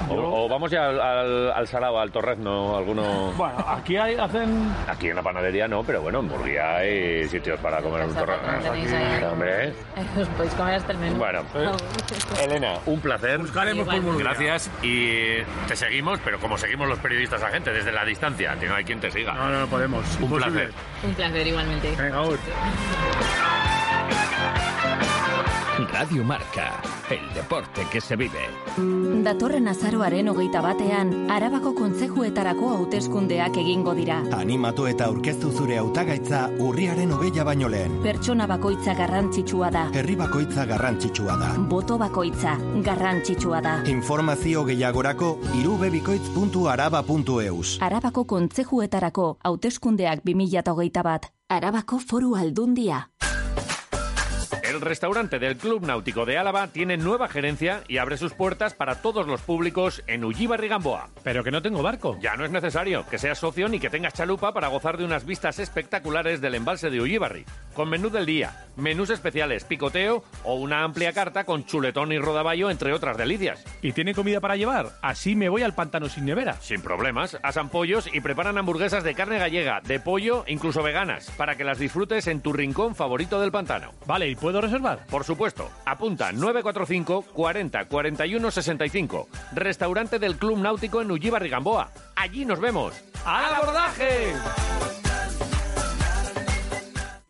O, o vamos ya al, al, al Salao, al Torrezno, alguno... Bueno, aquí hay, hacen. Aquí en la panadería no, pero bueno, en Murguía hay sitios para comer un torrezno. tenéis ahí. Hombre, ¿eh? Os podéis comer hasta el menú. Bueno. Elena, un placer. Gracias y te seguimos, pero como seguimos los periodistas a gente, desde la distancia, que no hay quien te siga. No, no, no podemos. Un Imposible. placer. Un placer igualmente. Venga, Aur. Radio Marca, el deporte que se vive. Datorren azaroaren hogeita batean, Arabako kontzejuetarako hauteskundeak egingo dira. Animatu eta aurkeztu zure hautagaitza urriaren hogeia baino lehen. Pertsona bakoitza garrantzitsua da. Herri bakoitza garrantzitsua da. Boto bakoitza garrantzitsua da. Informazio gehiagorako irubebikoitz.araba.eus. Arabako kontzejuetarako hauteskundeak 2021 bat. Arabako foru aldundia. El restaurante del Club Náutico de Álava tiene nueva gerencia y abre sus puertas para todos los públicos en Ullíbar y Gamboa. Pero que no tengo barco. Ya no es necesario que seas socio ni que tengas chalupa para gozar de unas vistas espectaculares del embalse de Ullíbarri, con menú del día, menús especiales, picoteo o una amplia carta con chuletón y rodaballo, entre otras delicias. ¿Y tiene comida para llevar? Así me voy al pantano sin nevera. Sin problemas, asan pollos y preparan hamburguesas de carne gallega, de pollo, incluso veganas, para que las disfrutes en tu rincón favorito del pantano. Vale, ¿y puedo reservar? Por supuesto, apunta 945 40 41 65, restaurante del Club Náutico en Ullíbar y Gamboa. Allí nos vemos. ¡Al abordaje!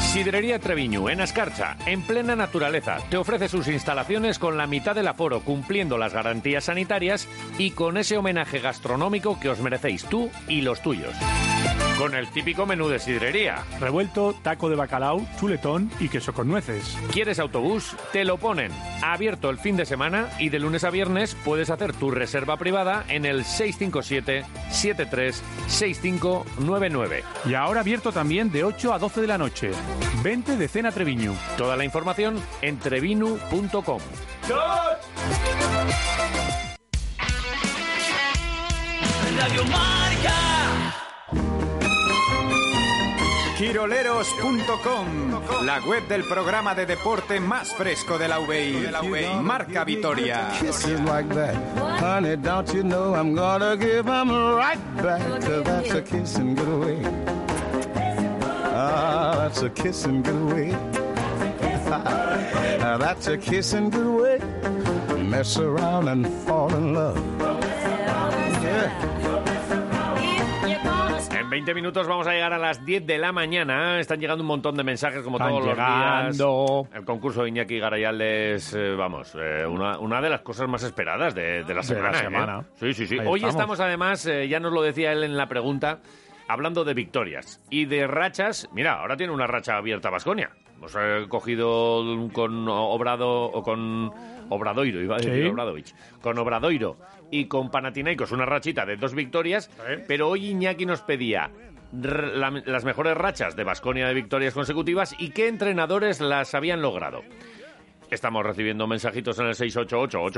Sidrería Treviñu, en Ascarcha, en plena naturaleza, te ofrece sus instalaciones con la mitad del aforo, cumpliendo las garantías sanitarias y con ese homenaje gastronómico que os merecéis tú y los tuyos. Con el típico menú de sidrería. Revuelto, taco de bacalao, chuletón y queso con nueces. ¿Quieres autobús? Te lo ponen. Abierto el fin de semana y de lunes a viernes puedes hacer tu reserva privada en el 657-736599. Y ahora abierto también de 8 a 12 de la noche. 20 de cena Treviño. Toda la información en trevinu.com. Radio Marca. Quiroleros.com, la web del programa de deporte más fresco de la UBI. Marca Vitoria. Kisses like that. Honey, don't you know I'm gonna give 'em right back. 'Cause that's a kiss and get away. Ah, that's a kiss and get away. Ah, that's a kiss and get away. Mess around and fall in love. En 20 minutos vamos a llegar a las 10 de la mañana. Están llegando un montón de mensajes como Están todos los llegando. días. El concurso de Iñaki Garayal es, eh, vamos, eh, una, una de las cosas más esperadas de, de la De semana. la ¿eh? semana. Sí, sí, sí. Ahí Hoy estamos. estamos además, eh, ya nos lo decía él en la pregunta, hablando de victorias y de rachas. Mira, ahora tiene una racha abierta Vasconia. Hemos eh, cogido con Obrado o con Obradoiro, iba a decir Sí. Obradovic, con Obradoiro y con Panathinaikos una rachita de dos victorias, pero hoy Iñaki nos pedía r- la- las mejores rachas de Vasconia de victorias consecutivas y qué entrenadores las habían logrado. Estamos recibiendo mensajitos en el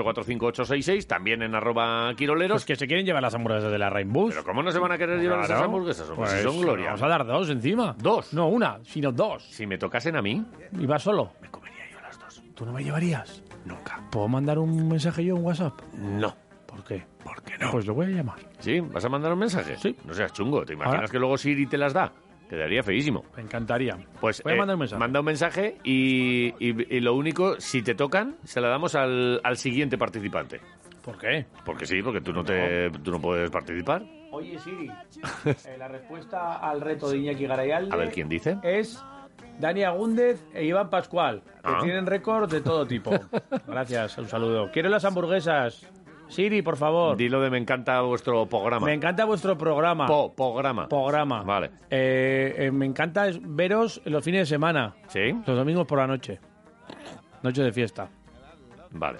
688-845-866, también en arroba quiroleros. Pues que se quieren llevar las hamburguesas de la Rainbow. Pero ¿cómo no se van a querer llevar esas hamburguesas? hombre? Si son gloria. Pues Vamos a dar dos encima. Dos. No una, sino dos. Si me tocasen a mí. Iba solo. Me comería yo las dos. ¿Tú no me llevarías? Nunca. ¿Puedo mandar un mensaje yo en WhatsApp? No. ¿Por qué? ¿Por qué no? Pues lo voy a llamar. ¿Sí? ¿Vas a mandar un mensaje? Sí. No seas chungo, ¿te imaginas Ahora- que luego Siri te las da? Quedaría feísimo. Me encantaría. Pues Voy a mandar un mensaje. Manda un mensaje y, y- y lo único, si te tocan, se la damos al, al siguiente participante. ¿Por qué? Porque sí, porque tú no, te, tú no puedes participar. Oye, Siri, eh, la respuesta al reto de Iñaki Garayalde A ver quién dice. es Dani Agúndez e Iván Pascual, que Ah. tienen récord de todo tipo. Gracias, un saludo. Quiero las hamburguesas. Siri, por favor. Dilo de me encanta vuestro programa. Me encanta vuestro programa. Po- programa. Programa. Vale. Eh, eh, me encanta es- veros los fines de semana. Sí. Los domingos por la noche. Noche de fiesta. Vale.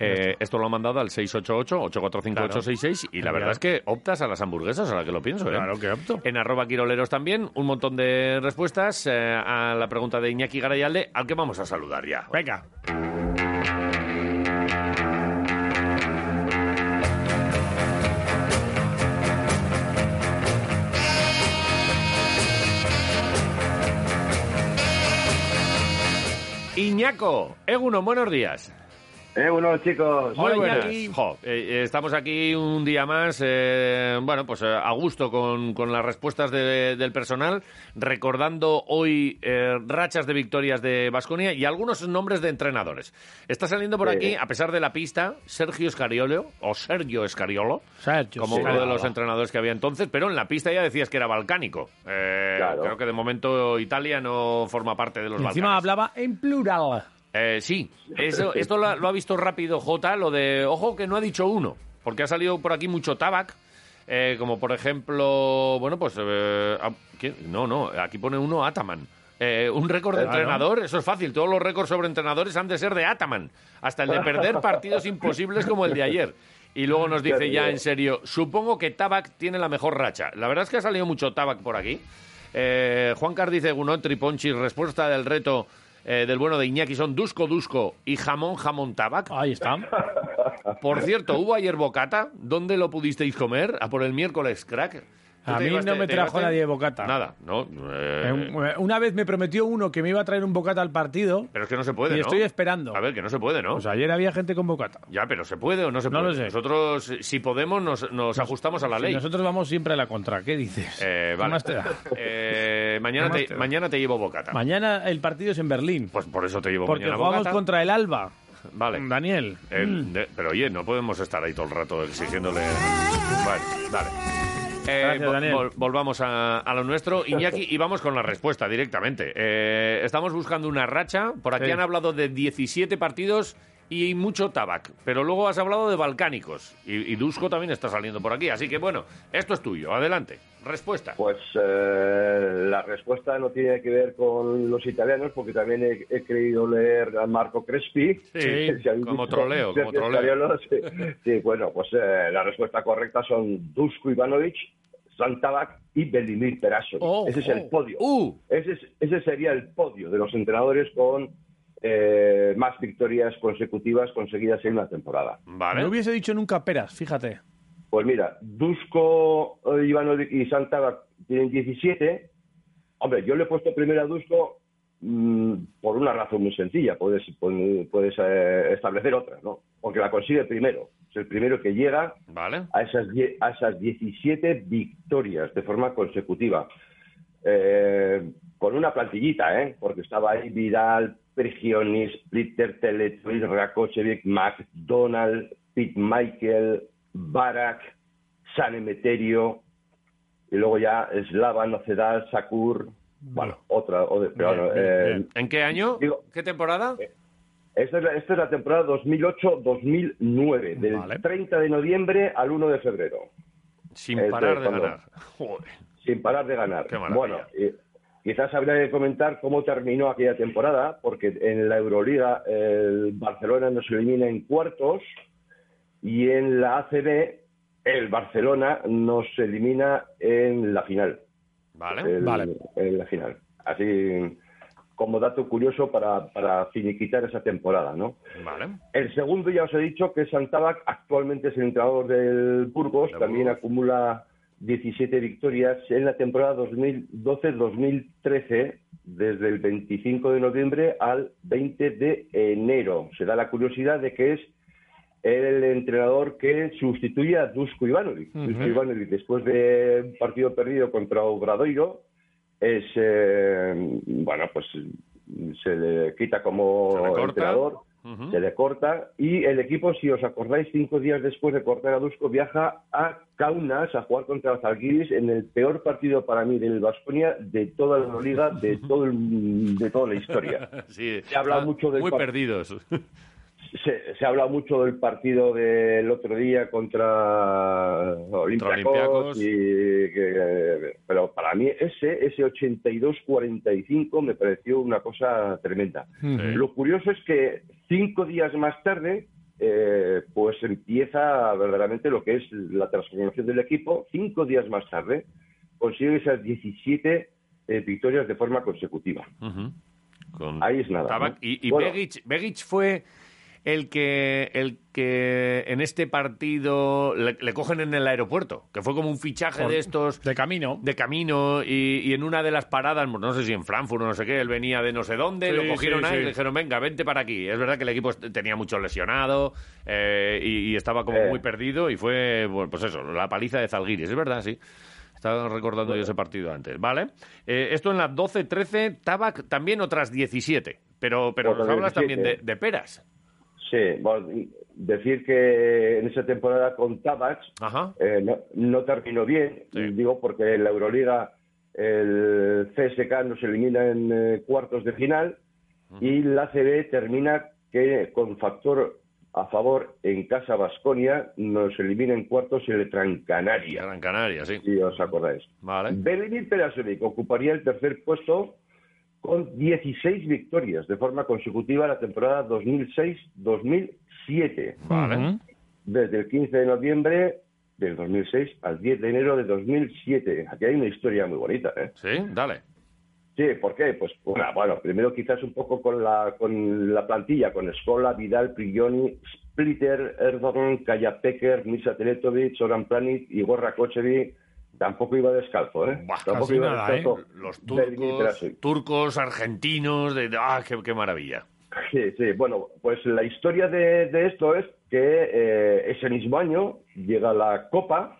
Eh, esto lo han mandado al 688-845-866 y la verdad es que optas a las hamburguesas, ahora que lo pienso. ¿eh? Claro que opto. En arroba quiroleros también, un montón de respuestas eh, a la pregunta de Iñaki Garayalde, al que vamos a saludar ya. Venga. Iñaco, Eguno, buenos días. Eh, Eguno, chicos. Muy Hola, buenas. Iñaki. Jo, eh, eh, estamos aquí un día más, eh, bueno, pues eh, a gusto con, con las respuestas de- del personal, recordando hoy eh, rachas de victorias de Vasconia y algunos nombres de entrenadores. Está saliendo por Sí. aquí, a pesar de la pista, Sergio Escariolo, o Sergio Escariolo, Sergio como uno Escariolo. de los entrenadores que había entonces, pero en la pista ya decías que era balcánico. Eh, Creo que de momento Italia no forma parte de los Y encima Balcanes. hablaba en plural. Eh, sí, eso, esto lo, ha- lo ha visto rápido J, lo de, ojo que no ha dicho uno, porque ha salido por aquí mucho tabac, eh, como por ejemplo, bueno, pues, eh, ah, ¿qué? no, no, aquí pone uno Ataman. Eh, un récord de Ah, ¿no? entrenador, eso es fácil, todos los récords sobre entrenadores han de ser de Ataman, hasta el de perder partidos imposibles como el de ayer. Y luego nos dice ya en serio, supongo que Tabac tiene la mejor racha. La verdad es que ha salido mucho Tabac por aquí. Eh, Juan Car dice Gunot Triponchi, respuesta del reto eh, del bueno de Iñaki son Dusco Dusco y Jamón Jamón Tabac. Ahí está. Por cierto, hubo ayer bocata. ¿Dónde lo pudisteis comer? A por el miércoles, crack. ¿Tú A te mí llevaste- no me te trajo llevaste? nadie bocata. Nada, no. eh, Eh, un- Una vez me prometió uno que me iba a traer un bocata al partido. pero es que no se puede, y ¿no? estoy esperando. A ver, que no se puede, ¿no? Pues ayer había gente con bocata. ya, pero ¿se puede o no se No puede? lo sé. Nosotros, si podemos, nos, nos ajustamos a la Si ley. nosotros vamos siempre a la contra. ¿Qué dices? Eh, vale. más te da? Eh, mañana, ¿Qué más te, te da? mañana te llevo bocata. Mañana el partido es en Berlín. Ah. Pues por eso te llevo porque mañana jugamos bocata. contra el Alba. Vale. Daniel. Eh, Mm. de- pero oye, no podemos estar ahí todo el rato exigiéndole. Vale, dale. Eh, Gracias, vol- Daniel. vol- volvamos a, a lo nuestro, Iñaki, y vamos con la respuesta directamente. Eh, estamos buscando una racha. Por aquí Sí. han hablado de 17 partidos y mucho tabac. Pero luego has hablado de balcánicos. Y, y Dusko también está saliendo por aquí. Así que bueno, esto es tuyo. Adelante. Respuesta. Pues eh, la respuesta no tiene que ver con los italianos, porque también he, he creído leer a Marco Crespi. Sí, Si habéis como visto troleo, como Sergio troleo. Scariolo, sí. Sí, bueno, pues eh, la respuesta correcta son Dusko Ivanovic, Santabak y Belimir Perasovic. Oh, ese es el podio. uh. Ese, es- ese sería el podio de los entrenadores con eh, más victorias consecutivas conseguidas en una temporada. Vale. No hubiese dicho nunca peras, fíjate. Pues mira, Dusko, eh, Ivanovic y Santaba tienen 17. Hombre, yo le he puesto primero a Dusko mm, por una razón muy sencilla. Puedes, pon- puedes eh, establecer otra, ¿no? Porque la consigue primero. Es el primero que llega a, esas die- a esas 17 victorias de forma consecutiva. Eh, con una plantillita, ¿eh? Porque estaba ahí Vidal, Prigionis, Splitter, Teletuit, Rakocevic, McDonald, Pete Michael, Barak, San Emeterio, y luego ya Slava, Nocedal, Sakur, bueno, otra, o de- pero bueno, eh, ¿En qué año? ¿Qué temporada? Esta es la, esta es la temporada 2008-2009, del 30 de noviembre al 1 de febrero. Sin Este, parar de cuando- ganar. Joder. sin parar de ganar. bueno, eh, quizás habría que comentar cómo terminó aquella temporada, porque en la Euroliga el Barcelona nos elimina en cuartos y en la ACB el Barcelona nos elimina en la final. Vale. En la final. Así como dato curioso para, para finiquitar esa temporada, ¿no? Vale. El segundo ya os he dicho que es Santabac, actualmente es el entrenador del Burgos, también acumula 17 victorias en la temporada 2012-2013, desde el 25 de noviembre al 20 de enero. Se da la curiosidad de que es el entrenador que sustituye a Dusko Ivanovic. Ujú. Dusko Ivanovic, después de un partido perdido contra Obradoiro, es, eh, bueno, pues se le quita como corta. entrenador se le corta y el equipo, si os acordáis, cinco días después de cortar a Dusko, viaja a Kaunas a jugar contra los Alguiris en el peor partido para mí del Vasconia de toda la liga, de, todo el- de toda la historia. Sí, Se ha hablado están mucho del muy par- perdidos. Se, se habla mucho del partido del otro día contra Olympiacos, Olympiacos. y que- pero para mí ese, ese 82-45 me pareció una cosa tremenda. Sí. Lo curioso es que cinco días más tarde, eh, pues empieza verdaderamente lo que es la transformación del equipo. Cinco días más tarde consigue esas 17 eh, victorias de forma consecutiva. Ahí es nada. Tabac- ¿no? Y, y Bueno, Begic, Begic fue el que, el que en este partido le, le cogen en el aeropuerto, que fue como un fichaje Por- de estos... De camino. De camino, y, y en una de las paradas, no sé si en Frankfurt o no sé qué, él venía de no sé dónde, Sí, lo cogieron sí, ahí y sí. le dijeron, venga, vente para aquí. Es verdad que el equipo est- tenía mucho lesionado eh, y, y estaba como Eh. muy perdido y fue, bueno, pues eso, la paliza de Zalguiris, es verdad, sí. Estaba recordando yo ese partido antes, ¿vale? Eh, esto en las 12-13, Tabac también otras 17, pero, pero Otras nos hablas 17. también de, de peras. Sí, bueno, y decir que en esa temporada con Tabac eh, no, no terminó bien, digo porque en la Euroliga el CSK nos elimina en eh, cuartos de final y la CB termina que con factor a favor en casa Vasconia nos elimina en cuartos el Gran Canaria. Gran Canaria, sí. Si os acordáis. Vale. Belenir Perasovic ocuparía el tercer puesto con 16 victorias de forma consecutiva la temporada 2006-2007. Vale. Desde el 15 de noviembre del 2006 al 10 de enero de 2007. Aquí hay una historia muy bonita, ¿eh? Sí, dale. Sí, ¿por qué? Pues bueno, bueno, primero quizás un poco con la, con la plantilla, con Escola, Vidal, Prigioni, Splitter, Erdogan, Kaya Peker, Misa Teletovic, Oran Planic, Igor Rakochevi. Tampoco iba descalzo, ¿eh? Tampoco Casi nada, ¿eh? Los Belenir turcos, Perasovic. turcos, argentinos, de, ah, qué, qué maravilla. Sí, sí. Bueno, pues la historia de, de esto es que eh, ese mismo año llega la Copa,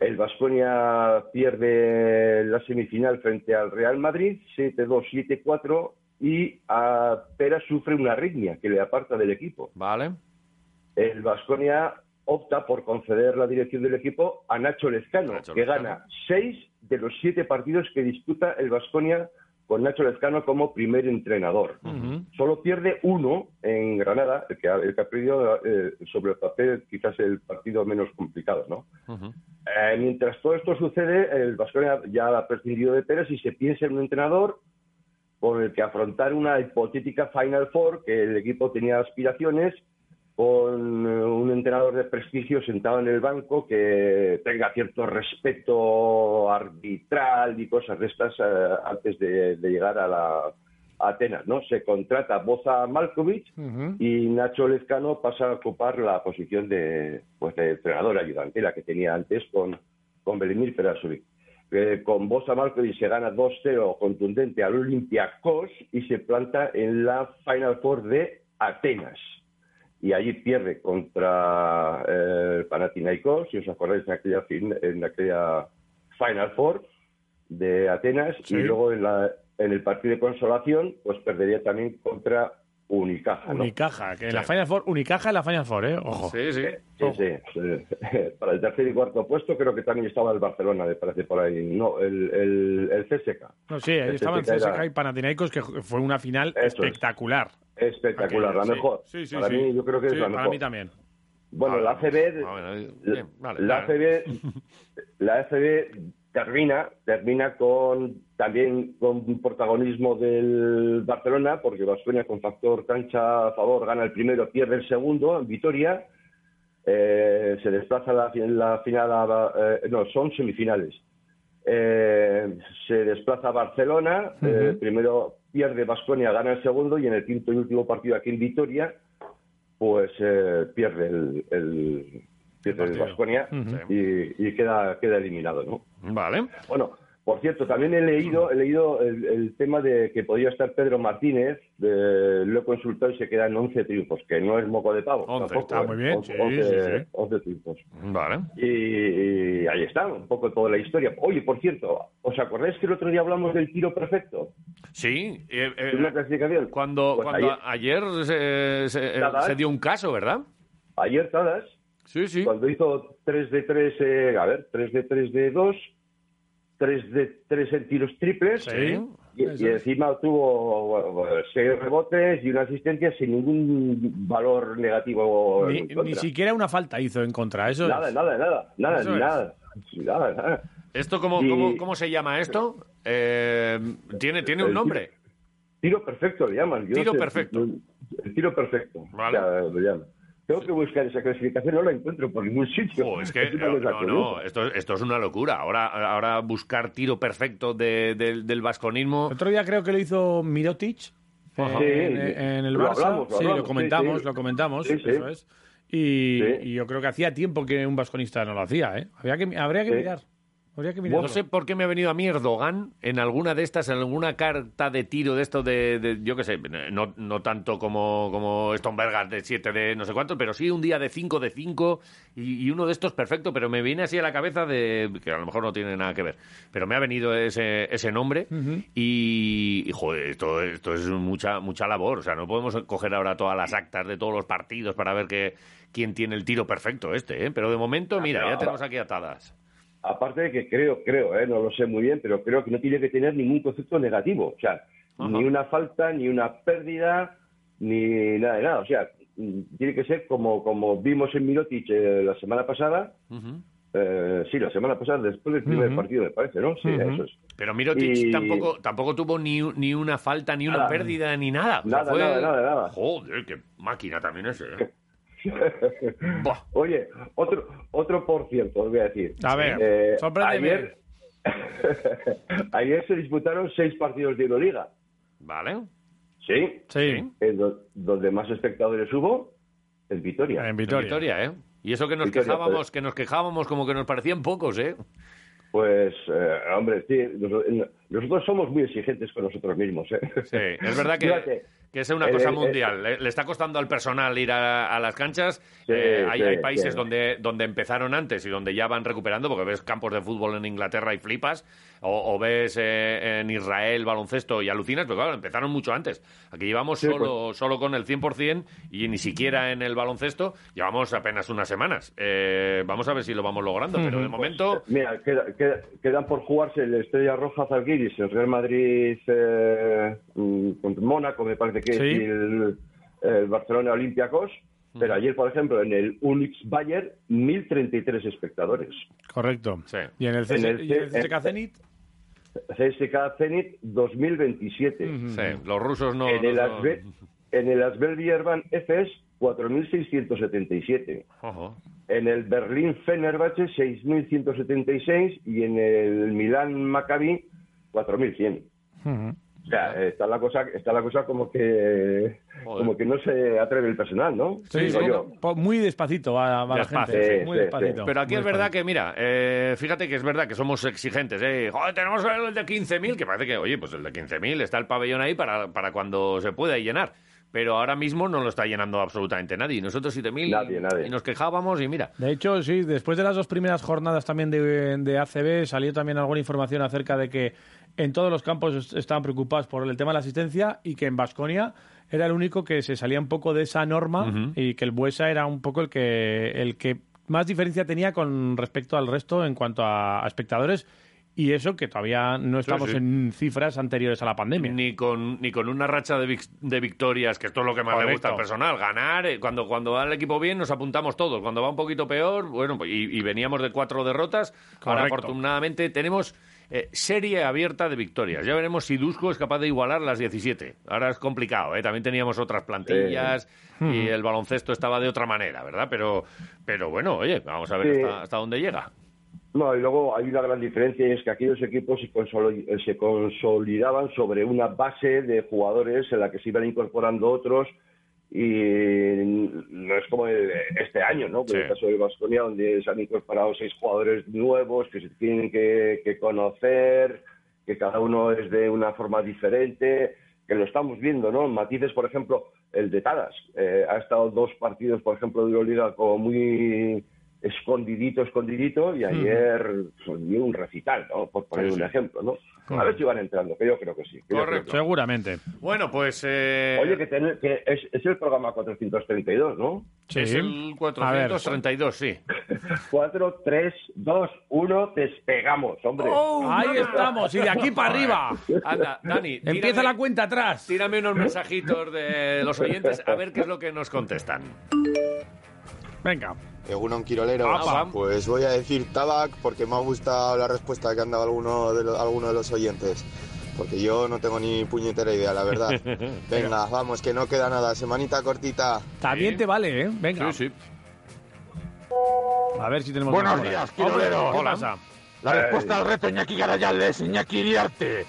el Vasconia pierde la semifinal frente al Real Madrid, 7-2, 7-4, y a Pera sufre una arritmia que le aparta del equipo. Vale. El Vasconia opta por conceder la dirección del equipo a Nacho Lezcano, que Lezcano. gana seis de los siete partidos que disputa el Vasconia con Nacho Lezcano como primer entrenador solo pierde uno en Granada, el que ha, el que ha perdido eh, sobre el papel quizás el partido menos complicado, ¿no? Eh, mientras todo esto sucede, el Vasconia ya ha prescindido de Pérez y se piensa en un entrenador con el que afrontar una hipotética Final Four, que el equipo tenía aspiraciones, con eh, un entrenador de prestigio sentado en el banco que tenga cierto respeto arbitral y cosas de estas eh, antes de, de llegar a la a Atenas, ¿no? Se contrata Boza Malkovich y Nacho Lezcano pasa a ocupar la posición de, pues, de entrenador ayudante, la que tenía antes con, con Belimir Perasovic. Eh, con Boza Malkovich se gana 2-0 contundente al Olympiacos y se planta en la Final Four de Atenas. Y allí pierde contra eh, Panathinaikos, si os acordáis, en aquella, fin- en aquella Final Four de Atenas Sí. y luego en, la- en el partido de consolación pues perdería también contra Unicaja. ¿no? Unicaja, que en la Final Four, Unicaja en la Final Four, ¿eh? Ojo. Sí, sí. Sí, sí. Para el tercer y cuarto puesto creo que también estaba el Barcelona, me parece por ahí. No, el, el, el CSK. No, sí, ahí El estaban CSKA. CSKA y Panathinaikos, que fue una final Eso es. espectacular. Espectacular, Aquella, la sí. mejor. Sí, sí, para sí. mí yo creo que Sí, es la para mejor. mí también. Bueno, la ACB, bien, vale, la vale. ACB, la ACB termina, termina con también con un protagonismo del Barcelona, porque Vasconia con factor cancha a favor gana el primero, pierde el segundo en Vitoria. Eh, se desplaza la, fi- la final a, eh, no, son semifinales. Eh, se desplaza a Barcelona, eh, Ujú. primero pierde Vasconia, gana el segundo y en el quinto y último partido aquí en Vitoria, pues eh, pierde el, el pierde el Baskonia y, y queda queda eliminado, ¿no? Vale. Bueno, por cierto, también he leído he leído el, el tema de que podría estar Pedro Martínez, de- lo he consultado y se quedan 11 triunfos, que no es moco de pavo. Once, tampoco, está ¿eh? muy bien, Once- sí, once- sí, sí. 11 triunfos. Vale. Y, y ahí está, un poco toda la historia. Oye, por cierto, ¿os acordáis que el otro día hablamos del tiro perfecto? Sí. eh, eh, ¿Es una clasificación? Cuando, Pues cuando ayer- ayer, se, se- eh, Tadas. se dio un caso, ¿verdad? Ayer Tadas, cuando hizo 3 de 3, eh, a ver, 3 de 3 de 2, 3 de 3 en tiros triples, y, eso y es. encima tuvo 6 rebotes y una asistencia sin ningún valor negativo. Ni, en ni contra. siquiera una falta hizo en contra, eso Nada, es. nada, nada, nada, Eso es. nada, nada, nada. ¿Esto cómo, Y- cómo, cómo se llama esto? Eh, ¿tiene, tiene un El nombre. Tiro perfecto le llaman. yo Tiro no sé, perfecto. El tiro perfecto. Vale. o sea, lo llaman. Tengo que buscar esa clasificación, no la encuentro por ningún sitio. Jo, es que eh, una no, cosa no, curiosa. no, esto, esto es una locura. Ahora, ahora buscar tiro perfecto de- del- del vasconismo. Otro día creo que lo hizo Mirotic Ajá. en, Sí, en el lo Barça. hablamos, lo sí, hablamos, lo comentamos, sí, sí. lo comentamos, Sí, sí. eso es. Y, y yo creo que hacía tiempo que un vasconista no lo hacía, ¿eh? Había que, habría que Sí. mirar. Habría que mirar. No sé por qué me ha venido a mí Erdogan en alguna de estas, en alguna carta de tiro de esto de, de- yo qué sé, no, no tanto como, como Stonberger de 7 de no sé cuánto, pero sí un día de 5 de 5 y, y uno de estos perfecto, pero me viene así a la cabeza de que a lo mejor no tiene nada que ver, pero me ha venido ese, ese nombre y, y, joder, esto, esto es mucha, mucha labor, o sea, no podemos coger ahora todas las actas de todos los partidos para ver que, quién tiene el tiro perfecto este, ¿eh? pero de momento, mira, ya tenemos aquí atadas. Aparte de que creo, creo, eh, no lo sé muy bien, pero creo que no tiene que tener ningún concepto negativo. O sea, ni una falta, ni una pérdida, ni nada de nada. O sea, mm, tiene que ser como, como vimos en Mirotic eh, la semana pasada. Eh, sí, la semana pasada, después del primer Ujú. partido, me parece, ¿no? Sí, eso es. Pero Mirotic Y- tampoco, tampoco tuvo ni, ni una falta, ni una Nada. pérdida, ni nada. O sea, Nada, fue- nada, nada, nada. Joder, qué máquina también ese. ¿eh? Oye, otro, otro por cierto, os voy a decir. Eh, A ver, sorpréndeme. ayer, ayer se disputaron seis partidos de Euroliga. Vale. Sí. Sí. En do- donde más espectadores hubo, en Vitoria. En Victoria. ¿eh? Y eso que nos Vitoria, quejábamos, que nos quejábamos como que nos parecían pocos, ¿eh? Pues, eh, hombre, sí, nos- eh, nosotros somos muy exigentes con nosotros mismos. ¿eh? Sí, es verdad Fíjate, que, que es una el- cosa el- mundial. Le, le está costando al personal ir a, a las canchas. Sí, Eh, hay, sí, hay países sí. donde, donde empezaron antes y donde ya van recuperando, porque ves campos de fútbol en Inglaterra y flipas, o, o ves eh, en Israel baloncesto y alucinas, pero claro, empezaron mucho antes. Aquí llevamos Sí, pues. solo, solo con el 100% y ni siquiera en el baloncesto llevamos apenas unas semanas. Eh, vamos a ver si lo vamos logrando, pero de Ujú. momento... Pues, eh, Mira, queda- queda- quedan por jugarse el Estrella Roja Zalgiris, el Real Madrid eh, mm, contra Mónaco, me parece que es, Sí. y el, el Barcelona Olympiacos. Pero ayer, por ejemplo, en el Unix Bayern, 1.033 espectadores. Correcto. Y en el, En CS el y en el C- CSKA Zenit, CSK Zenit, 2027. Sí, los rusos no... En el, no- Asbe- en el Asbel E Bierban FS, 4.677. Ojo. En el Berlín Fenerbahce, 6.176. Y en el Milán Maccabi, 4.100. O sea, está la cosa, está la cosa como que como que no se atreve el personal, ¿no? sí, Digo sí, yo. po- muy despacito va, va la gente. Despacio, sí, muy sí, despacito. sí. Pero aquí muy es verdad despacito. que, mira, eh, fíjate que es verdad que somos exigentes. ¿eh? Joder, tenemos el de 15.000, que parece que, oye, pues el de 15.000 está el pabellón ahí para, para cuando se pueda llenar. Pero ahora mismo no lo está llenando absolutamente nadie. Y Nosotros 7.000 Nadie, nadie. y nos quejábamos y mira. De hecho, sí, después de las dos primeras jornadas también de, de ACB salió también alguna información acerca de que en todos los campos est- estaban preocupados por el tema de la asistencia y que en Vasconia era el único que se salía un poco de esa norma y que el Buesa era un poco el que, el que más diferencia tenía con respecto al resto en cuanto a, a espectadores y eso que todavía no estamos sí. en cifras anteriores a la pandemia. Ni con, ni con una racha de, vic- de victorias, que esto es lo que más le Correcto. gusta al personal, ganar. eh, Cuando, cuando va el equipo bien, nos apuntamos todos. Cuando va un poquito peor, bueno, pues, y, y veníamos de cuatro derrotas. Ahora, Correcto. afortunadamente, tenemos eh, serie abierta de victorias. Ya veremos si Dusko es capaz de igualar las 17. Ahora es complicado, ¿eh? También teníamos otras plantillas Sí. y Ujú. el baloncesto estaba de otra manera, ¿verdad? Pero, pero bueno, oye, vamos a ver Sí. hasta, hasta dónde llega. No, y luego hay una gran diferencia y es que aquí los equipos se, consoli- eh, se consolidaban sobre una base de jugadores en la que se iban incorporando otros y no es como el- este año, ¿no? Como Sí. el caso de Baskonia, donde se han incorporado seis jugadores nuevos que se tienen que, que conocer, que cada uno es de una forma diferente, que lo estamos viendo, ¿no? Matices, por ejemplo, el de Tadas. eh, ha estado dos partidos, por ejemplo, de Euroliga como muy escondidito, escondidito, y ayer pues, dio un recital, ¿no? Por poner Sí, sí. un ejemplo, ¿no? A Correcto. ver si van entrando, que yo creo que sí. que yo creo que sí. Seguramente. Bueno, pues... eh, Oye, que, ten- que es, es el programa 432, ¿no? Es el 432, sí. 4, 3, 2, 1, despegamos, hombre. Ahí estamos, y de aquí para arriba. Anda, Dani, tírame- Empieza la cuenta atrás. Tírame unos mensajitos de los oyentes a ver qué es lo que nos contestan. Venga. Egunon Quiroleros, Apa. pues voy a decir Tabac porque me ha gustado la respuesta que han dado alguno de, lo- alguno de los oyentes. Porque yo no tengo ni puñetera idea, la verdad. Venga, vamos, que no queda nada. Semanita cortita. También te vale, ¿eh? Venga. Sí, sí. A ver si tenemos. Buenos más por ahí. días, quiroleros. ¿Qué Hola. pasa? La respuesta al reto Iñaki Garayal es Iñaki Iriarte.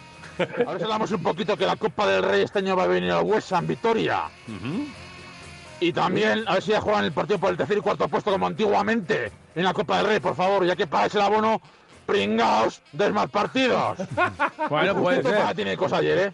Ahora hablamos un poquito que la Copa del Rey este año va a venir al West Ham Vitoria. Y también, a ver si ya juegan el partido por el tercer y cuarto puesto como antiguamente en la Copa del Rey, por favor, ya que pagáis el abono, pringaos de más partidos. Bueno, pues, puede El Justito ser. Para pues, tiene cosas ayer, ¿eh?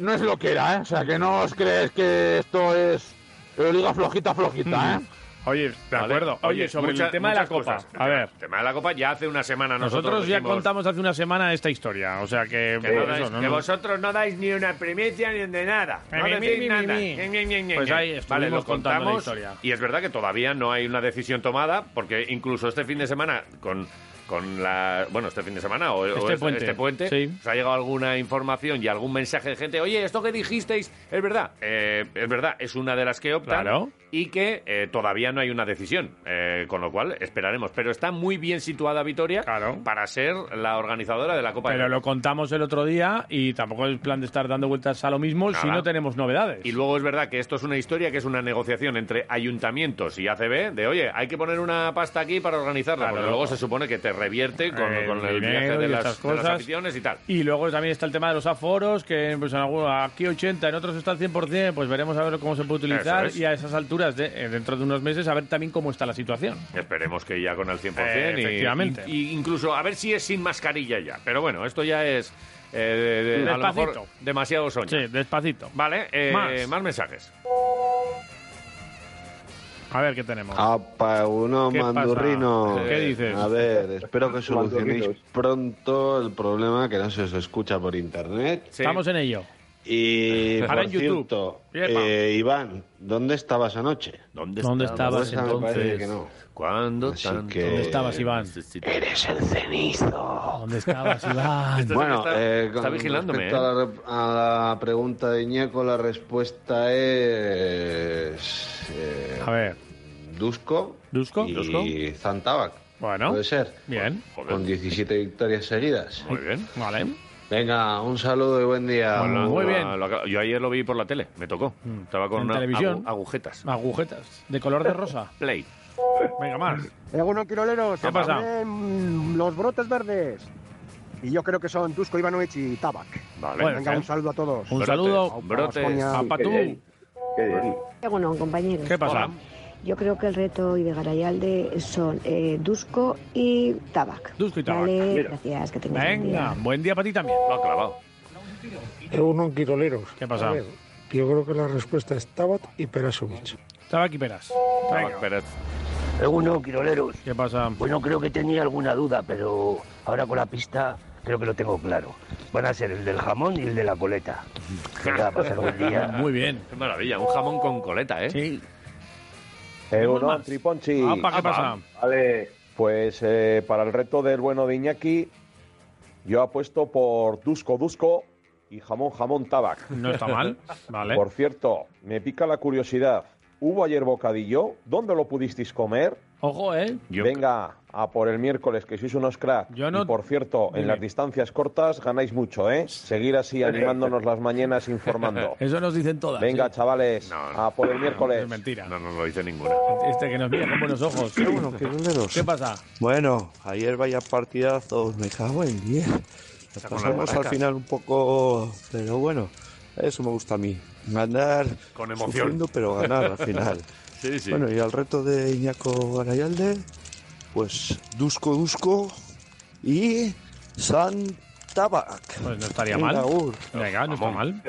No es lo que era, ¿eh? O sea, que no os creéis que esto es Euroliga flojita, flojita, ¿eh? Oye, de acuerdo. Oye, sobre mucha- el tema de la muchas copa. cosas. A ver. El tema de la copa ya hace una semana nosotros. Nosotros ya dijimos contamos hace una semana esta historia, o sea que... Que, no eso, dais- no, que no. vosotros no dais ni una primicia ni de nada. No Mi, mi, decís mi, mi, nada. mi. Ñe, Ñe, Ñe, Ñe, Pues Ñe. ahí estuvimos Vale, lo contando la contamos. historia. Y es verdad que todavía no hay una decisión tomada, porque incluso este fin de semana, con, con la. Bueno, este fin de semana o o Este puente. puente, Sí. os ha llegado alguna información y algún mensaje de gente. Oye, esto que dijisteis es verdad. Eh, es verdad, es una de las que optan. Claro. Y que eh, todavía no hay una decisión, eh, con lo cual esperaremos. Pero está muy bien situada Vitoria para ser la organizadora de la Copa del Pero lo contamos el otro día y tampoco es plan de estar dando vueltas a lo mismo si Nada. no tenemos novedades. Y luego es verdad que esto es una historia que es una negociación entre ayuntamientos y ACB de, oye, hay que poner una pasta aquí para organizarla, porque luego se supone que te revierte con, Eh, El con el viaje dinero de y las, estas de las cosas. aficiones y tal. Y luego también está el tema de los aforos, que pues, en algunos- aquí 80, en otros está al 100%, pues veremos a ver cómo se puede utilizar Eso es. y a esas alturas, de- eh, dentro de unos meses, a ver también cómo está la situación. Esperemos que ya con el 100% Eh, y- efectivamente. y, y incluso a ver si es sin mascarilla ya. Pero bueno, esto ya es eh, de- de- a lo Despacito. mejor demasiado soño. Sí, despacito. Vale, eh, Más. más mensajes. A ver qué tenemos. Apa, uno ¿Qué pasa? mandurrino. ¿Qué dices? A ver, espero que solucionéis Mandurrinos. pronto el problema que no se os escucha por internet. Estamos en ello. Y Ahora por en YouTube. cierto, Yepa. eh, Iván, ¿dónde estabas anoche? ¿Dónde, ¿Dónde estabas Esa me parece entonces? que no. ¿Cuándo Así tanto? que- ¿Dónde estabas, Iván? Eres el cenizo. ¿Dónde estabas, Iván? bueno, eh, está con vigilándome, respecto ¿eh? a, la, rep- a la pregunta de Iñaco, la respuesta es... eh, A ver. Dusko, ¿Dusko? y ¿Dusko? Zantabak. Bueno. Puede ser. Bien. Con 17 victorias seguidas. Muy bien. Vale. Venga, un saludo y buen día. Hola, Ah, lo acabo- yo ayer lo vi por la tele, me tocó. Estaba con En una televisión. agu- agujetas. Hmm. Agujetas. ¿De color de rosa? Play. Venga, más. Algunos Eh, quiroleros. ¿Qué pasa? También Los brotes verdes. Y yo creo que son Dusko Ivanovic y Tabac. Vale. Venga, un saludo a todos. Un saludo. Aupa, Vasconia. Bueno, compañeros. ¿Qué pasa? Hola. Yo creo que el reto y de Garayalde son eh, Dusko y Tabac. Dusko y Tabac. Vale, Mira. gracias, que tengas buen día. Venga, buen día para ti también. Lo ha clavado. Egunon Eh, Quiroleros. ¿Qué pasa? A ver, yo creo que la respuesta es Tabat y Perasovic. Tabac y peras. Venga. Eguno, Quiroleros. ¿Qué pasa? Bueno, creo que tenía alguna duda, pero ahora con la pista creo que lo tengo claro. Van a ser el del jamón y el de la coleta. Venga, pasar buen día. Muy bien. Qué maravilla, un jamón con coleta, ¿eh? Sí. Eh, Egunon, Triponchi. Ah, Apa, ¿qué pasa? Vale. Pues eh, para el reto del bueno de Iñaki, yo apuesto por Dusko Dusko y jamón jamón tabac. No está mal, vale. Por cierto, me pica la curiosidad. ¿Hubo ayer bocadillo? ¿Dónde lo pudisteis comer? Ojo, ¿eh? Venga, a por el miércoles, que sois unos crack. Y por cierto, en las distancias cortas ganáis mucho, ¿eh? Seguir así animándonos las mañanas informando. Eso nos dicen todas. Venga, chavales, a por el miércoles. mentira. No nos lo dice ninguna. Este que nos mira con buenos ojos. Qué bueno, qué boleros. ¿Qué pasa? Bueno, ayer vaya partidazos, me cago en 10. Nos con la pasamos al butaca. final un poco, pero bueno, eso me gusta a mí. Ganar Con emoción. sufriendo, pero ganar al final. Sí, sí. Bueno, y al reto de Iñaco Garayalde, pues Dusko Dusko y San Tabac. Pues no estaría Venga, mal. Agur. Venga, no está mal.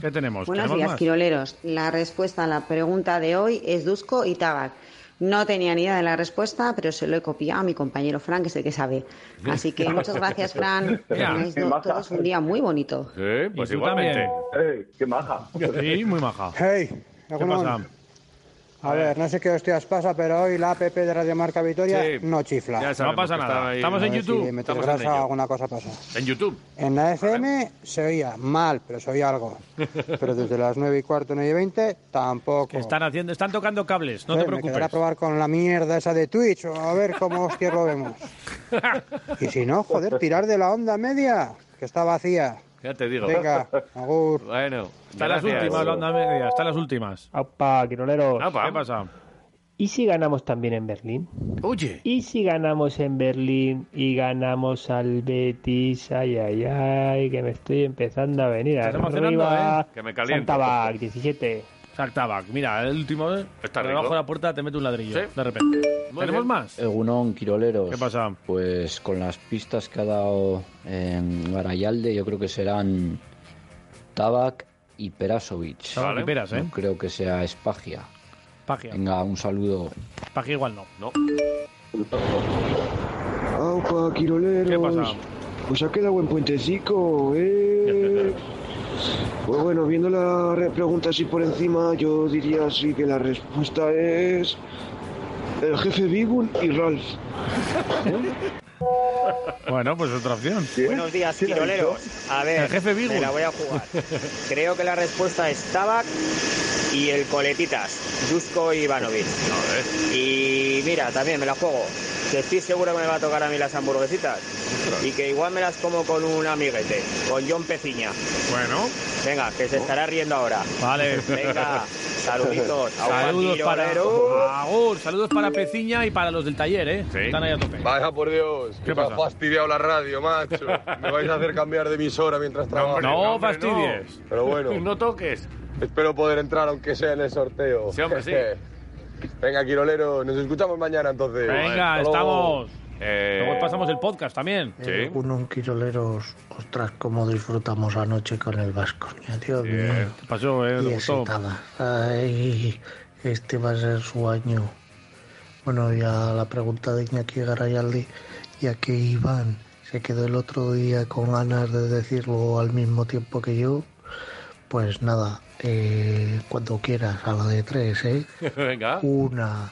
¿Qué tenemos? Buenos ¿Tenemos días, más? Quiroleros. La respuesta a la pregunta de hoy es Dusko y Tabac. No tenía ni idea de la respuesta, pero se lo he copiado a mi compañero Fran, que es el que sabe. Así que muchas gracias, Fran. Que Mira, tengáis qué do- maja. todos un día muy bonito. Sí, pues tú igualmente. Eh, ¡Qué maja! Sí, muy maja. Hey, ¿Qué egunon. pasa? A ver, no sé qué hostias pasa, pero hoy la app de Radio Marca Vitoria Sí. no chifla. Ya sabemos No pasa que nada. estaba ahí. Estamos A en ver YouTube. Si metes Estamos en grasa ello. o alguna cosa pasa. En YouTube. En la FM se oía mal, pero se oía algo. Pero desde las 9 y cuarto, 9 y 20, tampoco. Están haciendo, están tocando cables, no Eh, te Me quedará preocupes. probar con la mierda esa de Twitch, o a ver cómo hostias lo vemos. Y si no, joder, tirar de la onda media, que está vacía. Ya te digo. Venga, agur. Bueno, Están las gracias. últimas, lo anda media, están las últimas. Opa, quiroleros. ¿Qué pasa? ¿Y si ganamos también en Berlín? Oye. ¿Y si ganamos en Berlín y ganamos al Betis? Ay, ay, ay, que me estoy empezando a venir Estás emocionando, arriba. ¿eh? Que me caliento. Santabac, 17. Santabac, mira, el último... Está rico. Debajo de la puerta te mete un ladrillo, Sí. de repente. ¿Tenemos más? Egunon, Eh, Quiroleros. ¿Qué pasa? Pues con las pistas que ha dado en Garayalde, yo creo que serán Tabac y Perasovic. Tabac y Vale. Peras, ¿eh? No creo que sea Espagia. Pagia. Venga, un saludo. Pagia igual no. No. Aupa, Quiroleros. Pues ha quedado buen puentecico, ¿eh? Pues bueno, viendo la re- pregunta así por encima, yo diría así que la respuesta es... El jefe Bigun y Ralph. Bueno, pues otra opción. Buenos días, tiroleros. A ver, El jefe Virgo. me la voy a jugar. ¿eh? Creo que la respuesta es Tabac y el coletitas, Dusko y Ivanovic. Y mira, también me la juego. Que estoy seguro que me va a tocar a mí las hamburguesitas. Y que igual me las como con un amiguete, con John Peciña. Bueno. Venga, que se estará riendo ahora. Vale. Venga, saluditos. Aguante, Saludos para... tiroleros. Agur, saludos para Peciña y para los del taller, ¿eh? Están ahí a tope. Vaya por Dios, que me ha fastidiado la radio, macho. Me vais a hacer cambiar de emisora mientras trabajo. hombre, no, No, hombre, fastidies. no. Pero bueno. No toques. Espero poder entrar aunque sea en el sorteo. Sí, hombre, sí. Venga, Quirolero, nos escuchamos mañana entonces. Venga, Hasta luego. Eh, estamos. Luego pasamos el podcast también. Eh, Unos quiroleros, ostras, cómo disfrutamos anoche con el Vasco. Dios mío. ¿Qué pasó, eh? Y ¿Te gustó? excitaba. Ay, este va a ser su año. Bueno, y a la pregunta de Iñaki Garayaldi, ya que Iván se quedó el otro día con ganas de decirlo al mismo tiempo que yo, pues nada, eh, cuando quieras, a la de tres, ¿eh? Venga. Una,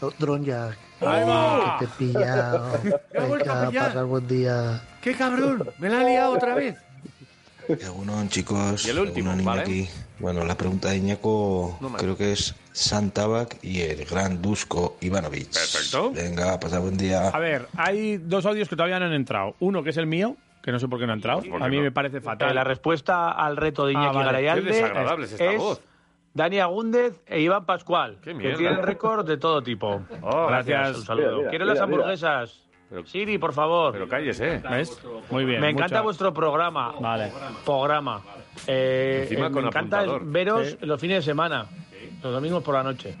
dos, dron ya. Ahí va. Que te he pillado. Me ha vuelto a Venga, pillar. pasar buen día. ¡Qué cabrón! ¡Me la ha liado otra vez! Egunon, chicos. Y el último, Egunon, ¿vale? Iñaki. Bueno, la pregunta de Iñaco creo que es San Tabac y el gran Dusko Ivanovic. Perfecto. Venga, pasa buen Ah. día. A ver, hay dos audios que todavía no han entrado. Uno que es el mío, que no sé por qué no ha entrado. Pues A mí me parece fatal. Eh, La respuesta al reto de Iñaki Ah, vale. Garayalde Qué desagradable es esta voz. Dani Agúndez e Iván Pascual, que mierda. tienen récord de todo tipo. gracias. Un saludo. Mira, mira, Quiero las mira, mira. hamburguesas. Siri, por favor. Pero ¿eh? cállese. ¿Ves? Muy bien. me encanta muchas- vuestro programa. Vale. Programa. Eh, Encima eh, me con encanta apuntador. veros Sí. los fines de semana. Los domingos por la noche.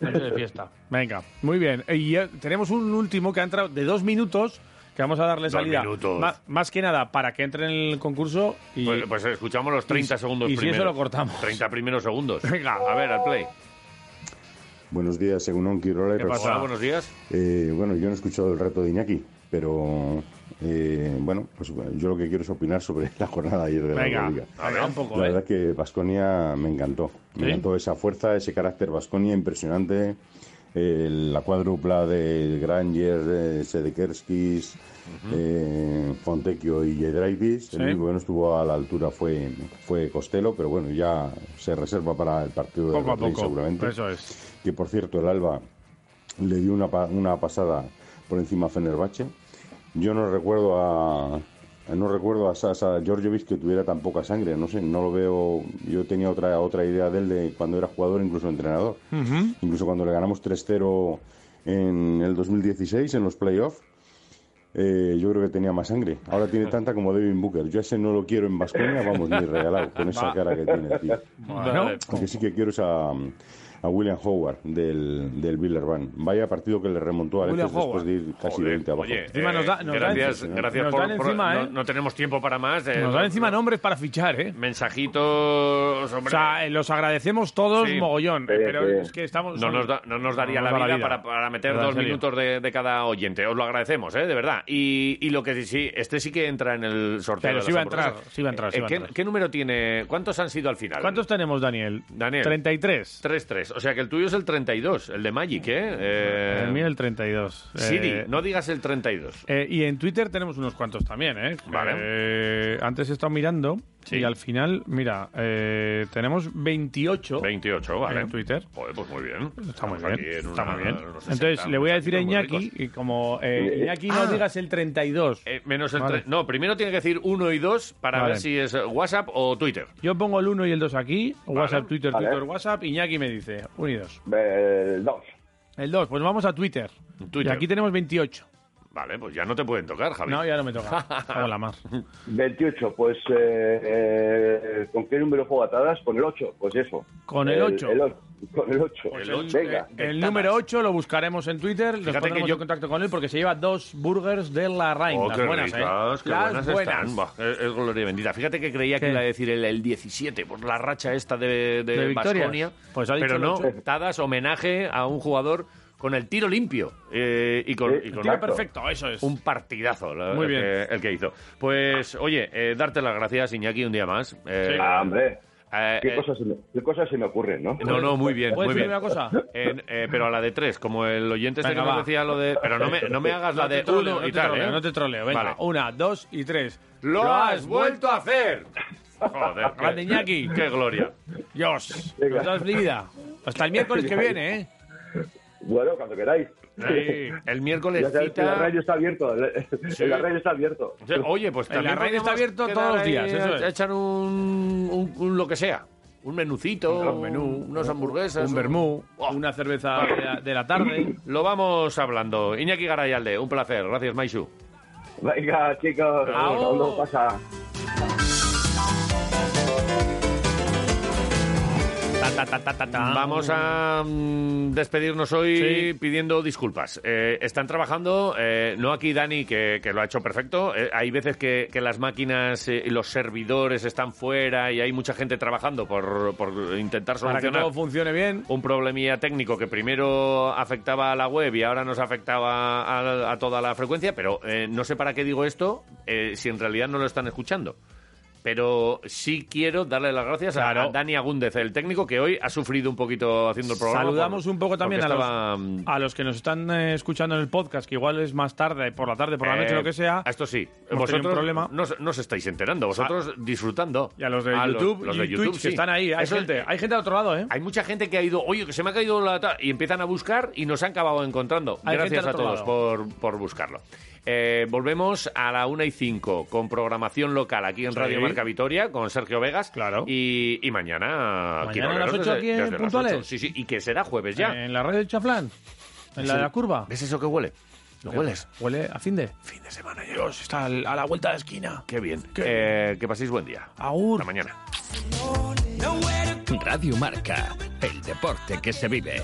Noche de fiesta. Venga, muy bien. Y eh, tenemos un último que ha entrado de dos minutos que vamos a darle Dos salida. minutos. Ma- Más, que nada para que entre en el concurso y. Pues, pues escuchamos los 30 y- segundos y si primeros. eso lo cortamos. 30 primeros segundos. Venga. A ver, al play. Buenos días, Egunon Quiroleros. ¿Qué pasa? Hola, buenos días. Eh, bueno, yo no he escuchado el reto de Iñaki, pero eh, bueno, pues bueno, yo lo que quiero es opinar sobre la jornada de ayer de Venga, la Liga. a ver, un poco, La ¿eh? verdad que Vasconia me encantó. Me ¿Sí? encantó esa fuerza, ese carácter Vasconia impresionante. eh, la cuádrupla de Granger, eh, Sedekerskis, eh, Fontecchio y Yedraitis. Sí. El único que no estuvo a la altura fue, fue Costello, pero bueno, ya se reserva para el partido de Poco a Berlín, poco, seguramente. eso es. Que por cierto, el Alba le dio una, pa- una pasada por encima a Fenerbahce. Yo no recuerdo a no recuerdo a Sasa Djordjevic que tuviera tan poca sangre, no sé, no lo veo. Yo tenía otra otra idea de él de cuando era jugador, incluso entrenador. Incluso cuando le ganamos 3-0 en el 2016 en los playoffs, eh, yo creo que tenía más sangre. Ahora tiene tanta como Devin Booker. Yo a ese no lo quiero en Vasconia, vamos, ni regalado con esa Va. cara que tiene, tío. Bueno. Aunque sí que quiero es a, a William Howard del, del Villarban. Vaya partido que le remontó a William Alexis después de ir casi 20 abajo. Oye, Encima eh, nos da- nos dan- gracias, nos gracias dan por, por- encima, no, ¿eh? no tenemos tiempo para más. eh, Nos dan encima nombres para fichar, ¿eh? Mensajitos, O hombre. sea, eh, los agradecemos todos Sí. mogollón, Sí, pero sí. es que estamos... No nos, da- no nos daría No nos la da vida, la vida. Para, para meter Verdad, dos en serio. minutos de, de cada oyente. Os lo agradecemos, ¿eh? de verdad. Y, y lo que sí, este sí que entra en el sorteo. Pero de sí las va a entrar, hamburguesas. sí va a entrar, sí Eh, va a ¿qué, entrar. qué número tiene? ¿Cuántos han sido al final? ¿Cuántos tenemos, Daniel? Daniel. 33. 3-3. O sea que el tuyo es el 32, el de Magic, ¿eh? eh El mío el 32. Siri, Eh, no digas el 32. Eh, y en Twitter tenemos unos cuantos también, ¿eh? Vale. Eh, antes he estado mirando y al final, mira, eh, tenemos Eh, 28. 28, vale. En Twitter. Joder, pues muy bien. Está muy Estamos bien. aquí en Está una- muy bien. unos 60, Entonces, le voy a decir a unos Iñaki, y como eh, Eh, Iñaki no ah. digas el 32. Eh, menos el Vale. tre- No, primero tiene que decir 1 y 2 para Vale. ver si es eh, WhatsApp o Twitter. Yo pongo el 1 y el 2 aquí. WhatsApp, Twitter, Vale. Twitter, WhatsApp. Iñaki me dice 1 y 2. El 2. El 2. Pues vamos a Twitter. Twitter. Y aquí tenemos 28. Vale, pues ya no te pueden tocar, Javi. No, ya no me toca. Hago la mar. 28, pues eh, eh, ¿con qué número juega Tadas? Con el 8, pues eso. Con el ocho. Pues o- con el 8. Eh, Venga. El, eh, número 8 lo buscaremos en Twitter. Nos Fíjate que pondremos yo- en contacto con él porque se lleva dos burgers de la Rain. Oh, las qué buenas, ricas, ¿eh? qué las buenas están. Buah, es, es gloria bendita. Fíjate que creía ¿Qué? que iba a decir el, el 17 por la racha esta de, ¿De de victorias? Baskonia. Pues ha dicho pero el no, ocho. Tadas homenaje a un jugador con el tiro limpio. eh, y con, Eh, y el con- tiro perfecto, eso es. Un partidazo la- Muy el bien. que- el que hizo. Pues, oye, eh, darte las gracias, Iñaki, un día más. Eh, Sí. Ah, hombre. eh, ¿Qué, eh, cosas se me, qué cosas se me ocurren, no? no, no, muy bien. ¿Puedes muy bien. decirme una cosa? En- eh, pero a la de tres, como el oyente este Venga, que nos va. decía lo de. Pero no me, no me hagas No la te de troleo, uno no y te tal. troleo, ¿eh? no te troleo. Venga, Vale. una, dos y tres. ¡Lo has vuelto a hacer! Joder, qué- Grande Iñaki. ¡Qué gloria! Dios, Venga. nos das vida. Hasta el miércoles que viene, ¿eh? Bueno, cuando queráis. Sí, el miércoles Ya sabes que cita- La radio está abierto. Sí. La radio está abierto. Sí, Oye, pues En la también radio podemos está abierto quedar todos los ahí eh, días, eso es. a Echar un, un- un lo que sea. Un menucito, Un menú, unas hamburguesas. un vermú, una cerveza de la, de la tarde. Lo vamos hablando. Iñaki Garayalde, un placer. Gracias, Maishu. Venga, chicos. Au. No pasa. Vamos a mm, despedirnos hoy pidiendo disculpas. Eh, están trabajando, eh, no aquí Dani, que, que lo ha hecho perfecto. Eh, hay veces que, que las máquinas eh, y los servidores están fuera y hay mucha gente trabajando por, por intentar Para que solucionar todo funcione bien. un problemilla técnico que primero afectaba a la web y ahora nos afectaba a, a toda la frecuencia, pero eh, no sé para qué digo esto eh, si en realidad no lo están escuchando. Pero sí quiero darle las gracias a- a, Dani Agúndez, el técnico que hoy ha sufrido un poquito haciendo el programa. Saludamos por- un poco también a porque los, estaba, mm, a los que nos están eh, escuchando en el podcast, que igual es más tarde, por la tarde, por la noche, eh, lo que sea. A esto sí. tenido vosotros un problema. No, os- no os estáis enterando, vosotros disfrutando. Y a Los de YouTube los y de YouTube, Twitch sí. que están ahí. Hay Eso- gente, hay gente de otro lado, ¿eh? Hay mucha gente que ha ido, oye, que se me ha caído la... ta-", Y empiezan a buscar y nos han acabado encontrando. Hay gente Gracias al a otro todos lado. por, por buscarlo. Eh, volvemos a la 1 y 5 con programación local aquí en Sí. Radio Marca Vitoria con Sergio Vegas. Claro. Y, y mañana... Mañana a Quiroleros las ocho desde- aquí en desde las Puntuales. ocho. Sí, sí, y que será jueves ya. En la red del Chaflán. En la Sí. de la curva. Eh, ¿Ves eso que huele? ¿Lo hueles? Huele a fin de. Fin de semana, Dios. Está al- a la vuelta de la esquina. Qué bien. Eh, que paséis buen día. Agur. Hasta mañana. Radio Marca, el deporte que se vive.